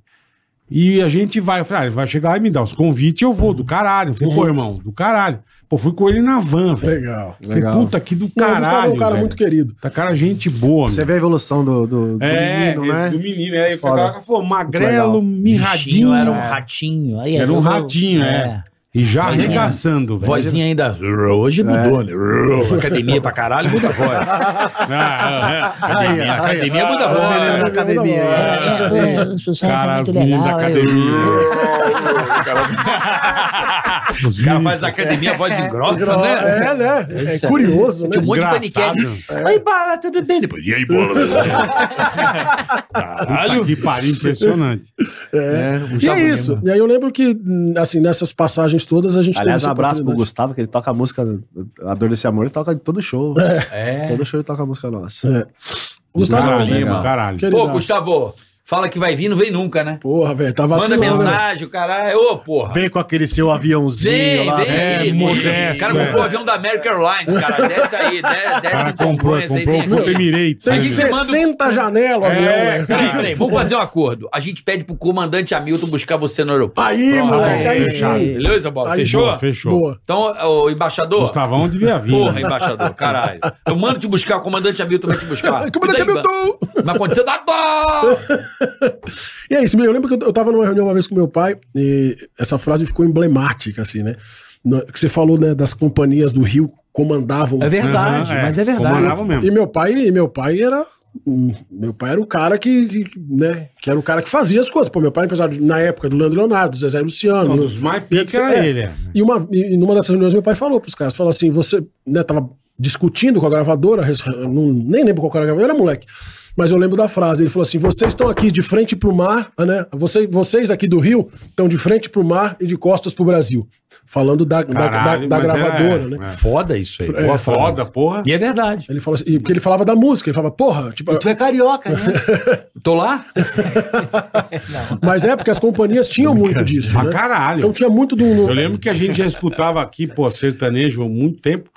e a gente vai. Eu falei, ah, ele vai chegar e me dar os convites, eu vou, do caralho. Eu falei, É. pô, irmão, do caralho. Pô, fui com ele na van, velho. Legal. Falei, Legal. puta que do Não, o Gustavo caralho. é um cara velho. muito querido. Tá cara, gente boa, Você meu. vê a evolução do, do, do É, menino, esse né? do menino. Aí fica Foda. aquela que falou, magrelo, legal. mirradinho. é. Bichinho, Era um ratinho. Aí, Era um eu- ratinho, é. E já Mas, arregaçando, velho. Vozinha ainda. É. Hoje mudou, né? Academia pra caralho muda a voz. Ah, é, é. Academia, academia muda a Os voz. meninos da academia. aí. É, é, o sucesso é Cara, né? os muito meninos da legal. eu- academia. Os caras fazem academia, a voz É. engrossa, né? É, né? É Isso é- curioso, né? tipo, Tinha um monte de Engraçado. paniquete. Oi, Bala, tudo bem? Depois, e aí, né? Bola? Puta que pariu, impressionante. É. um E é saborinho, isso. né? E aí eu lembro que, assim, nessas passagens todas a gente Aliás, essa um abraço pro oportunidade. Gustavo, que ele toca a música, A Dor Desse Amor, ele toca em todo show. É. Todo show ele toca a música nossa. Gustavo. caralho, legal. mano, caralho. queridaço. Pô, Gustavo, fala que vai vir, não vem nunca, né? Porra, velho, tá Manda vacilando. né? mensagem, o caralho. Ô, porra. Vem com aquele seu aviãozinho Vem, lá. vem. é, aí, modesto, O cara é. comprou o avião da American Airlines, cara. Desce aí, de- O desce cara em comprou, Congonhas, aí comprou vem o um aqui. Emirates. Tem né, Aí você 60 janelas, É, avião, né? cara. Peraí, peraí, vamos fazer um acordo. A gente pede pro comandante Hamilton buscar você no aeroporto. Aí, Pronto. moleque, aí sim. fechado. Beleza, Bola? Aí, Fechou? meu? Fechou. Boa. Então, ô, embaixador. Gustavão devia vir. Porra, né? embaixador, caralho. Eu mando te buscar, o comandante Hamilton vai te buscar. Comandante Me dá- Hamilton! Mas quando você dá dó! E é isso, eu lembro que eu- eu tava numa reunião uma vez com meu pai e essa frase ficou emblemática, assim, né? No- Que você falou, né, das companhias do Rio comandavam. É verdade, Uhum. mas é verdade. Né? Comandava mesmo. E meu pai, e meu pai era. hum, Meu pai era o cara que, que- que, né, que era o cara que fazia as coisas. Pô, meu pai, apesar de, na época do Leandro Leonardo, do Zezé Luciano, Um dos mais pica era É. ele. é. e, uma, e numa dessas reuniões, meu pai falou pros caras: falou assim, você né, tava discutindo com a gravadora, res- eu não, nem lembro qual que era a gravadora, eu era moleque. Mas eu lembro da frase, ele falou assim: vocês estão aqui de frente pro mar, né? Vocês, vocês aqui do Rio estão de frente pro mar e de costas pro Brasil. Falando da, da- Caralho, da, da mas era- gravadora, né? é. Foda isso aí. Pô, foda, porra. E é verdade. Ele falou assim, e- porque ele falava da música, ele falava, porra, tipo, E tu é carioca, né? Tô lá? mas é porque as companhias tinham muito disso. Pra né? caralho. Então tinha muito do. Eu lembro que a gente já escutava aqui, pô, sertanejo há muito tempo.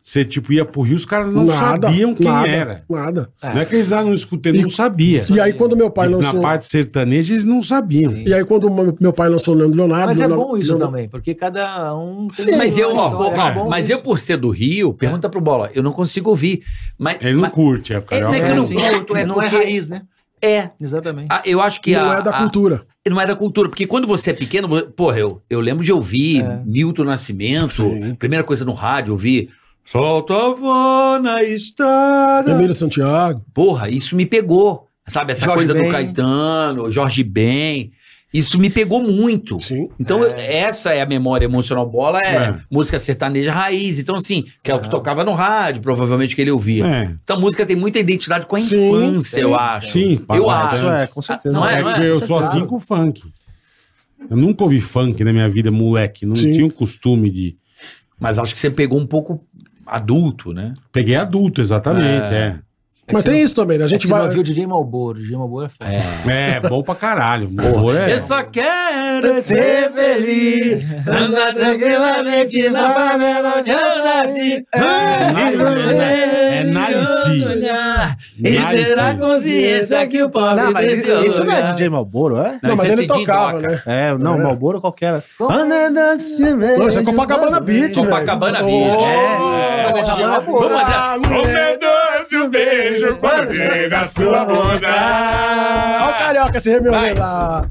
Você, tipo, ia pro Rio, os caras não sabiam quem nada, era. Nada. Não é que eles lá não escutei, E- não sabia. E aí, quando meu pai Tipo, lançou. Na parte sertaneja, eles não sabiam. Sim. E aí, quando o meu pai lançou o Leandro Leonardo. Mas é Leonardo- bom isso Leonardo- também, porque cada um tem Sim, uma Mas eu, ó, história, ó, é bom mas isso. eu, por ser do Rio, pergunta pro Bola, eu não consigo ouvir. Mas, Ele não mas- curte, é, É, cara. né, É, que eu não sim. curto, é não porque- é raiz, né? é. Exatamente. a- eu acho que não a- é da a- cultura. não é da cultura, porque quando você é pequeno, vo- porra, eu, eu lembro de ouvir É. Milton Nascimento, Sim. primeira coisa no rádio, ouvir Solta a vó na Ah, estrada. Emílio Santiago. Porra, isso me pegou. Sabe, essa Jorge coisa do Ben. Caetano, Jorge Ben. Isso me pegou muito. É Sim. Então, eu- essa é a memória emocional bola, é, É. música sertaneja raiz. Então, assim, que é o que tocava no rádio, provavelmente que ele ouvia. É. Então, a música tem muita identidade com a Sim, infância, eu sim. acho. Sim, eu pagode, acho. Isso é, com certeza. Ah, não é, É não que é? eu sou assim com funk. Eu nunca ouvi funk na minha vida, moleque. Não Sim. tinha o costume de. Mas acho que você pegou um pouco adulto, né? Peguei adulto, exatamente. É, É Mas que tem você não- isso também, né? A é que gente você vai. não viu o DJ Malboro. DJ Malboro é foda. é. bom pra caralho. Humor é- Eu só quero ser feliz, andar tranquilamente na favela assim. onde eu nasci. É nice. E terá Nice. consciência que o pobre Não, mas desse isso, isso não é lugar. DJ Malboro, é? Não, Não, mas isso é ele Cid tocava, Doca. né? É, não, É. Malboro qualquer. era. Como? Não, isso é Copacabana Beat, velho. Copacabana Beach. Oh, É, é. DJ Malboro. Vamos lá. um Olha É o carioca se remelando lá.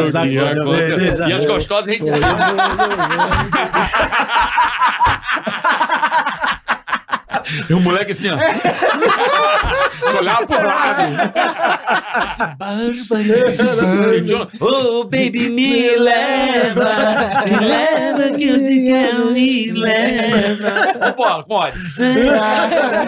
E as gostosas, a gente. E o moleque assim, ó. Olhar pro lado. E o John, Oh, baby, me leva. Me leva que eu te quero, me leva. Ô, Bola, com ódio.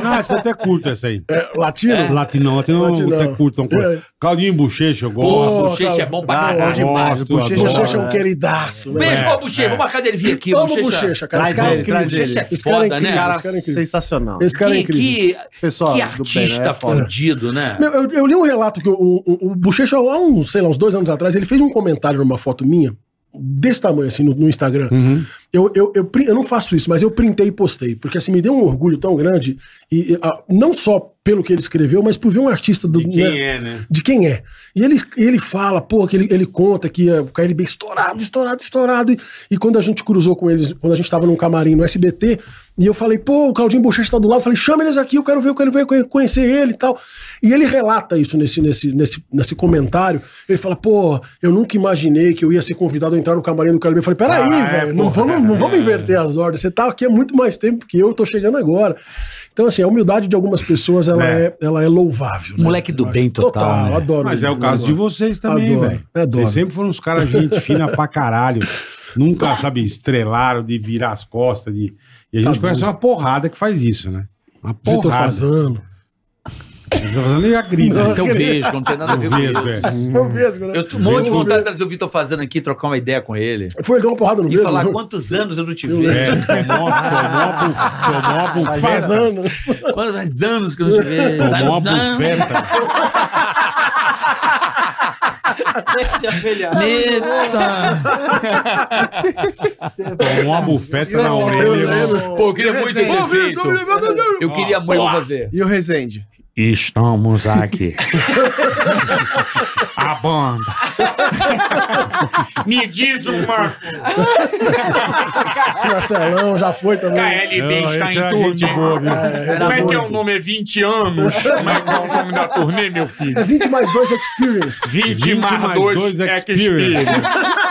Não, essa até curto essa aí. É, latino? Latinão, latinão, Latinão. até curto. Então, É. Caldinho e bochecha, eu Porra, gosto. bochecha é bom pra Ah, caralho. bom demais. Gosto, Bochecha, adoro. Bochecha é um queridaço, né? Beijo, É, ó, bochecha. é. Vamos marcar dele vir aqui. Vamos, bochecha, cara. Esse Traz cara é ele, incrível. traz ele. Bochecha é Esse cara é foda, né? incrível. Cara, Esse cara é incrível. sensacional. Esse cara é Que, incrível. que, Pessoal, que do bem, né? artista É foda. fudido, né? Meu, eu, eu li um relato que o, o, o Bochecha, há uns, sei lá, uns dois anos atrás, ele fez um comentário numa foto minha, desse tamanho, assim, no, no Instagram. Uhum. Eu, eu, eu, pri- eu não faço isso, mas eu printei e postei, porque assim, me deu um orgulho tão grande, e, e, ah, não só pelo que ele escreveu, mas por ver um artista do. De quem é, né? De quem é. E ele, ele fala, pô, que ele, ele conta que é, o KLB estourado, estourado, estourado. E, e quando a gente cruzou com eles, quando a gente tava num camarim no SBT, e eu falei, pô, o Claudinho Bochecha tá do lado, eu falei, chama eles aqui, eu quero ver, eu quero ver, conhe- conhecer ele e tal. E ele relata isso nesse, nesse, nesse, nesse comentário. Ele fala, pô, eu nunca imaginei que eu ia ser convidado a entrar no camarim do KLB. Eu falei, peraí, Ah, é, velho, não, porra, vamos, não é. vamos inverter as ordens. Você tá aqui há muito mais tempo que eu, eu tô chegando agora. Então, assim, a humildade de algumas pessoas, ela É. é, ela é louvável. né? Moleque do Eu acho. bem total, né? eu adoro. Mas ele, é o eu caso de adoro. vocês também, Adoro, É, velho. adoro. Vocês sempre foram uns caras gente fina pra caralho. Tá. Nunca, sabe, estrelaram de virar as costas. De... E a gente Tá conhece doido. uma porrada que faz isso, né? Uma Vitor porrada. tá Fazano. Vitor Fazano ele agride. Isso é o Vesgo, não tem nada a ver com Vesgo, isso. é. Eu tô um monte de vontade de trazer o Vitor fazendo aqui, trocar uma ideia com ele. Foi, ele deu uma porrada no E mesmo. falar viu? quantos anos eu não te É, vejo. tomou, tomou, tomou, tomou, Fazano. Fazano. Quantos anos que eu não te vejo. Tomou uma Tantos anos. bufeta. Se avelhar. Eita! Tomou uma bufeta na orelha. irmão. Pô, eu queria muito ter feito. Eu queria muito fazer. E o Rezende? Estamos aqui. A banda. Me diz uma. Marcelão já foi também. KLB Não, está esse é em gente turnê. boa, viu? Como é que é o nome? É 20 anos. Como é que é o nome da turnê, meu filho? É 20 mais 2 Experience. 20, 20 mais 2 é que expira.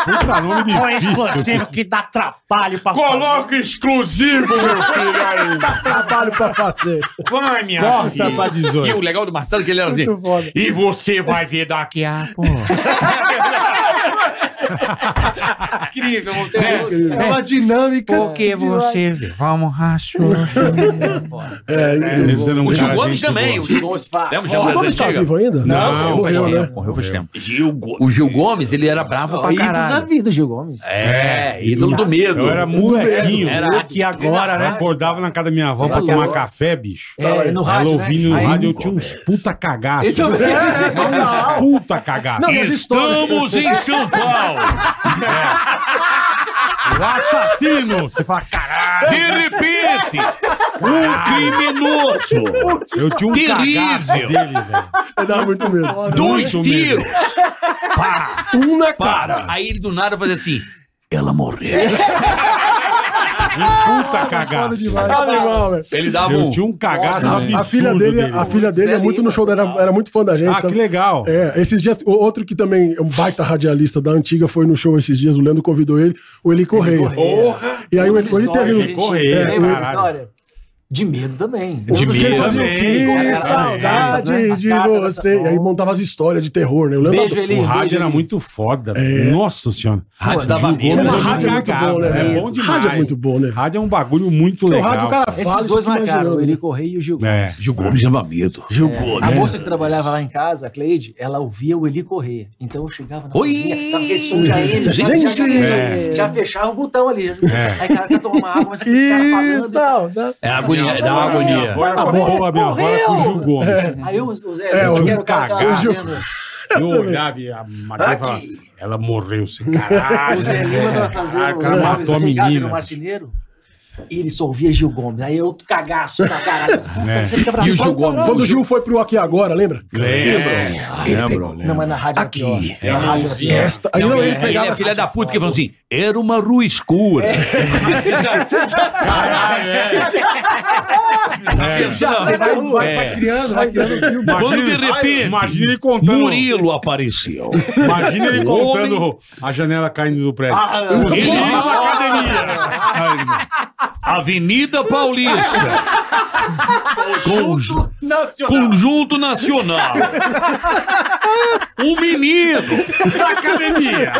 Puta nome difícil. que dá trabalho pra Coloca exclusivo, meu filho, aí. Trabalho pra fazer. Vai, minha Corta filha. pra E o 18. legal do Marcelo é que ele era assim. Muito foda. E você vai ver daqui a pouco. Incrível, não tem incrível. é, uma dinâmica. Porque você vê. Vamos rachurar. É, incrível. Esse era um O Gil cara Gomes gente também. boa. O Gil Gomes. Lembra o é Gil O Gomes Gomes tá antiga? vivo ainda? Não, morreu, faz né? tempo. Morreu faz tempo. Gil Gomes. O Gil Gomes, ele era bravo pra Aí da caralho. vida, Gil Gomes. É, Ídolo do medo. Eu era molequinho. Era aqui agora, né? Eu acordava na casa da minha avó Você pra é tomar louco. café, bicho. É, no rádio, Ela ouvindo né? no Aí, Então, rádio, eu tinha uns puta cagaço. Uns puta cagaço. é, Não, mas Estamos em São Paulo. É. O assassino. Você fala, caralho. De repente, um criminoso. Eu tinha um cagaço dele, velho. Dá muito medo. Dois Muito tiros. Um na cara. Aí ele do nada fazia assim. Um puta Foda cagaço. demais. Animal, velho. Ele dava Eu um. tinha um cagaço A filha absurdo dele, a filha dele é muito no show, era, era muito fã da gente. Ah, que sabe? legal. É, esses dias, o outro que também é um baita radialista da antiga foi no show esses dias, o Leandro convidou ele, o Eli Correia. Porra. E aí o Eli Correia Outras histórias, teve gente. né? um. Correia, Lembra dessa caralho. história? De medo também. De Um dos medo Ele fazia o também. que Também. saudade Né? As de cartas, você. essa- E aí montava as histórias de terror, né? O Leandro Beijo, Eli. O rádio beijo, era Eli. muito É. foda. velho. Nossa senhora. Rádio Pô, da Gil Babeira. Gomes Era é rádio uma muito cagada, bom, né? É velho? bom demais. Rádio é muito bom, né? Rádio é um bagulho muito O legal. rádio o cara cara. fala, Esses você dois fica marcaram, imaginando. o Eli Correia e o Gil Gomes. É. Gil Gomes dava medo. Gil Gomes. A moça que trabalhava lá em casa, a Cleide, ela ouvia o Eli correr. Então eu chegava na Oi! cozinha, tava aquele som de AM, já, já, já, É. já fechava o botão ali. É. Aí o cara quer tomar uma água, mas aquele cara Isso, falando. É agonia, dá uma Minha agonia. avó era boa, minha avó era é com o Gil Gomes. Aí o, o Zé, É, que o era o cara que tava cagaço. fazendo- É, Eu olhava e a Maria falava, ela morreu, esse caralho. né, O Zé É. Lima tava fazendo Caraca, os ela móveis Ah, matou a aqui em casa, ele era menina. um marceneiro. E ele só ouvia Gil Gomes. Aí eu cagaço pra caralho. Mas, puta, É. você fica abraçado. E o Gil Gomes? né? Quando o Gil foi pro Aqui Agora, lembra? Lembra? Lembro, Não, lembro. mas na rádio era pior. Na rádio era pior. Esta. Aí Não, não, ele, ele pegava é essa- filha da puta que falou assim: era uma rua escura. Caralho, é. Você já- Você ah, vai, vai, vai É. criando, vai criando o filme. Quando de Imagina, repente, imagina ele contando. Murilo apareceu. Imagina ele O homem- contando a janela caindo do prédio. Ele- academia. Avenida Paulista. Conjunto Nacional. Conjunto Nacional. Um menino. academia.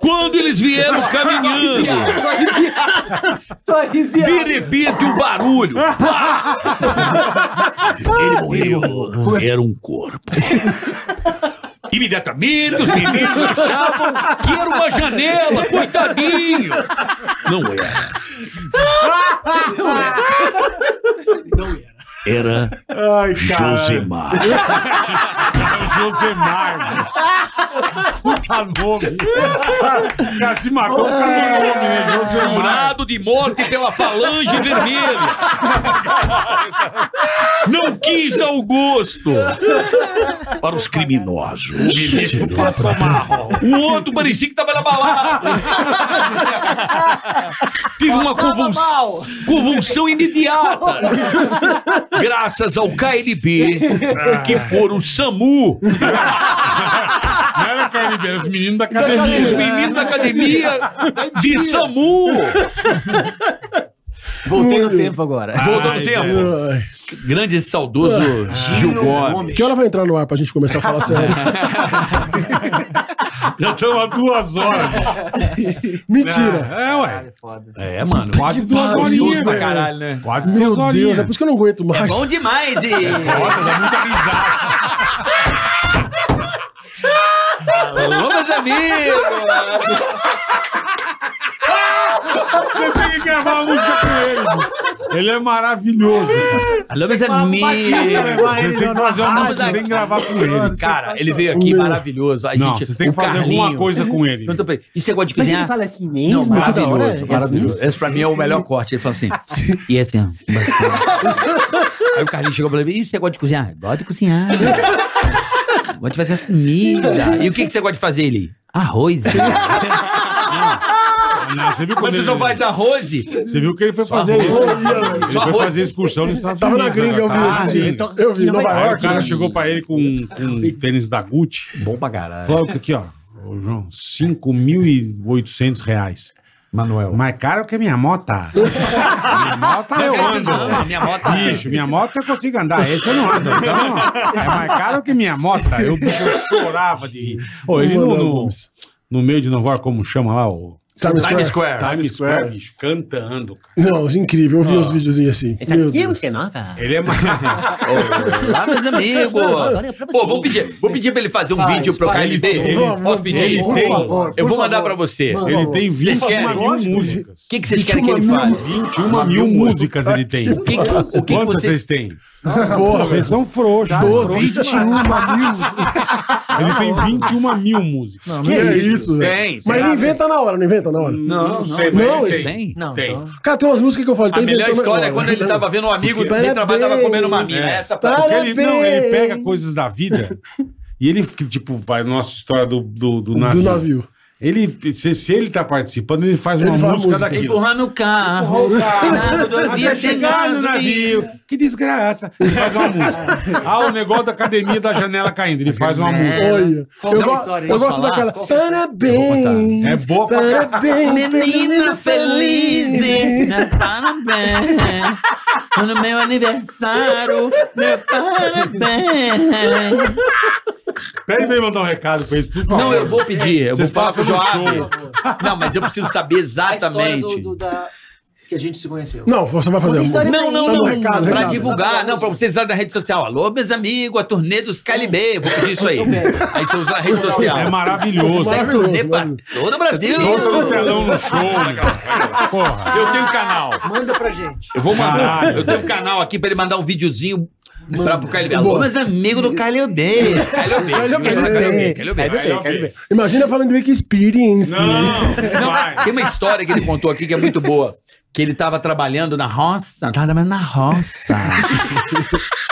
Quando eles vieram caminhando, Tô arrepiado. de repente um barulho. Pá! Ele morreu. Era um corpo. Imediatamente os meninos achavam que era uma janela, coitadinho. Não era. Era Ai, cara. Josemar. Josemar. Puta nome. Cara, se matou com o nome, né? Josemar. Jurado de morte pela falange vermelha. Não quis dar o gosto para os criminosos. O outro parecia que tava na balada. Tive uma convuls... convulsão imediata. Graças ao KLB, que foram o SAMU, Não era KLB, era os meninos da os academia. meninos da academia de SAMU. Voltei no tempo agora. Voltou no Ai, tempo. velho. Ai. Grande e saudoso Gil Gomes. Que hora vai entrar no ar pra gente começar a falar sério? Já estamos há duas horas. né? Mentira. É, ué. Caralho, foda. É, mano. Quase duas horinhas, Gostoso pra velho. caralho, né? Quase Meu duas horinhas. Deus, é por isso que eu não aguento mais. Bom demais, e... Olha, dá muita risada. Alô, meus amigos! Você tem que gravar uma música com ele. Ele é maravilhoso. Alô, é meus é amigos! Você tem que fazer uma música sem gravar com ele. Cara, ele veio aqui Meu. maravilhoso. A Não, gente- vocês têm um o que fazer alguma Carlinho- coisa com ele. Então, Pergunta pra ele, E você gosta de Mas cozinhar? ele fala assim mesmo? Toda hora é maravilhoso, maravilhoso. Esse pra mim é o melhor corte. Ele fala assim. E é assim, ó. assim, Aí o Carlinhos chegou pra ele e disse, "Ih, você gosta de cozinhar? Gosto de cozinhar. Gosto de fazer as comidas. E o que, que você gosta de fazer, ele? Arroz. Não, você viu quando Mas você ele, só faz arroz? Você viu que ele foi fazer isso? Ele Só foi arroz. fazer excursão nos Estados Tava na Unidos. gringa, eu vi né? esse Ah, dia. então, gringa. Eu vi, em Nova Aí o York. cara chegou pra ele com, com um tênis da Gucci. Bom pra caralho. Falou aqui, ó. Ô, João, 5.800 reais. Manuel. Mais caro que minha moto. minha moto é eu Não, assim, é ando. não, ah, não, minha moto anda. Bicho, minha moto eu consigo andar. Esse eu não ando. Então, é mais caro que minha moto. Eu, bicho, eu chorava de rir. Ô, ele no, no, no meio de Nova York, como chama lá? O Times Times Square. Square. Times Square, bicho, cantando, cara. Não, é incrível. Eu vi os videozinhos assim. Esse Meu aqui é Deus. você nova. Ele é mais. Lá, meus amigos. Agora é pra Pô, você. vou pedir, vou pedir pra ele fazer um Faz, vídeo pro faz, KLB. por favor. Ele- Vamos, Posso vamos, pedir? vamos, Ele por tem. favor, Eu por vou mandar favor. pra você. O Ele tem Vocês querem? 21 mil músicas. que, que vocês querem que ele um faça? 21 mil músicas ele tem. O que, o que que Quantas vocês... vocês têm? Porra, vocês são frouxos. 21 mil. Ele tem 21 mil músicas. Que é Tem, isso, velho? Mas ele inventa na hora, não inventa na hora. Não, não sei, não, mas ele ele tem. Tem? Não, Tem. então... Cara, tem umas músicas que eu falo. A tá melhor inventando história é agora. quando ele tava vendo um amigo Porque- ele trabalho, tava Parabéns. comendo uma mina. É. Essa Tá pra... Para- Porque ele, não, ele Parabéns. pega coisas da vida e ele, tipo, vai nossa história do, do, do navio. Do navio. Ele, se, se ele tá participando, ele faz uma Ele faz música música. daquilo. Empurrando o carro. Tá Na rodovia chegando que desgraça. Ele faz uma música. Ah, o negócio da academia da janela caindo. Ele faz uma música. Olha. Qual eu que é a go- história, hein? eu Posso gosto falar? daquela. Qual que é a história? Parabéns. É boa pra caralho. Parabéns. Menina feliz, né? parabéns. No meu aniversário, meu parabéns. Pede pra ele mandar um recado pra ele, por favor. Não, eu vou pedir. Eu Vocês vou falar pro passam no Joab. Não, mas eu preciso saber A história do, exatamente. do- da... que a gente se conheceu. Não, você vai fazer. Conta a história Não, amor. não, Dá um não. recado, Pra recado. divulgar, não, pra vocês usarem na rede social. Alô, meus amigos, a turnê dos KLB. Eu vou pedir isso aí. Aí você usa na rede social. É maravilhoso. Maravilhoso, Turnê pra maravilhoso. todo o Brasil. Solta no telão no show, né, cara? Porra. Eu tenho um canal. Manda pra gente. Eu vou mandar. Caralho. Eu tenho um canal aqui pra ele mandar um videozinho pra, pro KLB. Alô, Boa. mas Meus amigos do KLB. KLB. KLB. KLB. Aí, ok. Imagina falando do Experience. Não, vai. Tem uma história que ele contou aqui que é muito boa. Que ele tava trabalhando na roça. Tava trabalhando na roça.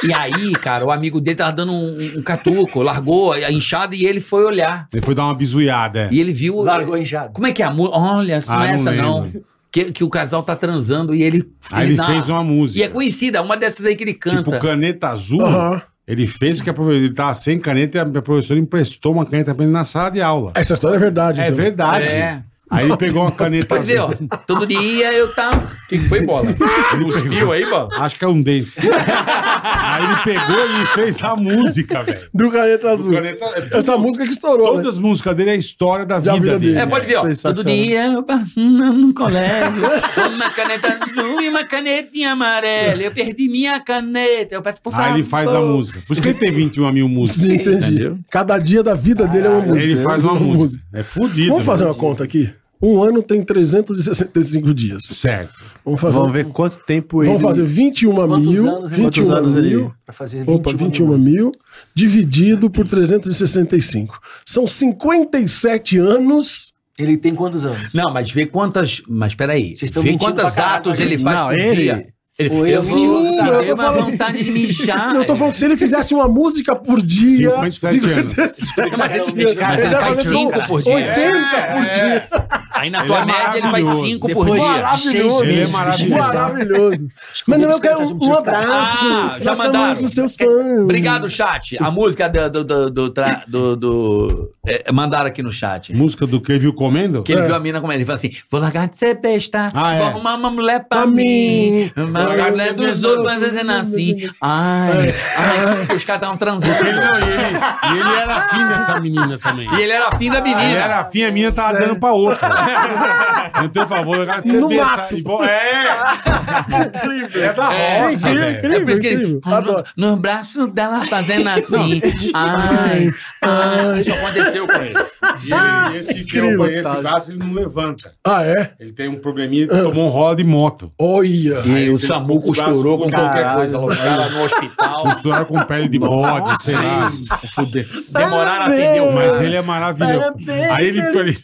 e aí, cara, o amigo dele tava dando um, um catuco, largou a enxada e ele foi olhar. Ele foi dar uma bizuiada. é. E ele viu. Largou enxado. Como é que é a música? Olha, assim, não Ah, é não essa não. lembro. Que, que o casal tá transando e ele. Aí ele na- fez uma E música. é conhecida, uma dessas aí que ele canta. Tipo, caneta azul. Aham. Ele fez o que a professora, ele tava sem caneta e a minha professora emprestou uma caneta pra ele na sala de aula. Essa história é verdade. É então. verdade. É. Aí ele pegou uma caneta Pode ver, ó. Todo dia eu tava. O que, que foi, bola? Ele pegou- aí, mano? Acho que é um dente. Aí ele pegou e fez a música, velho. Do Caneta Azul. Caneta- é tudo- Essa música que estourou. né? Todas as músicas dele é a história da vida, Da vida dele. dele. É, pode ver, ó. Todo Sensacional. dia eu passo no hum, um colégio. Uma caneta azul e uma canetinha amarela. Eu perdi minha caneta. Eu peço, por favor. Aí Ah, ele faz a música. Por isso que ele tem 21 mil músicas. Sim, entendi. Entendeu? Cada dia da vida dele é uma música. ele né? faz uma música. É fudido. Vamos fazer velho. uma conta aqui. Um ano tem 365 dias. Certo. Vamos fazer, Vamos ver quanto tempo vamos fazer 21 Quantos mil. anos ele- 21 Quantos anos ele- mil. Pra fazer um Opa, 21 mil. Dividido por 365. São 57 anos. Ele tem quantos anos? Não, mas vê quantas. Mas peraí. Vocês estão vê mentindo quantos pra caralho, atos ele gente. faz por ele- dia. Ele, um Ou eu eu vou- me Não, eu deu tô uma falando- vontade de mijar. Eu tô falando que se ele fizesse uma música por dia. 57 anos. mas ele, Ele mas ele deve faz fazer cinco outras. por dia. 80 por dia. Aí na Ele tua é média ele faz maravilhoso. cinco por Depois de- dia. Maravilhoso. Ele é maravilhoso. Maravilhoso. Mas não, eu quero um, um abraço. Ah, já Nós mandaram. somos os seus fãs. Obrigado, chat. A música do. do, do, do, tra- do- do- é, mandaram aqui no chat. Música do que ele viu comendo? É. Que ele viu a mina como ele fala assim: vou largar de ser besta, Ah, é. vou arrumar uma mulher pra Pra mim. mim. Uma Vou largar de mulher ser dos besta. outros mas fazendo assim. Ai, ai, os caras estavam transando. Ele, não, e ele, e ele era afim dessa menina também. E ele era afim da Ele menina. era afim, a minha tava dando pra outra. Não tem favor, eu quero ser No besta. mato. tá? E bom- É! Incrível. É da roça, incrível, velho. incrível. É por isso que ele. incrível. Adoro. No, no braço dela fazendo assim. Ai, ai. Isso aconteceu com ele. E ele- e esse, que eu Incrível. conheço, esse braço, ele não levanta. Ah, é? Ele tem um probleminha, ele tomou um rolo de moto. Olha. E o fez SAMU um pouco braço costurou com com qualquer caralho. coisa. Os caras no hospital. Costuraram com pele de bode, sei lá. Se fuder. Demoraram a atender o Mas ele é maravilhoso. Aí ele foi ali.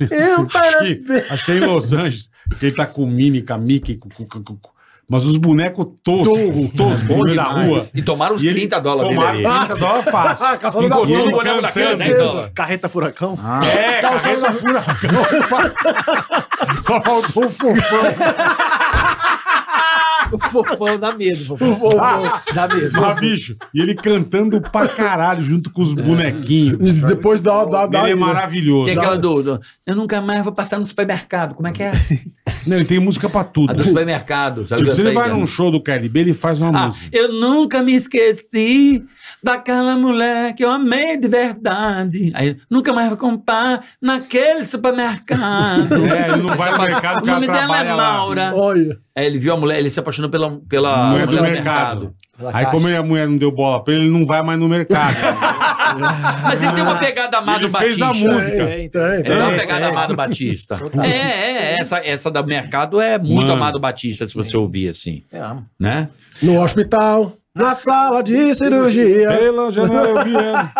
acho, que, acho que é em Los Angeles, que ele tá com o Mini, com a Mickey, com, com- com- com- Mas os bonecos toscos, toscos, no meio da rua. E tomaram uns E ele 30 dólares dele tomaram ali. 30 dólares fácil. Calçada da Fúria. Encolheu no boneco Ah, da Cansando, cama, né, dólar? Carreta furacão? Ah. É, calçada da furacão. Só faltou o fofão. O fofão dá medo, fofão. Dá medo. Ah, bicho. E ele cantando pra caralho junto com os bonequinhos. E Depois dá, dá, dá. né? Ele é Tem maravilhoso. aquela do, do- Eu nunca mais vou passar no supermercado. Como é que é? Não, ele tem música pra A tudo. do Tipo, supermercado. Sabe se ele Essa vai aí, né? num show do KLB, ele faz uma Ah, música. eu nunca me esqueci daquela mulher que eu amei de verdade. Aí, nunca mais vou comprar naquele supermercado. É, ele não vai no mercado o porque ela nome dela é trabalha lá. Maura. Olha. Aí ele viu a mulher, ele se apaixonou pela, pela Mulher do mulher mercado. Aí como ele- a mulher não deu bola pra ele, ele não vai mais no mercado. Mas ele tem uma pegada amado ele fez Batista. a música. É, Ele tem uma É, pegada amado Batista. É, é, é, essa, essa do mercado é muito Mano. amado Batista, se você ouvir assim, Eu amo. né? No hospital, na sala de cirurgia. Pela janela eu vi ela.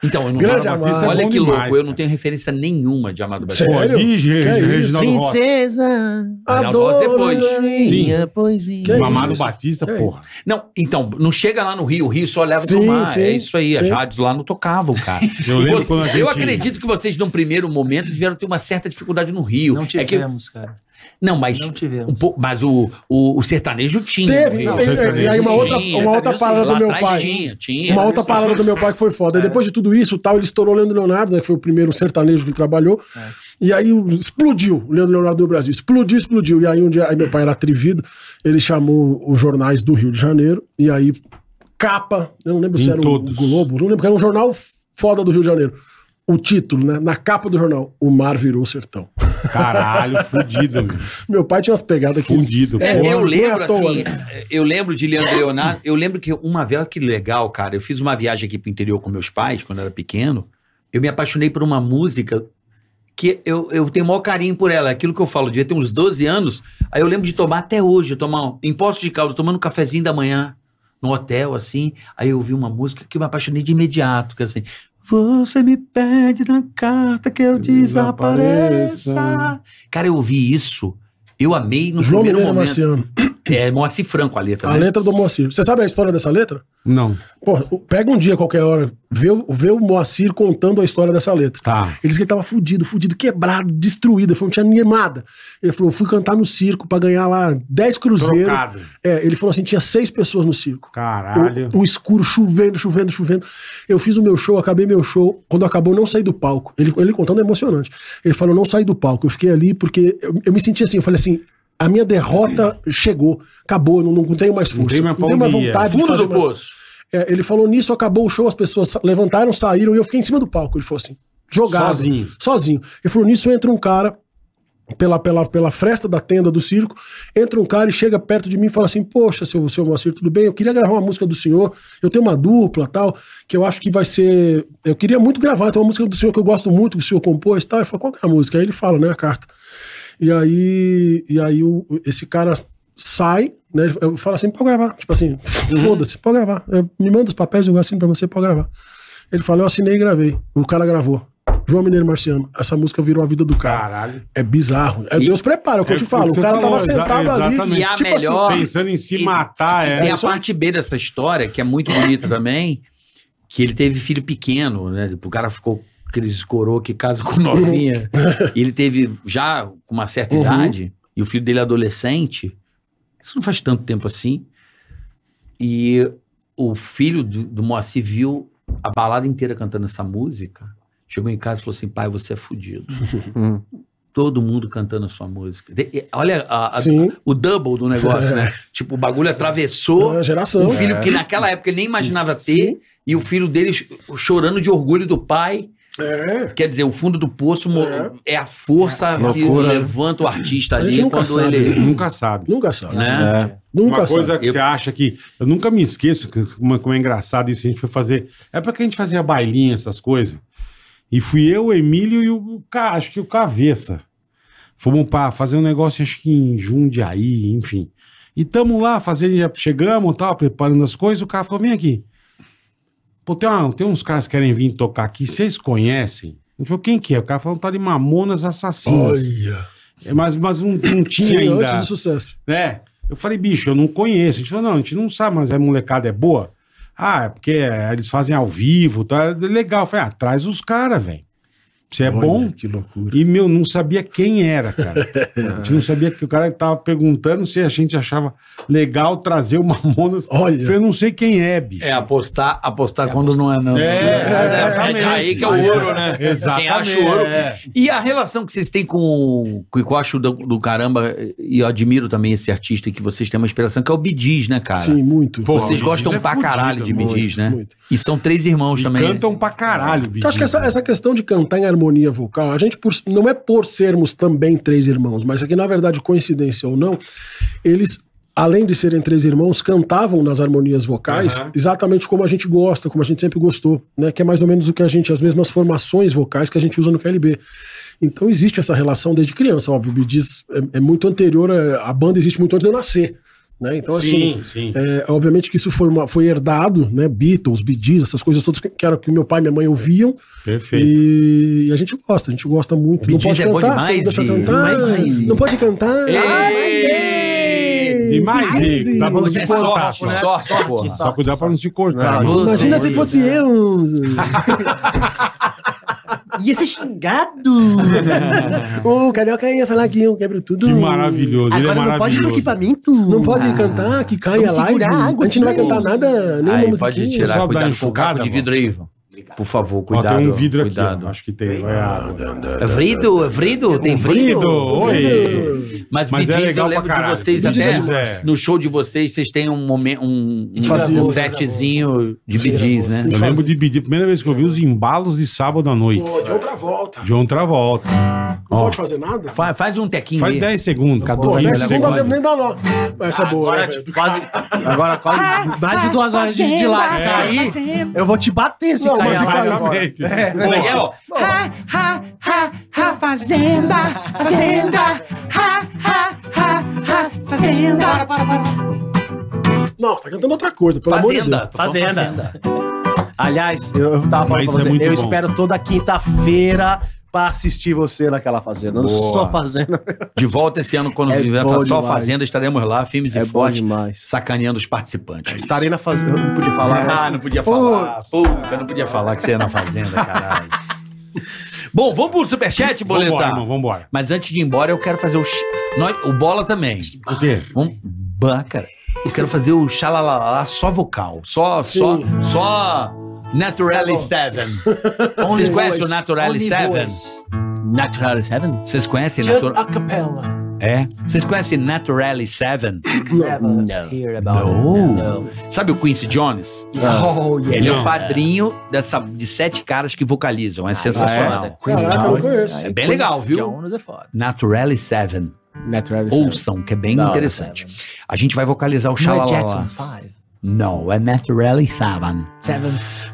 Então, eu não Grande Amado Amado. Olha É bom que louco, demais, eu cara. não tenho referência nenhuma de amado Batista. Sério? Pô, diz, Re- Que isso? Reginaldo Rossi. Princesa, Reinaldo Rossi depois. Sim. poesia. Que Mamado isso? Batista, Que porra. Não, então, não chega lá no Rio, o Rio só leva Sim, pro mar. sim, é isso aí, as sim. rádios lá não tocavam, cara. Eu E lembro você- quando a gente... eu acredito que vocês, num primeiro momento, tiveram ter uma certa dificuldade no Rio. Não é que, tivemos, cara. não mas, Não um tivemos. pou- mas o, o, o sertanejo tinha. no Teve. Rio. e- e- e aí uma Tinha, outra, tinha, uma outra sertanejo, parada lá do meu atrás pai. Tinha, tinha. Uma outra parada do meu pai que foi foda. Aí Depois de tudo isso, tal, ele estourou o Leandro Leonardo, né, que foi o primeiro sertanejo que ele trabalhou. E aí o- explodiu o Leandro Leonardo no Brasil. Explodiu, explodiu. E aí um dia, aí meu pai era atrevido, ele chamou os jornais do Rio de Janeiro, e aí capa, eu não lembro Em se era o todos. Globo, não lembro, era um jornal foda do Rio de Janeiro. O título, né? Na capa do jornal, O Mar Virou Sertão. Caralho, fudido, meu. Meu pai tinha umas pegadas que Fudido. É, porra. eu Não é lembro à toa, assim, eu lembro de Leandro Leonardo, eu lembro que uma vez, olha que legal, cara, eu fiz uma viagem aqui pro interior com meus pais, quando eu era pequeno, eu me apaixonei por uma música que eu, eu tenho o maior carinho por ela, é aquilo que eu falo, devia ter uns 12 anos, aí eu lembro de tomar até hoje, eu tomar um, em Poços de caldo, tomando um cafezinho da manhã, no hotel, assim, aí eu ouvi uma música que eu me apaixonei de imediato, que era assim, você me pede na carta que eu Desapareça. desapareça. Cara, eu ouvi isso, eu amei no João primeiro Mineiro momento. Marciano. É Moacir Franco a letra, A né? letra do Moacir. Você sabe a história dessa letra? Não. Pô, pega um dia, qualquer hora, vê, o- vê o Moacir contando a história dessa letra. Tá. Ele disse que ele tava fudido, fudido, quebrado, destruído. Ele falou, não tinha ninguém nada. Ele falou, eu fui cantar no circo pra ganhar lá 10 cruzeiros. Trocado. É, ele falou assim, tinha seis pessoas no circo. Caralho. O, o escuro, chovendo, chovendo, chovendo. Eu fiz o meu show, acabei meu show. Quando acabou, eu não saí do palco. Ele, ele contando é emocionante. Ele falou, não saí do palco. Eu fiquei ali porque eu, eu me senti assim, eu falei assim, a minha derrota chegou, acabou, eu não, não tenho mais Não força. tem mais pra onde ir, é. de Fundo fazer do mais- poço. é, ele falou nisso, acabou o show, as pessoas sa- levantaram, saíram e eu fiquei em cima do palco. Ele falou assim, jogado. Sozinho. Sozinho. Ele falou nisso, entra um cara pela, pela, pela fresta da tenda do circo, entra um cara e chega perto de mim e fala assim, poxa, seu, seu Moacir, tudo bem? Eu queria gravar uma música do senhor, eu tenho uma dupla tal, que eu acho que vai ser... Eu queria muito gravar, tem uma música do senhor que eu gosto muito, que o senhor compôs tal. Ele fala, qual que é a música? Aí ele fala, né, a carta. E aí, e aí o, esse cara sai, né? ele- Eu falo assim, pode gravar. Tipo assim, Uhum. foda-se, pode gravar. Eu- me manda os papéis, eu assim pra você, pode gravar. Ele fala, eu assinei e gravei. O cara gravou. João Mineiro Marciano. Essa música virou a vida do cara. Caralho. É bizarro. É, Deus prepara, é o que É eu te o que falo. O você cara falou, tava exa- sentado ali. exatamente. E a tipo assim, melhor. Pensando em se E- matar, Tem é. a parte B dessa história, que é muito bonita também, que ele teve filho pequeno, né? O cara ficou aqueles coroa que casa com novinha. e ele teve já com uma certa Uhum. idade, e o filho dele é adolescente. Isso não faz tanto tempo assim. E o filho do, do Moacir viu a balada inteira cantando essa música. Chegou em casa e falou assim: pai, você é fudido. Hum. Todo mundo cantando a sua música. De- e- olha a- a- Sim, o double do negócio, né? Tipo, o bagulho atravessou é a um geração. filho que naquela época ele nem imaginava ter, e o filho dele ch- chorando de orgulho do pai. É. Quer dizer, o fundo do poço mo- é, a força que Loucura, né? levanta o artista A gente ali nunca quando sabe. ele. Nunca sabe. Nunca sabe. Né? É. Nunca uma sabe. coisa que Eu- você acha que. Eu nunca me esqueço que- como, como é engraçado isso. A gente foi fazer. É porque a gente fazia bailinha, essas coisas. E fui eu, o Emílio e o. Ca- Acho que o Cabeça. Fomos para fazer um negócio, acho que em Jundiaí, enfim. E tamo lá, fazendo, já chegamos tal, preparando as coisas. O cara falou: vem aqui. Pô, tem, uma- tem uns caras que querem vir tocar aqui, vocês conhecem? A gente falou: quem que é? O cara falou: tá de Mamonas Assassinas. Olha. É, Mas, mas não, não tinha Sim, ainda. antes do sucesso. É. Eu falei, bicho, eu não conheço. A gente falou, não, a gente não sabe, mas a molecada é boa. Ah, é porque é, eles fazem ao vivo, tá? Legal. Eu falei, ah, traz os caras, velho. Se é Olha, bom, Que loucura. E, meu, não sabia quem era, cara. A gente não sabia que o cara tava perguntando se a gente achava legal trazer o Mamonas. Olha. Eu não sei quem é, bicho. É apostar, apostar quando não é, não. exatamente. É aí que é o ouro, né? Exatamente. Quem acha o ouro. É. E a relação que vocês têm com, com o que eu acho do, do caramba, e eu admiro também esse artista que vocês têm uma inspiração, que é o Bidiz, né, cara? Sim, muito. Pô, Vocês o Bidiz gostam é pra fudido, caralho de muito, Bidiz, né? muito. E são três irmãos também. né? Cantam pra caralho, bicho. Eu acho que essa, essa questão de cantar em harmonia vocal, a gente por- não é por sermos também três irmãos, mas aqui, na verdade, coincidência ou não, eles, além de serem três irmãos, cantavam nas harmonias vocais exatamente como a gente gosta, como a gente sempre gostou, né? Que é mais ou menos o que a gente, as mesmas formações vocais que a gente usa no KLB. Então existe essa relação desde criança, óbvio. O Bidiz é, é muito anterior, a, a banda existe muito antes de eu nascer. Né? Então, assim, Sim, sim. é, obviamente que isso foi, uma- foi herdado, né? Beatles, Bee Gees, essas coisas todas que, que era o que meu pai e minha mãe ouviam. Perfeito. E, a gente gosta, a gente gosta muito. Bee não Gees pode é bom cantar, você não demais, deixa e- cantar. mais raiz, e- Não pode cantar. Ah, E mais, Rico, dá pra não É se cortar. sorte, Só, sorte, porra. só cuidar pra não se cortar. né? Não, meu. Imagina se fosse né? eu. Ia ser xingado. o carioca ia falar que eu quebro tudo. Que maravilhoso. Ele é Agora não pode no maravilhoso. equipamento. Não pode Ah. cantar, que caia Vamos lá. segurar a A água gente não vai também. cantar nada, nenhuma Aí musiquinha. pode Só dá tirar, cuidado com o enxugada, caco de mano. vidro aí, Ivan. Por favor, Ó, cuidado. tem um vidro aqui, cuidado. ó, acho que tem. Vai, ah, água. É Vrido, é Vrido, tem Vrido. Vidro, oi. Mas, Mas Mas é legal eu pra lembro de caralho. vocês Bee Gees até é demais. no show de vocês, vocês têm um momento, um, um, Fazia. um setzinho de Sim, bidis, né? sim. Eu lembro de pedir, primeira vez que eu vi os embalos de sábado à noite. de outra volta. De outra volta. Não pode fazer nada. Fa- faz um tequinho Faz aí. 10 segundos. Pô, 15 até segundo dá segundos. tempo nem dá nó. Essa é boa. né, Agora, velho? tipo, quase. Agora quase. Mais de duas horas de, de live. Cair, eu vou te bater se Não, cair. mas se a live. cair- Exatamente. Como é que é, ó? Ha, ha, ha, ha, fazenda, fazenda, ha, ha, ha, ha, fazenda. Para, para, para. Não, você tá cantando outra coisa, pelo amor de Deus. Fazenda. Fazenda. Aliás, eu, eu tava Mas falando pra isso é você, muito eu bom. espero toda quinta-feira pra assistir você naquela fazenda. Não Só fazenda. De volta esse ano, quando É tiver bom só demais. Fazenda, estaremos lá, firmes É e bom fortes, demais. É sacaneando os participantes. Estarei na fazenda. Eu não podia É. falar. né? Ah, não podia falar. Puta, não podia falar que você ia na Fazenda, caralho. Bom, vamos pro superchat, Vambora, Boletar. irmão, vambora. Mas antes de ir embora, eu quero fazer o... ch- Nós, o Bola também. O quê? Vamos... Bah, cara. Eu quero fazer o xalalalá só vocal. Só, só, Sim. só... Tá Naturally Seven. Vocês conhecem o Naturally Seven? Natural Seven? Vocês conhecem? Just Natu- a capella. É. Vocês conhecem Naturally Seven? Não. Hear about Não. Sabe o Quincy Jones? Oh, yeah. Ele é Não. o padrinho dessa, de sete caras que vocalizam. Ah, É sensacional. Caraca, Ah, eu não conheço. É bem legal, viu? Jonas é foda. Naturally Seven. Natural Seven. Ouçam, que é bem Da hora, interessante. A gente vai vocalizar o Não é Xalala. Jackson 5. Não, é Naturally Seven. 7.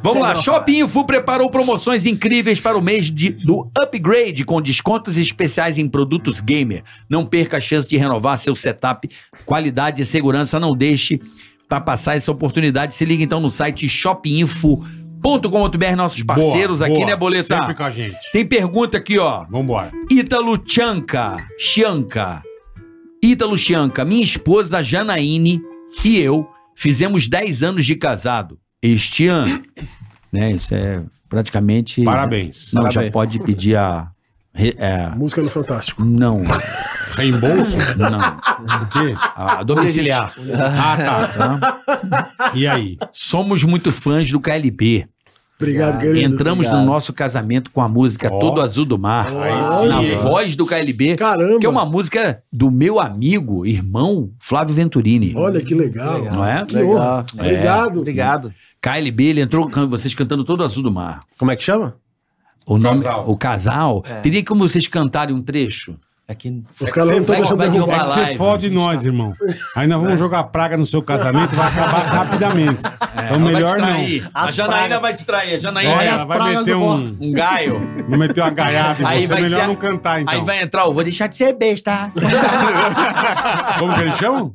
Vamos lá, Seven. Shopping Info preparou promoções incríveis para o mês de- do upgrade com descontos especiais em produtos gamer. Não perca a chance de renovar seu setup, qualidade e segurança. Não deixe para passar essa oportunidade. Se liga então no site shopinfo.com.br, nossos parceiros Boa, aqui, boa. né, Boletar? Sempre com a gente. Tem pergunta aqui, ó. Vambora. Ítalo Chanca, Chanca. Ítalo Chanca, minha esposa Janaíne e eu fizemos 10 anos de casado este ano. né, isso é praticamente... Parabéns. Não, Parabéns. já pode pedir a... re- é, Música no Fantástico. não, Reembolso? não. O quê? A domiciliar. Ah, tá? tá. E aí? Somos muito fãs do KLB. Obrigado, querido. Entramos no nosso casamento com a música Ó. Todo Azul do Mar. Aí sim, na hein? voz do KLB. Caramba. Que é uma música do meu amigo, irmão Flávio Venturini. Olha que legal. Que legal. Não é? Que honra. É. Obrigado. Obrigado. KLB, ele entrou com vocês cantando todo azul do mar. Como é que chama? O nome, Casal. o casal. É. Teria como vocês cantarem um trecho? Aqui Os caras você não estão vai- deixando vai derrubar. É que você live, É. fode nós, irmão. Aí nós vamos jogar praga no seu casamento e vai acabar rapidamente. então melhor não. A As Janaína pragas. vai te trair. A Janaína Olha, é ela vai meter um, um gaio. vai meter uma gaiada em Aí você. vai melhor ser- não cantar, então. Aí vai entrar o Vou Deixar de Ser Besta. Como que eles chamam?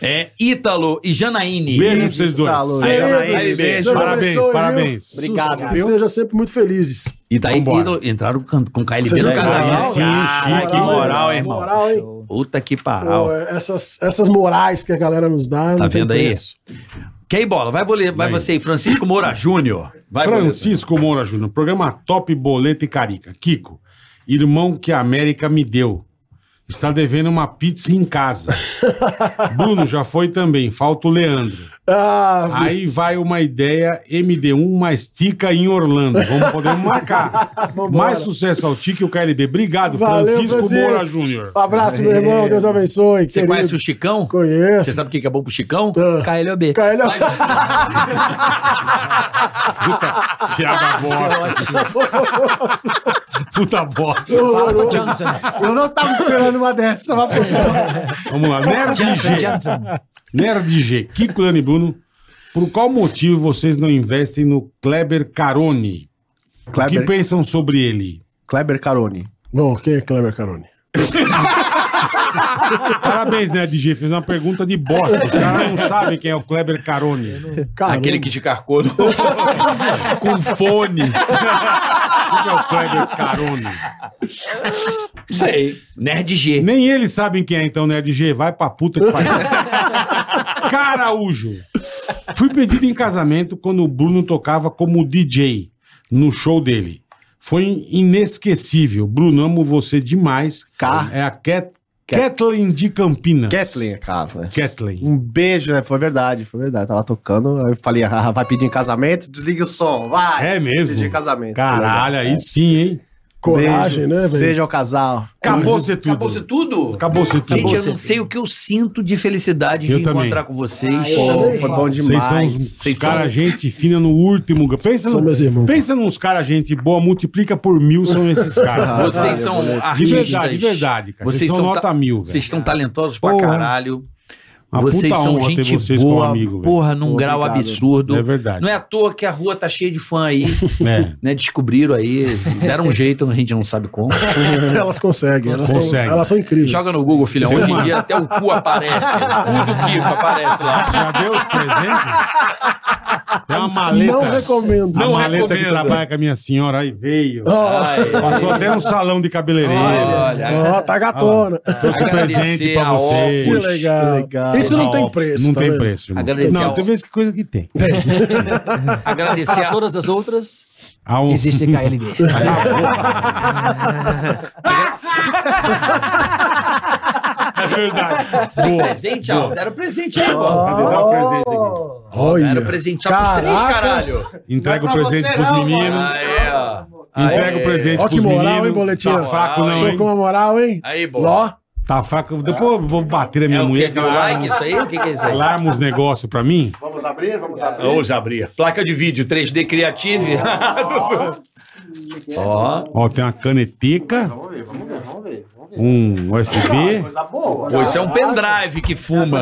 é Ítalo e Janaíne. Beijo pra vocês dois. Tá, Lu. Aí, Janaína, Deus beijo. abençoe, Parabéns, viu? parabéns. Sucesso, Obrigado, viu? Seja sempre muito felizes. E daí Vambora. Ítalo- entraram com, com KLB no Legal. casamento. Sim, Cara, chique, Ah, que moral, hein, irmão. Moral, hein? Puta que Pô, paral. essas, essas morais que a galera nos dá. não Tá tem vendo aí? preço. Quem bola? Vai, vole- vai você aí, Francisco Moura Júnior. Vai, Boleto. Francisco Moura Júnior, programa Top Boleto e Carica. Kiko, irmão que a América me deu. Está devendo uma pizza em casa. Bruno já foi também, falta o Leandro. Ah, Aí vai uma ideia MD1 mais Tica em Orlando. Vamos poder marcar. vambora. mais sucesso ao Tica e o KLB. Obrigado, Valeu, Francisco, Francisco. Um Moura Júnior. Abraço, meu irmão. Deus abençoe. Você conhece o Chicão? Você Conheço. sabe o que que é bom pro Chicão? Ah. KLOB. KLOB. Piada é bosta. Puta bosta. Fala com o Johnson. Eu não tava esperando uma dessa, mas Vamos lá. Nerd Johnson, G. Johnson. Nerd G. Kiko Lani Bruno. Por qual motivo vocês não investem no Kleber Carone? O que Kleber, pensam sobre ele? Kleber Carone. Bom, quem é Kleber Carone? Parabéns, Nerd G. Fez uma pergunta de bosta. Os caras não sabem quem é o Kleber Carone. Carone. Aquele que te carcou. no- com fone. O que é o Kleber Carone? Isso aí. Nerd G. Nem eles sabem quem é, então, Nerd G. Vai pra puta que pariu. Caraújo. Fui pedido em casamento quando o Bruno tocava como DJ no show dele. Foi inesquecível. Bruno, amo você demais. K. É a Cat... Kathleen de Campinas. Kathleen, é cara. né? Hum. Kathleen. Um beijo, né? Foi verdade, foi verdade. Tava tocando, aí eu falei, ah, vai pedir em casamento? Desliga o som, vai. É mesmo? Pedir em casamento. Caralho, aí sim, hein? Coragem, né, velho? Beijo ao casal. Acabou-se tudo. Acabou-se tudo? Acabou-se tudo. Gente, eu não sei o que eu sinto de felicidade Eu de também. Ah, encontrar com vocês. Pô, foi bom Vocês são demais. os, Vocês são- caras gente fina no último. Pensa, São no- meus irmãos. pensa nos caras gente boa, multiplica por mil, são esses caras. Ah, Vocês Caralho, são moleque. de artistas. verdade, de verdade, cara. Vocês, Vocês são, são nota ta- mil, velho. Vocês estão talentosos pra Porra. caralho. Uma vocês puta são honra ter gente vocês como boa, amigo, velho. porra, num Pô, grau obrigado. absurdo. É verdade. Não é à toa que a rua tá cheia de fã aí, É. né? Descobriram aí, deram um jeito, a gente não sabe como. Elas conseguem. Elas, São, Conseguem. elas são incríveis. Joga no Google, filhão. Hoje em dia até o cu aparece. O cu do Kiko aparece lá. Já deu os presentes? Tem uma maleta. Não recomendo. A maleta que recomendo. trabalha com a minha senhora aí veio. Ó, Ai, Passou até no salão de cabeleireiro. olha, ó, tá gatona. Trouxe um Agradecer presente pra a você. Que legal. que legal. Isso não tem Óculos. preço. Não tá tem vendo? preço, irmão. Agradecer não, ao- tem vezes que coisa que tem. agradecer Para a todas as outras, A honra- existe KLB. É verdade. Boa. presente, ó. Deram presente aí, ó. Cadê? Dá o presente Era um Olha. presente já pros três, Caraca. caralho. aqui. Entrega o presente pros meninos. Aí, ó. Entrega o presente Ó pros que moral, hein, meninos. boletinha? Tá fraco Moral, não, Tô com hein? é uma moral, hein? Aí, boa. Ló. Tá fraco. Depois eu vou bater a É minha o mulher. que? que É o ela like isso aí? O que, que é isso aí? Larma os negócios pra mim. Vamos abrir, vamos abrir. Vamos abrir. Placa de vídeo 3D Creative. Ó, Ó, tem uma caneteca, Vamos ver, vamos ver, vamos ver. Vamos ver. um USB, Coisa boa. pô, isso é um pendrive que fuma.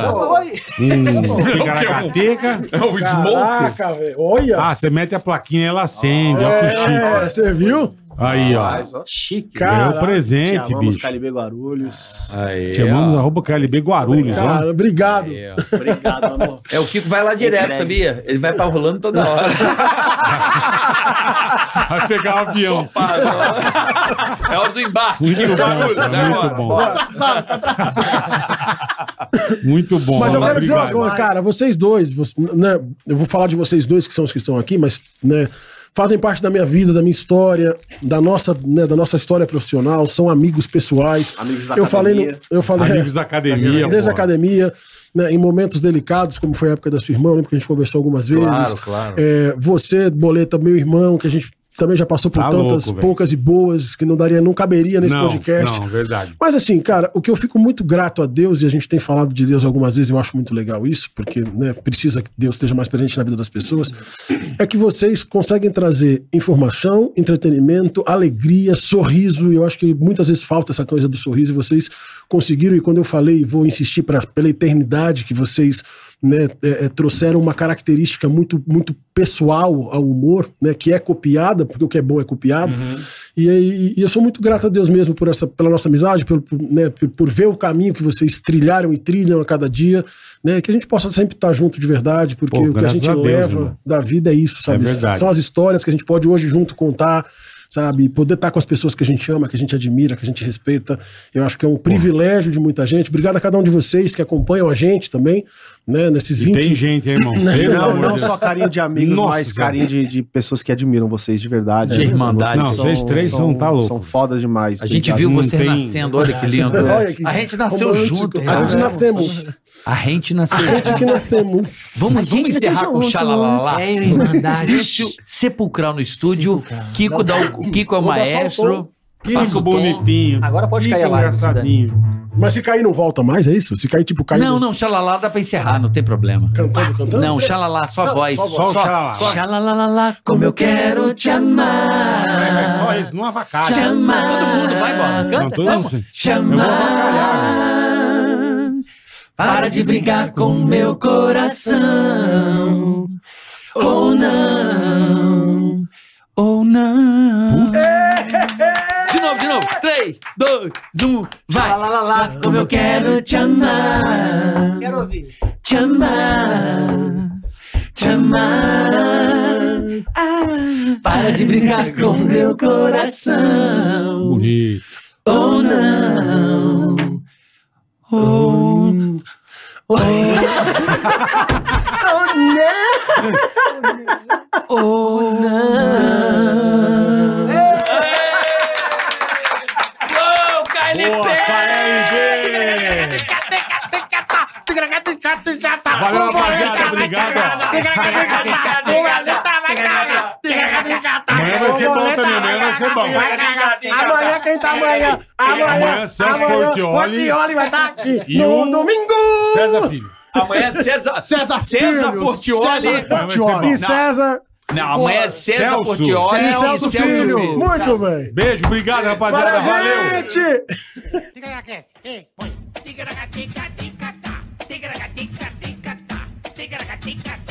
um picaracateca. É um o Smoke. Caraca, velho. Olha. Ah, você mete a plaquinha e ela acende. Ó, que É, chique. você viu? Aí, ó. Mas, ó, Chique. É Cara, o presente, Chamamos bicho. Calibre Guarulhos. Aí, Te amamos, arroba KLB Guarulhos, ó. cara, obrigado. Obrigado, amor. É o Kiko vai lá direto, sabia? Ele vai pra rolando toda hora. Vai pegar o avião. É hora do embarque. Muito bom, Barulho, cara, né, muito agora? bom. Muito bom. Mas eu Alan, quero dizer uma obrigado. coisa, cara, vocês dois, você- né, eu vou falar de vocês dois que são os que estão aqui, mas né, fazem parte da minha vida, da minha história, da nossa, né, da nossa história profissional, são amigos pessoais. Amigos da eu falei, no- academia. eu falei Amigos da academia, desde a pô. academia, né, em momentos delicados, como foi a época da sua irmã, eu lembro que a gente conversou algumas vezes. Claro, claro. É, você, Boleta, meu irmão, que a gente também já passou por Tá tantas louco, velho. poucas e boas que não daria, não caberia nesse não, podcast. Não, verdade. Mas assim, cara, o que eu fico muito grato a Deus, e a gente tem falado de Deus algumas vezes, eu acho muito legal isso, porque né, precisa que Deus esteja mais presente na vida das pessoas, é que vocês conseguem trazer informação, entretenimento, alegria, sorriso, e eu acho que muitas vezes falta essa coisa do sorriso, e vocês conseguiram, e quando eu falei, e vou insistir pra, pela eternidade, que vocês né, é, é, trouxeram uma característica muito, muito pessoal ao humor, né, que é copiada, porque o que é bom é copiado, Uhum. e, aí- e eu sou muito grato a Deus mesmo por essa, pela nossa amizade, pelo, por, né, por, por ver o caminho que vocês trilharam e trilham a cada dia, né? Que a gente possa sempre estar junto de verdade, porque Pô, o que a graças gente a Deus, leva irmão. da vida é isso, sabe? verdade. São as histórias que a gente pode hoje junto contar. sabe? E Poder estar com as pessoas que a gente ama, que a gente admira, que a gente respeita. Eu acho que é um privilégio de muita gente. Obrigado a cada um de vocês que acompanham a gente também, né? Nesses E 20 tem gente, hein, irmão? Pelo Não, amor de não Deus. só carinho de amigos, Nossa, mas cara. carinho de, de pessoas que admiram vocês de verdade. né? De irmandade. Não, vocês três são- tá louco. São foda demais. A gente obrigado. viu Não você tem- nascendo, olha que lindo. Olha que A gente nasceu romântico. junto. A né? gente cara. nascemos. A gente nasceu A gente que nascemos. Vamos, vamos gente nasceu encerrar com junto. xalalala. É, Irmandade. Lúcio Sepulcral no estúdio. Kiko, dá o, Kiko é o Vou dar só um o maestro. Passa Que o bonitinho. Agora pode que cair a live, engraçadinho. Mas se cair não volta mais, é isso? Se cair, tipo, cair... Não, não, xalalá dá pra encerrar, não tem problema. Cantando, cantando? Não, xalalá, só voz. só Só o xalá. Só, Xalalalá, como eu quero te amar. é, só isso, não avacalha. Todo mundo vai embora. Não, todo mundo sim. Eu vou Chamar. avacalhar. velho. Para de brigar com meu coração. Ou não. Ou não. De novo, de novo. Três, dois, um, vai. lá, lá, lá, Como eu quero te amar. Quero ouvir. Te amar. Te amar. Ah, para de brigar com meu coração. Bonito. Oh, Ou não. Oh, Ou Oh, Ô, Boa, KLB! Valeu, rapaziada. Obrigado. Amanhã vai ser bom também. Amanhã vai ser bom. Amanhã quem tá amanhã? Amanhã, Amanhã, Celso Portioli. Portioli vai tá estar aqui E no o- domingo. César Filho. Amanhã é César, César César Filho, Portioli. César Vai ser Portioli. bom. E César Não, amanhã é César Celso. Portioli e Celso Filho. Muito bem. Beijo, obrigado, rapaziada. Valeu. Valeu, gente! Tica-tica-tica-tica-tá. Tica-tica-tica-tica-tá. Tica-tica-tica-tica-tá.